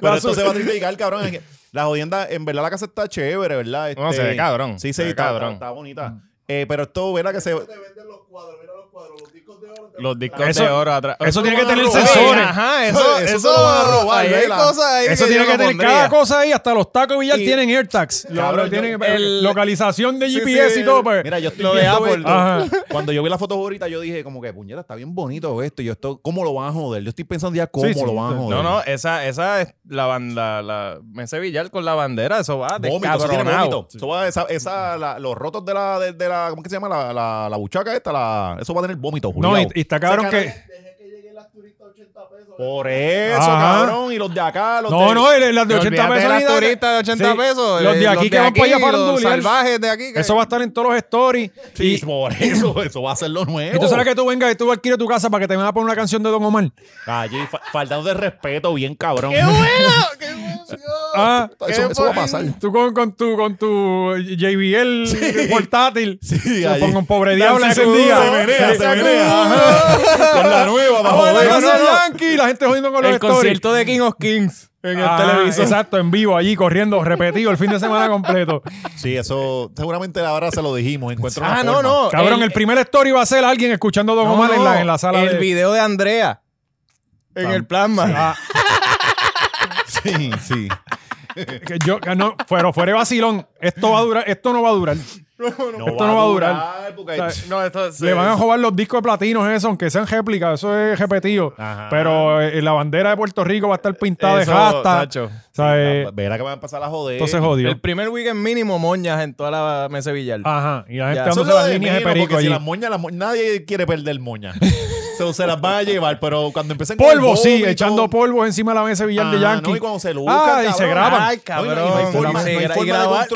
Speaker 3: Pero esto se va a triplicar, cabrón. Es que La jodienda, en verdad la casa está chévere, ¿verdad? Este,
Speaker 4: No, se ve cabrón.
Speaker 3: Sí, sí,
Speaker 4: se ve
Speaker 3: está,
Speaker 4: cabrón.
Speaker 3: está- está bonita. Eh, pero esto, ¿verdad? Que se.
Speaker 4: Los discos
Speaker 1: Eso-
Speaker 4: de oro atrás.
Speaker 1: eso tiene que
Speaker 4: van a
Speaker 1: tener
Speaker 4: robar.
Speaker 1: sensores.
Speaker 4: Ajá, eso,
Speaker 3: Eso
Speaker 4: eso,
Speaker 3: lo van a robar,
Speaker 4: ahí hay
Speaker 3: vela.
Speaker 4: cosas ahí
Speaker 1: Eso tiene
Speaker 4: yo
Speaker 1: que
Speaker 4: no
Speaker 1: tener
Speaker 4: pondría.
Speaker 1: cada cosa ahí, hasta los tacos Villar tienen AirTags. Lo-
Speaker 3: Cabrón,
Speaker 1: lo tienen- eh,
Speaker 3: yo-
Speaker 4: el-
Speaker 1: localización de
Speaker 4: Sí,
Speaker 1: GPS
Speaker 4: sí,
Speaker 1: y todo. pues.
Speaker 3: Mira, yo estoy
Speaker 4: Lo de
Speaker 3: viendo
Speaker 4: Apple.
Speaker 3: esto.
Speaker 1: Ajá.
Speaker 3: Cuando yo vi la foto ahorita, yo dije, como que, puñeta, está bien bonito esto. Y yo, esto, ¿cómo lo van a joder? Yo estoy pensando ya cómo
Speaker 1: Sí, sí,
Speaker 3: lo van a joder.
Speaker 4: No, no, esa, esa es la banda, la Mesa Villar con la bandera, eso va de
Speaker 3: Vómito, eso tiene
Speaker 4: cabronao.
Speaker 3: vómito. Eso va- esa, esa, la- los rotos de la, de, de la, ¿cómo que se llama? La, la, la buchaca esta, la, eso va a tener vómito,
Speaker 1: no, y,
Speaker 3: juliao.
Speaker 1: y está cabrón
Speaker 3: Ese
Speaker 1: que.
Speaker 3: canal- Por eso,
Speaker 1: Ajá.
Speaker 3: cabrón, y los de acá, los
Speaker 1: No,
Speaker 3: de...
Speaker 1: no, el- las de 80
Speaker 4: Olvídate
Speaker 1: pesos.
Speaker 4: de
Speaker 1: ni
Speaker 4: las
Speaker 1: nada.
Speaker 4: turistas de 80
Speaker 1: Sí,
Speaker 4: pesos.
Speaker 1: Los
Speaker 4: eh,
Speaker 1: de aquí que van para allá
Speaker 4: los
Speaker 1: para farandulear.
Speaker 4: salvajes de aquí. que-
Speaker 1: Eso va a estar en todos los stories.
Speaker 3: Sí, oh. por eso, eso va a ser lo nuevo.
Speaker 1: Y tú sabes que tú vengas y tú adquieres tu casa para que te van a poner una canción de Don Omar.
Speaker 3: Allí, fa- faltando de respeto, bien cabrón.
Speaker 1: Ah,
Speaker 3: Eso, eso va a pasar.
Speaker 1: tú con, con tu, con tu JBL portátil.
Speaker 3: Sí,
Speaker 1: Yo
Speaker 3: allí.
Speaker 1: pongo un pobre diablo
Speaker 3: Danza
Speaker 1: encendida.
Speaker 3: cruda, Se menea,
Speaker 1: Sí,
Speaker 3: se
Speaker 1: sacuda.
Speaker 3: menea. Ajá. Con la nueva,
Speaker 1: Vamos a la
Speaker 3: joder.
Speaker 1: casa
Speaker 3: No,
Speaker 1: de
Speaker 3: no, no.
Speaker 1: Yankee, la gente jodiendo con los
Speaker 4: el
Speaker 1: stories.
Speaker 4: concierto de King of Kings en el
Speaker 1: Ah,
Speaker 4: televisor.
Speaker 1: Exacto, en vivo, allí corriendo, repetido el fin de semana completo.
Speaker 3: Sí, eso seguramente ahora se lo dijimos. Encuentro una
Speaker 4: Ah, no,
Speaker 3: forma.
Speaker 4: no.
Speaker 1: Cabrón, el, primer story va a ser alguien escuchando a Don
Speaker 4: no,
Speaker 1: Omar en,
Speaker 4: no,
Speaker 1: la, en la sala
Speaker 4: El
Speaker 1: de-
Speaker 4: video de Andrea en
Speaker 1: Tam-
Speaker 4: el plasma.
Speaker 1: Ah,
Speaker 3: Sí, sí.
Speaker 1: que yo, que no, pero fuera de vacilón, esto va a durar, esto no va a durar. Esto no va a durar.
Speaker 3: porque-
Speaker 1: O sea,
Speaker 4: No, esto
Speaker 1: Le van a robar los discos de platinos eso, aunque sean réplicas, eso es repetido.
Speaker 3: Ajá.
Speaker 1: Pero eh, la bandera de Puerto Rico va a estar pintada de hasta.
Speaker 4: tacho.
Speaker 1: eh,
Speaker 3: Verá que van a pasar a joder.
Speaker 1: entonces jodió.
Speaker 4: El primer weekend mínimo moñas en toda la mesa de Villar.
Speaker 1: Ajá, y la gente
Speaker 4: Ya.
Speaker 3: Eso es
Speaker 1: dándose
Speaker 3: lo
Speaker 1: las
Speaker 3: de
Speaker 1: líneas de
Speaker 3: menos,
Speaker 1: perico
Speaker 3: porque si
Speaker 1: allí.
Speaker 3: las moñas, las moñas- nadie quiere perder moña. se, se las va a llevar, pero cuando empiecen con el
Speaker 1: Polvo, sí,
Speaker 3: vómito,
Speaker 1: echando polvos encima de la mesa de billar de
Speaker 3: ajá,
Speaker 1: Yankee.
Speaker 3: no, y cuando se lucran,
Speaker 1: Ah, y
Speaker 3: cabrón.
Speaker 1: se graban.
Speaker 4: Ay,
Speaker 3: No,
Speaker 4: cabrón.
Speaker 3: y no hay forma-
Speaker 4: Y se
Speaker 3: no hay
Speaker 4: gra- y
Speaker 3: forma de Este.
Speaker 4: grabar-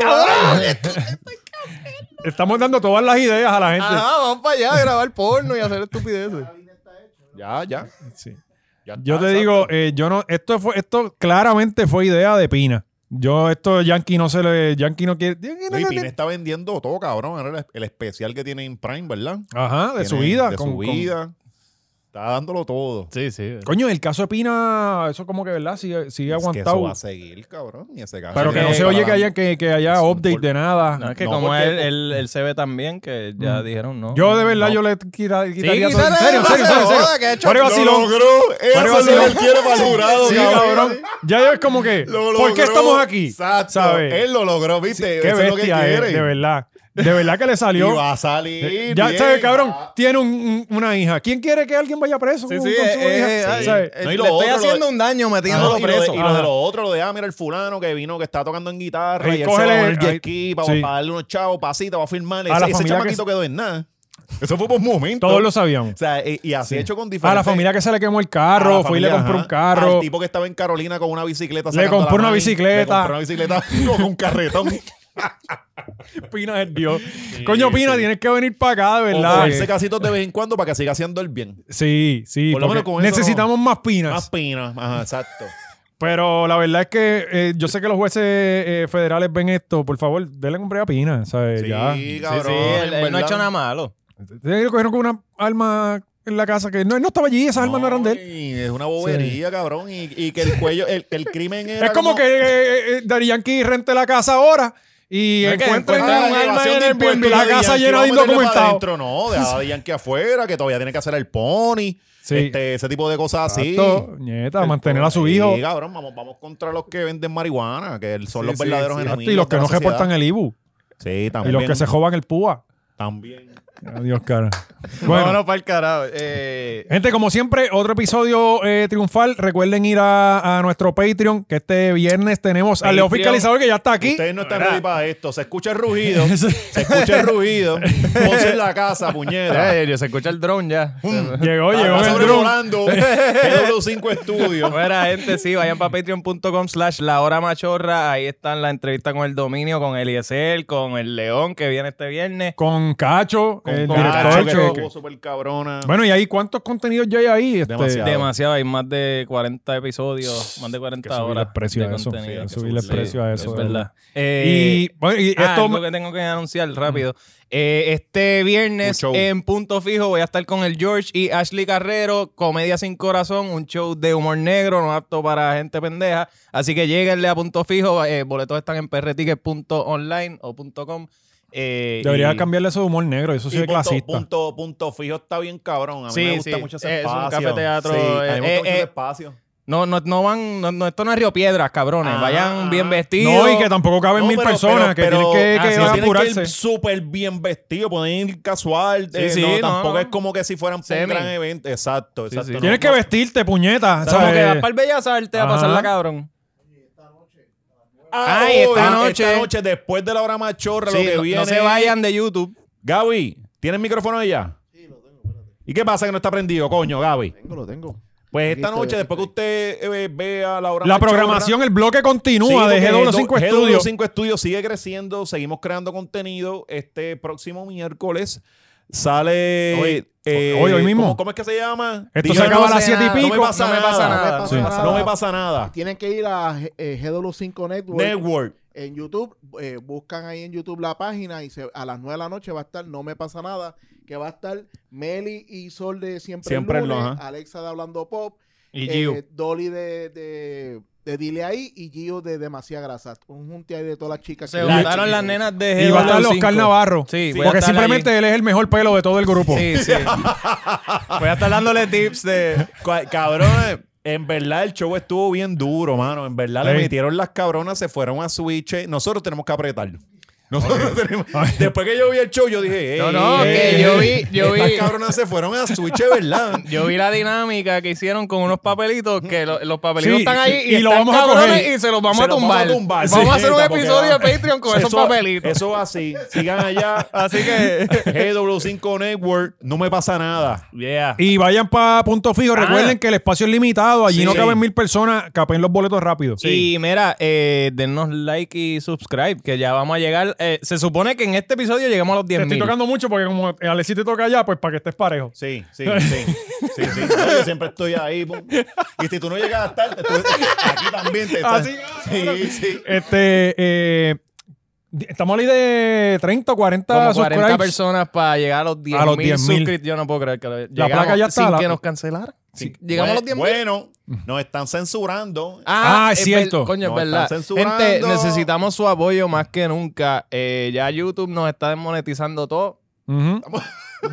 Speaker 3: controlar.
Speaker 1: Estamos dando todas las ideas a la gente.
Speaker 4: Ajá, vamos para allá a grabar porno y hacer estupideces.
Speaker 3: Ya, ya.
Speaker 1: Sí.
Speaker 3: ya
Speaker 1: Yo
Speaker 3: está,
Speaker 1: te digo, eh, yo no, esto fue, esto claramente fue idea de Pina. Yo, esto Yankee no se le, Yankee no quiere. Yankee no
Speaker 3: No, y Pina
Speaker 1: quiere-
Speaker 3: está vendiendo todo, cabrón. Ahora el- el especial que tiene en Prime, ¿verdad?
Speaker 1: Ajá, de
Speaker 3: Tiene-
Speaker 1: su vida.
Speaker 3: De
Speaker 1: con-
Speaker 3: su
Speaker 1: con-
Speaker 3: vida. Está dándolo todo.
Speaker 4: Sí, sí.
Speaker 1: coño, el caso de Pina, eso como que, ¿verdad? Sigue, sigue
Speaker 3: Es que eso
Speaker 1: aguantado.
Speaker 3: va a seguir, cabrón. Y ese caso
Speaker 1: pero que
Speaker 4: Sí,
Speaker 1: no se
Speaker 4: para
Speaker 1: oye que
Speaker 3: adelante.
Speaker 1: haya, que, que haya
Speaker 3: Es un
Speaker 1: update
Speaker 3: gol.
Speaker 1: de nada.
Speaker 4: No, es que
Speaker 3: No,
Speaker 4: como
Speaker 3: porque-
Speaker 4: él, él, él se ve también que ya dijeron no.
Speaker 1: Mm. Yo de verdad,
Speaker 4: No.
Speaker 1: yo le quita-
Speaker 4: Sí,
Speaker 1: quitaría todo. En
Speaker 4: quítale,
Speaker 1: serio, en serio, en serio, en serio.
Speaker 4: joda, que ha hecho-
Speaker 1: Fuera de vacilón.
Speaker 3: logró.
Speaker 1: Fuera
Speaker 3: Eso es lo
Speaker 1: vacilón.
Speaker 3: que él quiere para el jurado,
Speaker 1: Sí, cabrón. Ya es como que,
Speaker 3: Lo
Speaker 1: ¿por qué
Speaker 3: logró.
Speaker 1: estamos aquí?
Speaker 3: Exacto.
Speaker 1: ¿Sabes?
Speaker 3: Él lo logró, ¿viste?
Speaker 1: Qué
Speaker 3: Eso es lo que
Speaker 1: bestia es,
Speaker 3: quiere.
Speaker 1: de verdad. De verdad que le
Speaker 3: Y
Speaker 1: salió. Eh,
Speaker 3: va a salir.
Speaker 1: Ya
Speaker 3: bien.
Speaker 1: sabes, cabrón,
Speaker 3: Ah.
Speaker 1: tiene un- un- una hija. ¿Quién quiere que alguien vaya preso?
Speaker 4: Sí,
Speaker 1: con-
Speaker 4: sí,
Speaker 1: con su
Speaker 4: eh,
Speaker 1: hija? Ah,
Speaker 4: eh, ay,
Speaker 1: ¿Sabes?
Speaker 4: eh,
Speaker 3: No, y
Speaker 4: le
Speaker 3: lo
Speaker 4: estoy
Speaker 3: otro, lo
Speaker 4: haciendo
Speaker 3: de-
Speaker 4: un daño
Speaker 3: Ajá,
Speaker 4: metiéndolo
Speaker 3: y, lo de,
Speaker 4: preso.
Speaker 3: y lo de
Speaker 1: Ajá.
Speaker 3: lo otro, lo de, ah, mira, el fulano que vino, que está tocando en guitarra,
Speaker 1: Ey,
Speaker 3: y él se va a
Speaker 1: cógele,
Speaker 3: poner el jet
Speaker 1: ay,
Speaker 3: ski para,
Speaker 1: sí.
Speaker 3: para darle unos chavos, pasitos, va a firmar.
Speaker 1: la
Speaker 3: Ese, ese
Speaker 1: familia que
Speaker 3: chamaquito
Speaker 1: se-
Speaker 3: quedó en nada. Eso fue por un momento.
Speaker 1: Todos lo
Speaker 3: O
Speaker 1: sabíamos.
Speaker 3: sea, e- y así hecho con diferentes...
Speaker 1: A la familia que se le quemó el
Speaker 3: a
Speaker 1: carro,
Speaker 3: la
Speaker 1: fue y le
Speaker 3: familia,
Speaker 1: compró
Speaker 3: ajá.
Speaker 1: un carro.
Speaker 3: Al tipo que estaba en Carolina con una bicicleta.
Speaker 1: Le
Speaker 3: sacando
Speaker 1: compró
Speaker 3: la
Speaker 1: una
Speaker 3: mano,
Speaker 1: bicicleta.
Speaker 3: Le compró una bicicleta con un carretón.
Speaker 1: Pina es Dios. Coño, Pina, tienes que venir para acá, de
Speaker 3: O
Speaker 1: verdad.
Speaker 3: ponerse casitos de vez en cuando para que siga haciendo el bien.
Speaker 1: Sí, sí.
Speaker 3: Por lo
Speaker 1: porque
Speaker 3: menos con eso
Speaker 1: necesitamos más pinas.
Speaker 3: Más pinas. Ajá, exacto.
Speaker 1: Pero la verdad es que eh, yo sé que los jueces eh, federales ven esto. Por favor, denle comprar a Pina. ¿sabes? Ya.
Speaker 4: Sí, sí, él, él no ha
Speaker 3: ¿verdad?
Speaker 4: hecho nada malo.
Speaker 1: Ustedes lo cogieron con una arma en la casa que no, él no estaba allí, esas armas no eran de él.
Speaker 3: y es una bobería, cabrón. Y, y que el cuello, el, el crimen era.
Speaker 1: Es como que eh, eh, Daddy Yankee rente la casa ahora y
Speaker 4: No es que
Speaker 1: encuentren
Speaker 4: encuentran
Speaker 1: un arma en
Speaker 3: evasión
Speaker 1: el
Speaker 3: pues, ah, de
Speaker 1: Airbnb,
Speaker 3: impuestos,
Speaker 1: la
Speaker 3: ya
Speaker 1: casa
Speaker 3: Yankee,
Speaker 1: llena de
Speaker 3: vamos a meterle para
Speaker 1: indocumentados.
Speaker 3: adentro, No, de a Yankee afuera, que todavía tiene que hacer el pony.
Speaker 1: Sí.
Speaker 3: Este, ese tipo de cosas así.
Speaker 1: Exacto, nieta, mantener a su
Speaker 3: Sí,
Speaker 1: hijo
Speaker 3: cabrón, vamos, vamos contra los que venden marihuana, que son los
Speaker 4: sí,
Speaker 3: verdaderos
Speaker 4: sí.
Speaker 1: Exacto,
Speaker 3: enemigos.
Speaker 1: y los que
Speaker 3: de
Speaker 1: no
Speaker 3: la sociedad.
Speaker 1: reportan el IBU
Speaker 3: Sí,
Speaker 1: y
Speaker 3: también.
Speaker 1: los que se joban el PUA.
Speaker 3: También.
Speaker 1: Adiós, cara. Bueno,
Speaker 2: Vámonos para el carajo. Eh,
Speaker 1: gente, como siempre, otro episodio eh, triunfal. Recuerden ir a, a nuestro Patreon, que este viernes tenemos al Leo
Speaker 2: Patreon.
Speaker 1: Fiscalizador, que ya está aquí.
Speaker 3: Ustedes no están ready para esto. Se escucha el rugido. se escucha el rugido. Ponce en la casa, puñera.
Speaker 2: eh, se escucha el drone ya.
Speaker 1: Llegó, llegó
Speaker 3: Está
Speaker 1: el drone.
Speaker 3: sobrevolando. W5 Estudio.
Speaker 2: Fuera, gente, sí, vayan para patreon.com slash la hora machorra. Ahí están la entrevista con el dominio, con Eliezer, con el León que viene este viernes.
Speaker 1: Con Cacho, el
Speaker 3: Con
Speaker 1: director.
Speaker 3: Nacho,
Speaker 1: que-
Speaker 3: que estuvo súper cabrona.
Speaker 1: Bueno, ¿y ahí cuántos contenidos ya hay ahí? Este,
Speaker 3: Demasiado.
Speaker 2: Demasiado, hay más de 40 episodios, más de 40
Speaker 1: que subirle
Speaker 2: horas.
Speaker 1: el precio
Speaker 2: de
Speaker 1: a eso,
Speaker 2: contenido.
Speaker 1: sí,
Speaker 2: Hay que
Speaker 1: subirle el
Speaker 2: subirle,
Speaker 1: precio a eso,
Speaker 2: Es
Speaker 1: de
Speaker 2: verdad.
Speaker 1: Y,
Speaker 2: Eh,
Speaker 1: bueno, y esto...
Speaker 2: ah, algo que tengo que anunciar rápido. Eh, este viernes
Speaker 3: Un show.
Speaker 2: en Punto Fijo voy a estar con el George y Ashley Carrero, Comedia Sin Corazón, un show de humor negro, no apto para gente pendeja. Así que lleguenle a Punto Fijo, eh, boletos están en prticket.online o punto .com. eh,
Speaker 1: Debería
Speaker 2: y-
Speaker 1: cambiarle eso de humor negro, eso sí
Speaker 3: Y
Speaker 1: es clasista.
Speaker 3: Punto, punto fijo está bien cabrón. A mí
Speaker 2: Sí,
Speaker 3: me gusta
Speaker 2: sí.
Speaker 3: mucho
Speaker 2: Eh,
Speaker 3: ese
Speaker 2: es un
Speaker 3: espacio.
Speaker 2: café teatro,
Speaker 3: Sí, a mí me gusta
Speaker 2: eh,
Speaker 3: mucho ese
Speaker 2: eh,
Speaker 3: espacio.
Speaker 2: No, no, no van, no, no, esto no es Río Piedras, cabrones.
Speaker 3: Ah,
Speaker 2: Vayan bien vestidos.
Speaker 1: No, y que tampoco caben
Speaker 3: No,
Speaker 1: mil
Speaker 3: pero-
Speaker 1: personas, que tienen
Speaker 3: pero-
Speaker 2: ah,
Speaker 1: que, que
Speaker 2: sí,
Speaker 3: no
Speaker 2: van
Speaker 3: tienen que
Speaker 1: apurarse.
Speaker 3: ir súper bien vestido, pueden ir casual. eh,
Speaker 2: sí,
Speaker 3: no,
Speaker 2: no,
Speaker 3: tampoco
Speaker 2: no.
Speaker 3: es como que si fueran para un
Speaker 2: Semi.
Speaker 3: gran evento. Exacto, exacto.
Speaker 2: sí.
Speaker 3: no,
Speaker 1: Tienes
Speaker 3: no.
Speaker 1: que vestirte, puñeta.
Speaker 2: O sea, como
Speaker 1: ¿sabes?
Speaker 2: que vas para el Bellas Artes a
Speaker 1: Ajá.
Speaker 2: pasarla, cabrón.
Speaker 3: Ah,
Speaker 2: Ay,
Speaker 3: hoy,
Speaker 2: esta
Speaker 3: esta noche.
Speaker 2: noche.
Speaker 3: después de la hora machorra,
Speaker 2: Sí,
Speaker 3: lo que
Speaker 2: no-
Speaker 3: viene.
Speaker 2: no se vayan de YouTube.
Speaker 3: Gaby, ¿tienes micrófono ella? Sí, lo tengo, ¿Y qué pasa que no está prendido, coño, Gaby?
Speaker 7: Tengo, lo tengo.
Speaker 3: Pues
Speaker 7: Aquí
Speaker 3: esta
Speaker 7: estoy,
Speaker 3: noche,
Speaker 7: aquí
Speaker 3: después que
Speaker 7: estoy.
Speaker 3: usted eh, vea la hora
Speaker 1: La
Speaker 3: machorra-
Speaker 1: programación, el bloque
Speaker 3: Sí,
Speaker 1: continúa
Speaker 3: porque
Speaker 1: de GW5
Speaker 3: GW5
Speaker 1: Studios.
Speaker 3: Studios sigue creciendo, seguimos creando contenido. Este próximo miércoles sale.
Speaker 1: Hoy.
Speaker 3: eh,
Speaker 1: Hoy, hoy mismo.
Speaker 3: ¿cómo, cómo es que se llama?
Speaker 1: Esto
Speaker 3: Díganos-
Speaker 1: se acaba a las
Speaker 2: sé
Speaker 1: 7
Speaker 2: nada,
Speaker 1: y
Speaker 3: No me
Speaker 1: pico.
Speaker 3: pasa
Speaker 2: No me
Speaker 3: nada.
Speaker 2: pasa nada.
Speaker 7: No me pasa
Speaker 1: Sí.
Speaker 7: nada.
Speaker 3: No me pasa nada.
Speaker 7: Tienen que ir a eh, GW5 Network.
Speaker 3: Network.
Speaker 7: En YouTube, eh, buscan ahí en YouTube la página y se- a las 9 de la noche va a estar No Me Pasa Nada, que va a estar Meli y Sol de Siempre,
Speaker 3: Siempre
Speaker 7: el
Speaker 3: el
Speaker 7: Lunes,
Speaker 3: lunes, ajá.
Speaker 7: Alexa de Hablando Pop,
Speaker 2: Y
Speaker 7: eh,
Speaker 2: Giu.
Speaker 7: Dolly de, de, de Dile Ahí y Gio de Demasiada Grasa. Un junte ahí de todas las chicas.
Speaker 2: Se
Speaker 7: que-
Speaker 2: juntaron las nenas de
Speaker 1: Y va a estar
Speaker 2: GW5.
Speaker 1: Oscar Navarro.
Speaker 2: Sí, voy a
Speaker 1: porque
Speaker 2: estar
Speaker 1: simplemente él es el mejor pelo de todo el grupo.
Speaker 2: Sí, sí. Voy a estar dándole tips de.
Speaker 3: Ca- Cabrones, en verdad el show estuvo bien duro, mano. En verdad le
Speaker 1: Ey.
Speaker 3: metieron las cabronas, se fueron a Switch. Nosotros tenemos que apretarlo. Nosotros tenemos- Después que yo vi el show, yo dije,
Speaker 2: No,
Speaker 3: "Ey,
Speaker 2: no,
Speaker 3: ey,
Speaker 2: que
Speaker 3: ey, ey,
Speaker 2: yo vi- yo
Speaker 3: estas
Speaker 2: vi-
Speaker 3: cabronas se fueron a Switch, ¿verdad?
Speaker 2: Yo vi la dinámica que hicieron con unos papelitos, que lo- los papelitos
Speaker 1: Sí,
Speaker 2: están ahí y,
Speaker 1: y lo
Speaker 2: están
Speaker 1: vamos a
Speaker 2: cabrones
Speaker 1: coger.
Speaker 2: y se los vamos
Speaker 3: Se
Speaker 2: a
Speaker 3: los
Speaker 2: tumbar.
Speaker 3: Vamos a, tumbar, sí,
Speaker 2: hacer un
Speaker 3: neta, porque
Speaker 2: episodio de
Speaker 3: va-
Speaker 2: Patreon con esos
Speaker 3: eso-
Speaker 2: papelitos.
Speaker 3: Eso así. Sigan allá.
Speaker 2: Así que.
Speaker 3: GW5 Network, no me pasa nada.
Speaker 2: Yeah.
Speaker 1: Y vayan para punto fijo. Recuerden
Speaker 2: Ah.
Speaker 1: que el espacio es limitado. Allí
Speaker 3: Sí.
Speaker 1: no caben mil personas. Capen los boletos rápido.
Speaker 2: Y mira, eh, denos like y subscribe, que ya vamos a llegar. eh, se supone que en este episodio llegamos a los
Speaker 1: Te
Speaker 2: 10
Speaker 1: estoy tocando mucho porque como Alexi te toca allá, pues para que estés parejo.
Speaker 3: Sí, sí, sí. sí, sí. No, yo siempre estoy ahí. pum. Y si tú no llegas tarde, tú- aquí también te
Speaker 1: Así,
Speaker 2: ah,
Speaker 3: Sí, sí.
Speaker 1: Este, eh, estamos ahí de 30 o 40
Speaker 2: Como 40
Speaker 1: subscribes.
Speaker 2: personas para llegar a los 10
Speaker 1: los
Speaker 2: mil
Speaker 1: 10.000.
Speaker 2: suscriptores. Yo no puedo creer que lo llegamos
Speaker 1: placa ya está,
Speaker 2: sin
Speaker 1: la-
Speaker 2: que nos cancelaran.
Speaker 3: Sí.
Speaker 2: Llegamos a los 10
Speaker 3: Bueno, Bueno, nos están censurando.
Speaker 1: Ah, es
Speaker 2: ver-
Speaker 1: cierto.
Speaker 2: coño, es
Speaker 3: Nos
Speaker 2: verdad.
Speaker 3: están censurando.
Speaker 2: Gente, necesitamos su apoyo más que nunca. Eh, ya YouTube nos está desmonetizando todo.
Speaker 1: Ujú.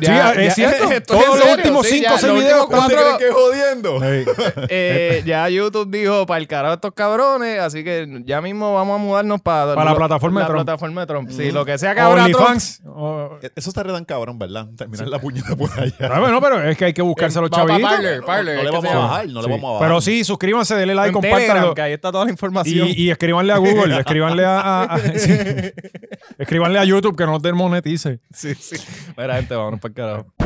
Speaker 2: Ya-
Speaker 1: Sí, ah, es
Speaker 2: ya-
Speaker 1: cierto.
Speaker 2: esto es
Speaker 1: Todos
Speaker 2: en
Speaker 1: los
Speaker 2: serio,
Speaker 1: últimos
Speaker 2: sí,
Speaker 1: cinco
Speaker 2: ya,
Speaker 1: o seis
Speaker 2: los
Speaker 1: videos,
Speaker 2: últimos
Speaker 3: ¿No te crees
Speaker 2: cuatro,
Speaker 3: que jodiendo?
Speaker 2: eh, ya YouTube dijo para el carajo estos cabrones, así que ya mismo vamos a mudarnos para
Speaker 1: Para la plataforma de Trump.
Speaker 2: plataforma de Trump. Sí, lo que sea que ahora Trump.
Speaker 1: OnlyFans. O-
Speaker 3: Eso está redan cabrón, ¿verdad? Terminar la puñeta por allá.
Speaker 1: Ah, bueno, pero es que hay que buscarse a los
Speaker 2: Eh, Va pa'
Speaker 1: chavitos.
Speaker 2: Parler, Parler,
Speaker 3: No le
Speaker 2: es que
Speaker 3: vamos
Speaker 2: se
Speaker 3: a
Speaker 2: llama.
Speaker 3: bajar, no le
Speaker 1: Sí.
Speaker 3: vamos a bajar.
Speaker 1: Pero sí, suscríbanse, denle like,
Speaker 2: En Telegram,
Speaker 1: compártanlo.
Speaker 2: que ahí está toda la información.
Speaker 1: Y, y escríbanle a Google, escríbanle a, a- a- sí. escríbanle a YouTube que no te monetice.
Speaker 2: Sí, sí. Mira, gente, vámonos para el carajo.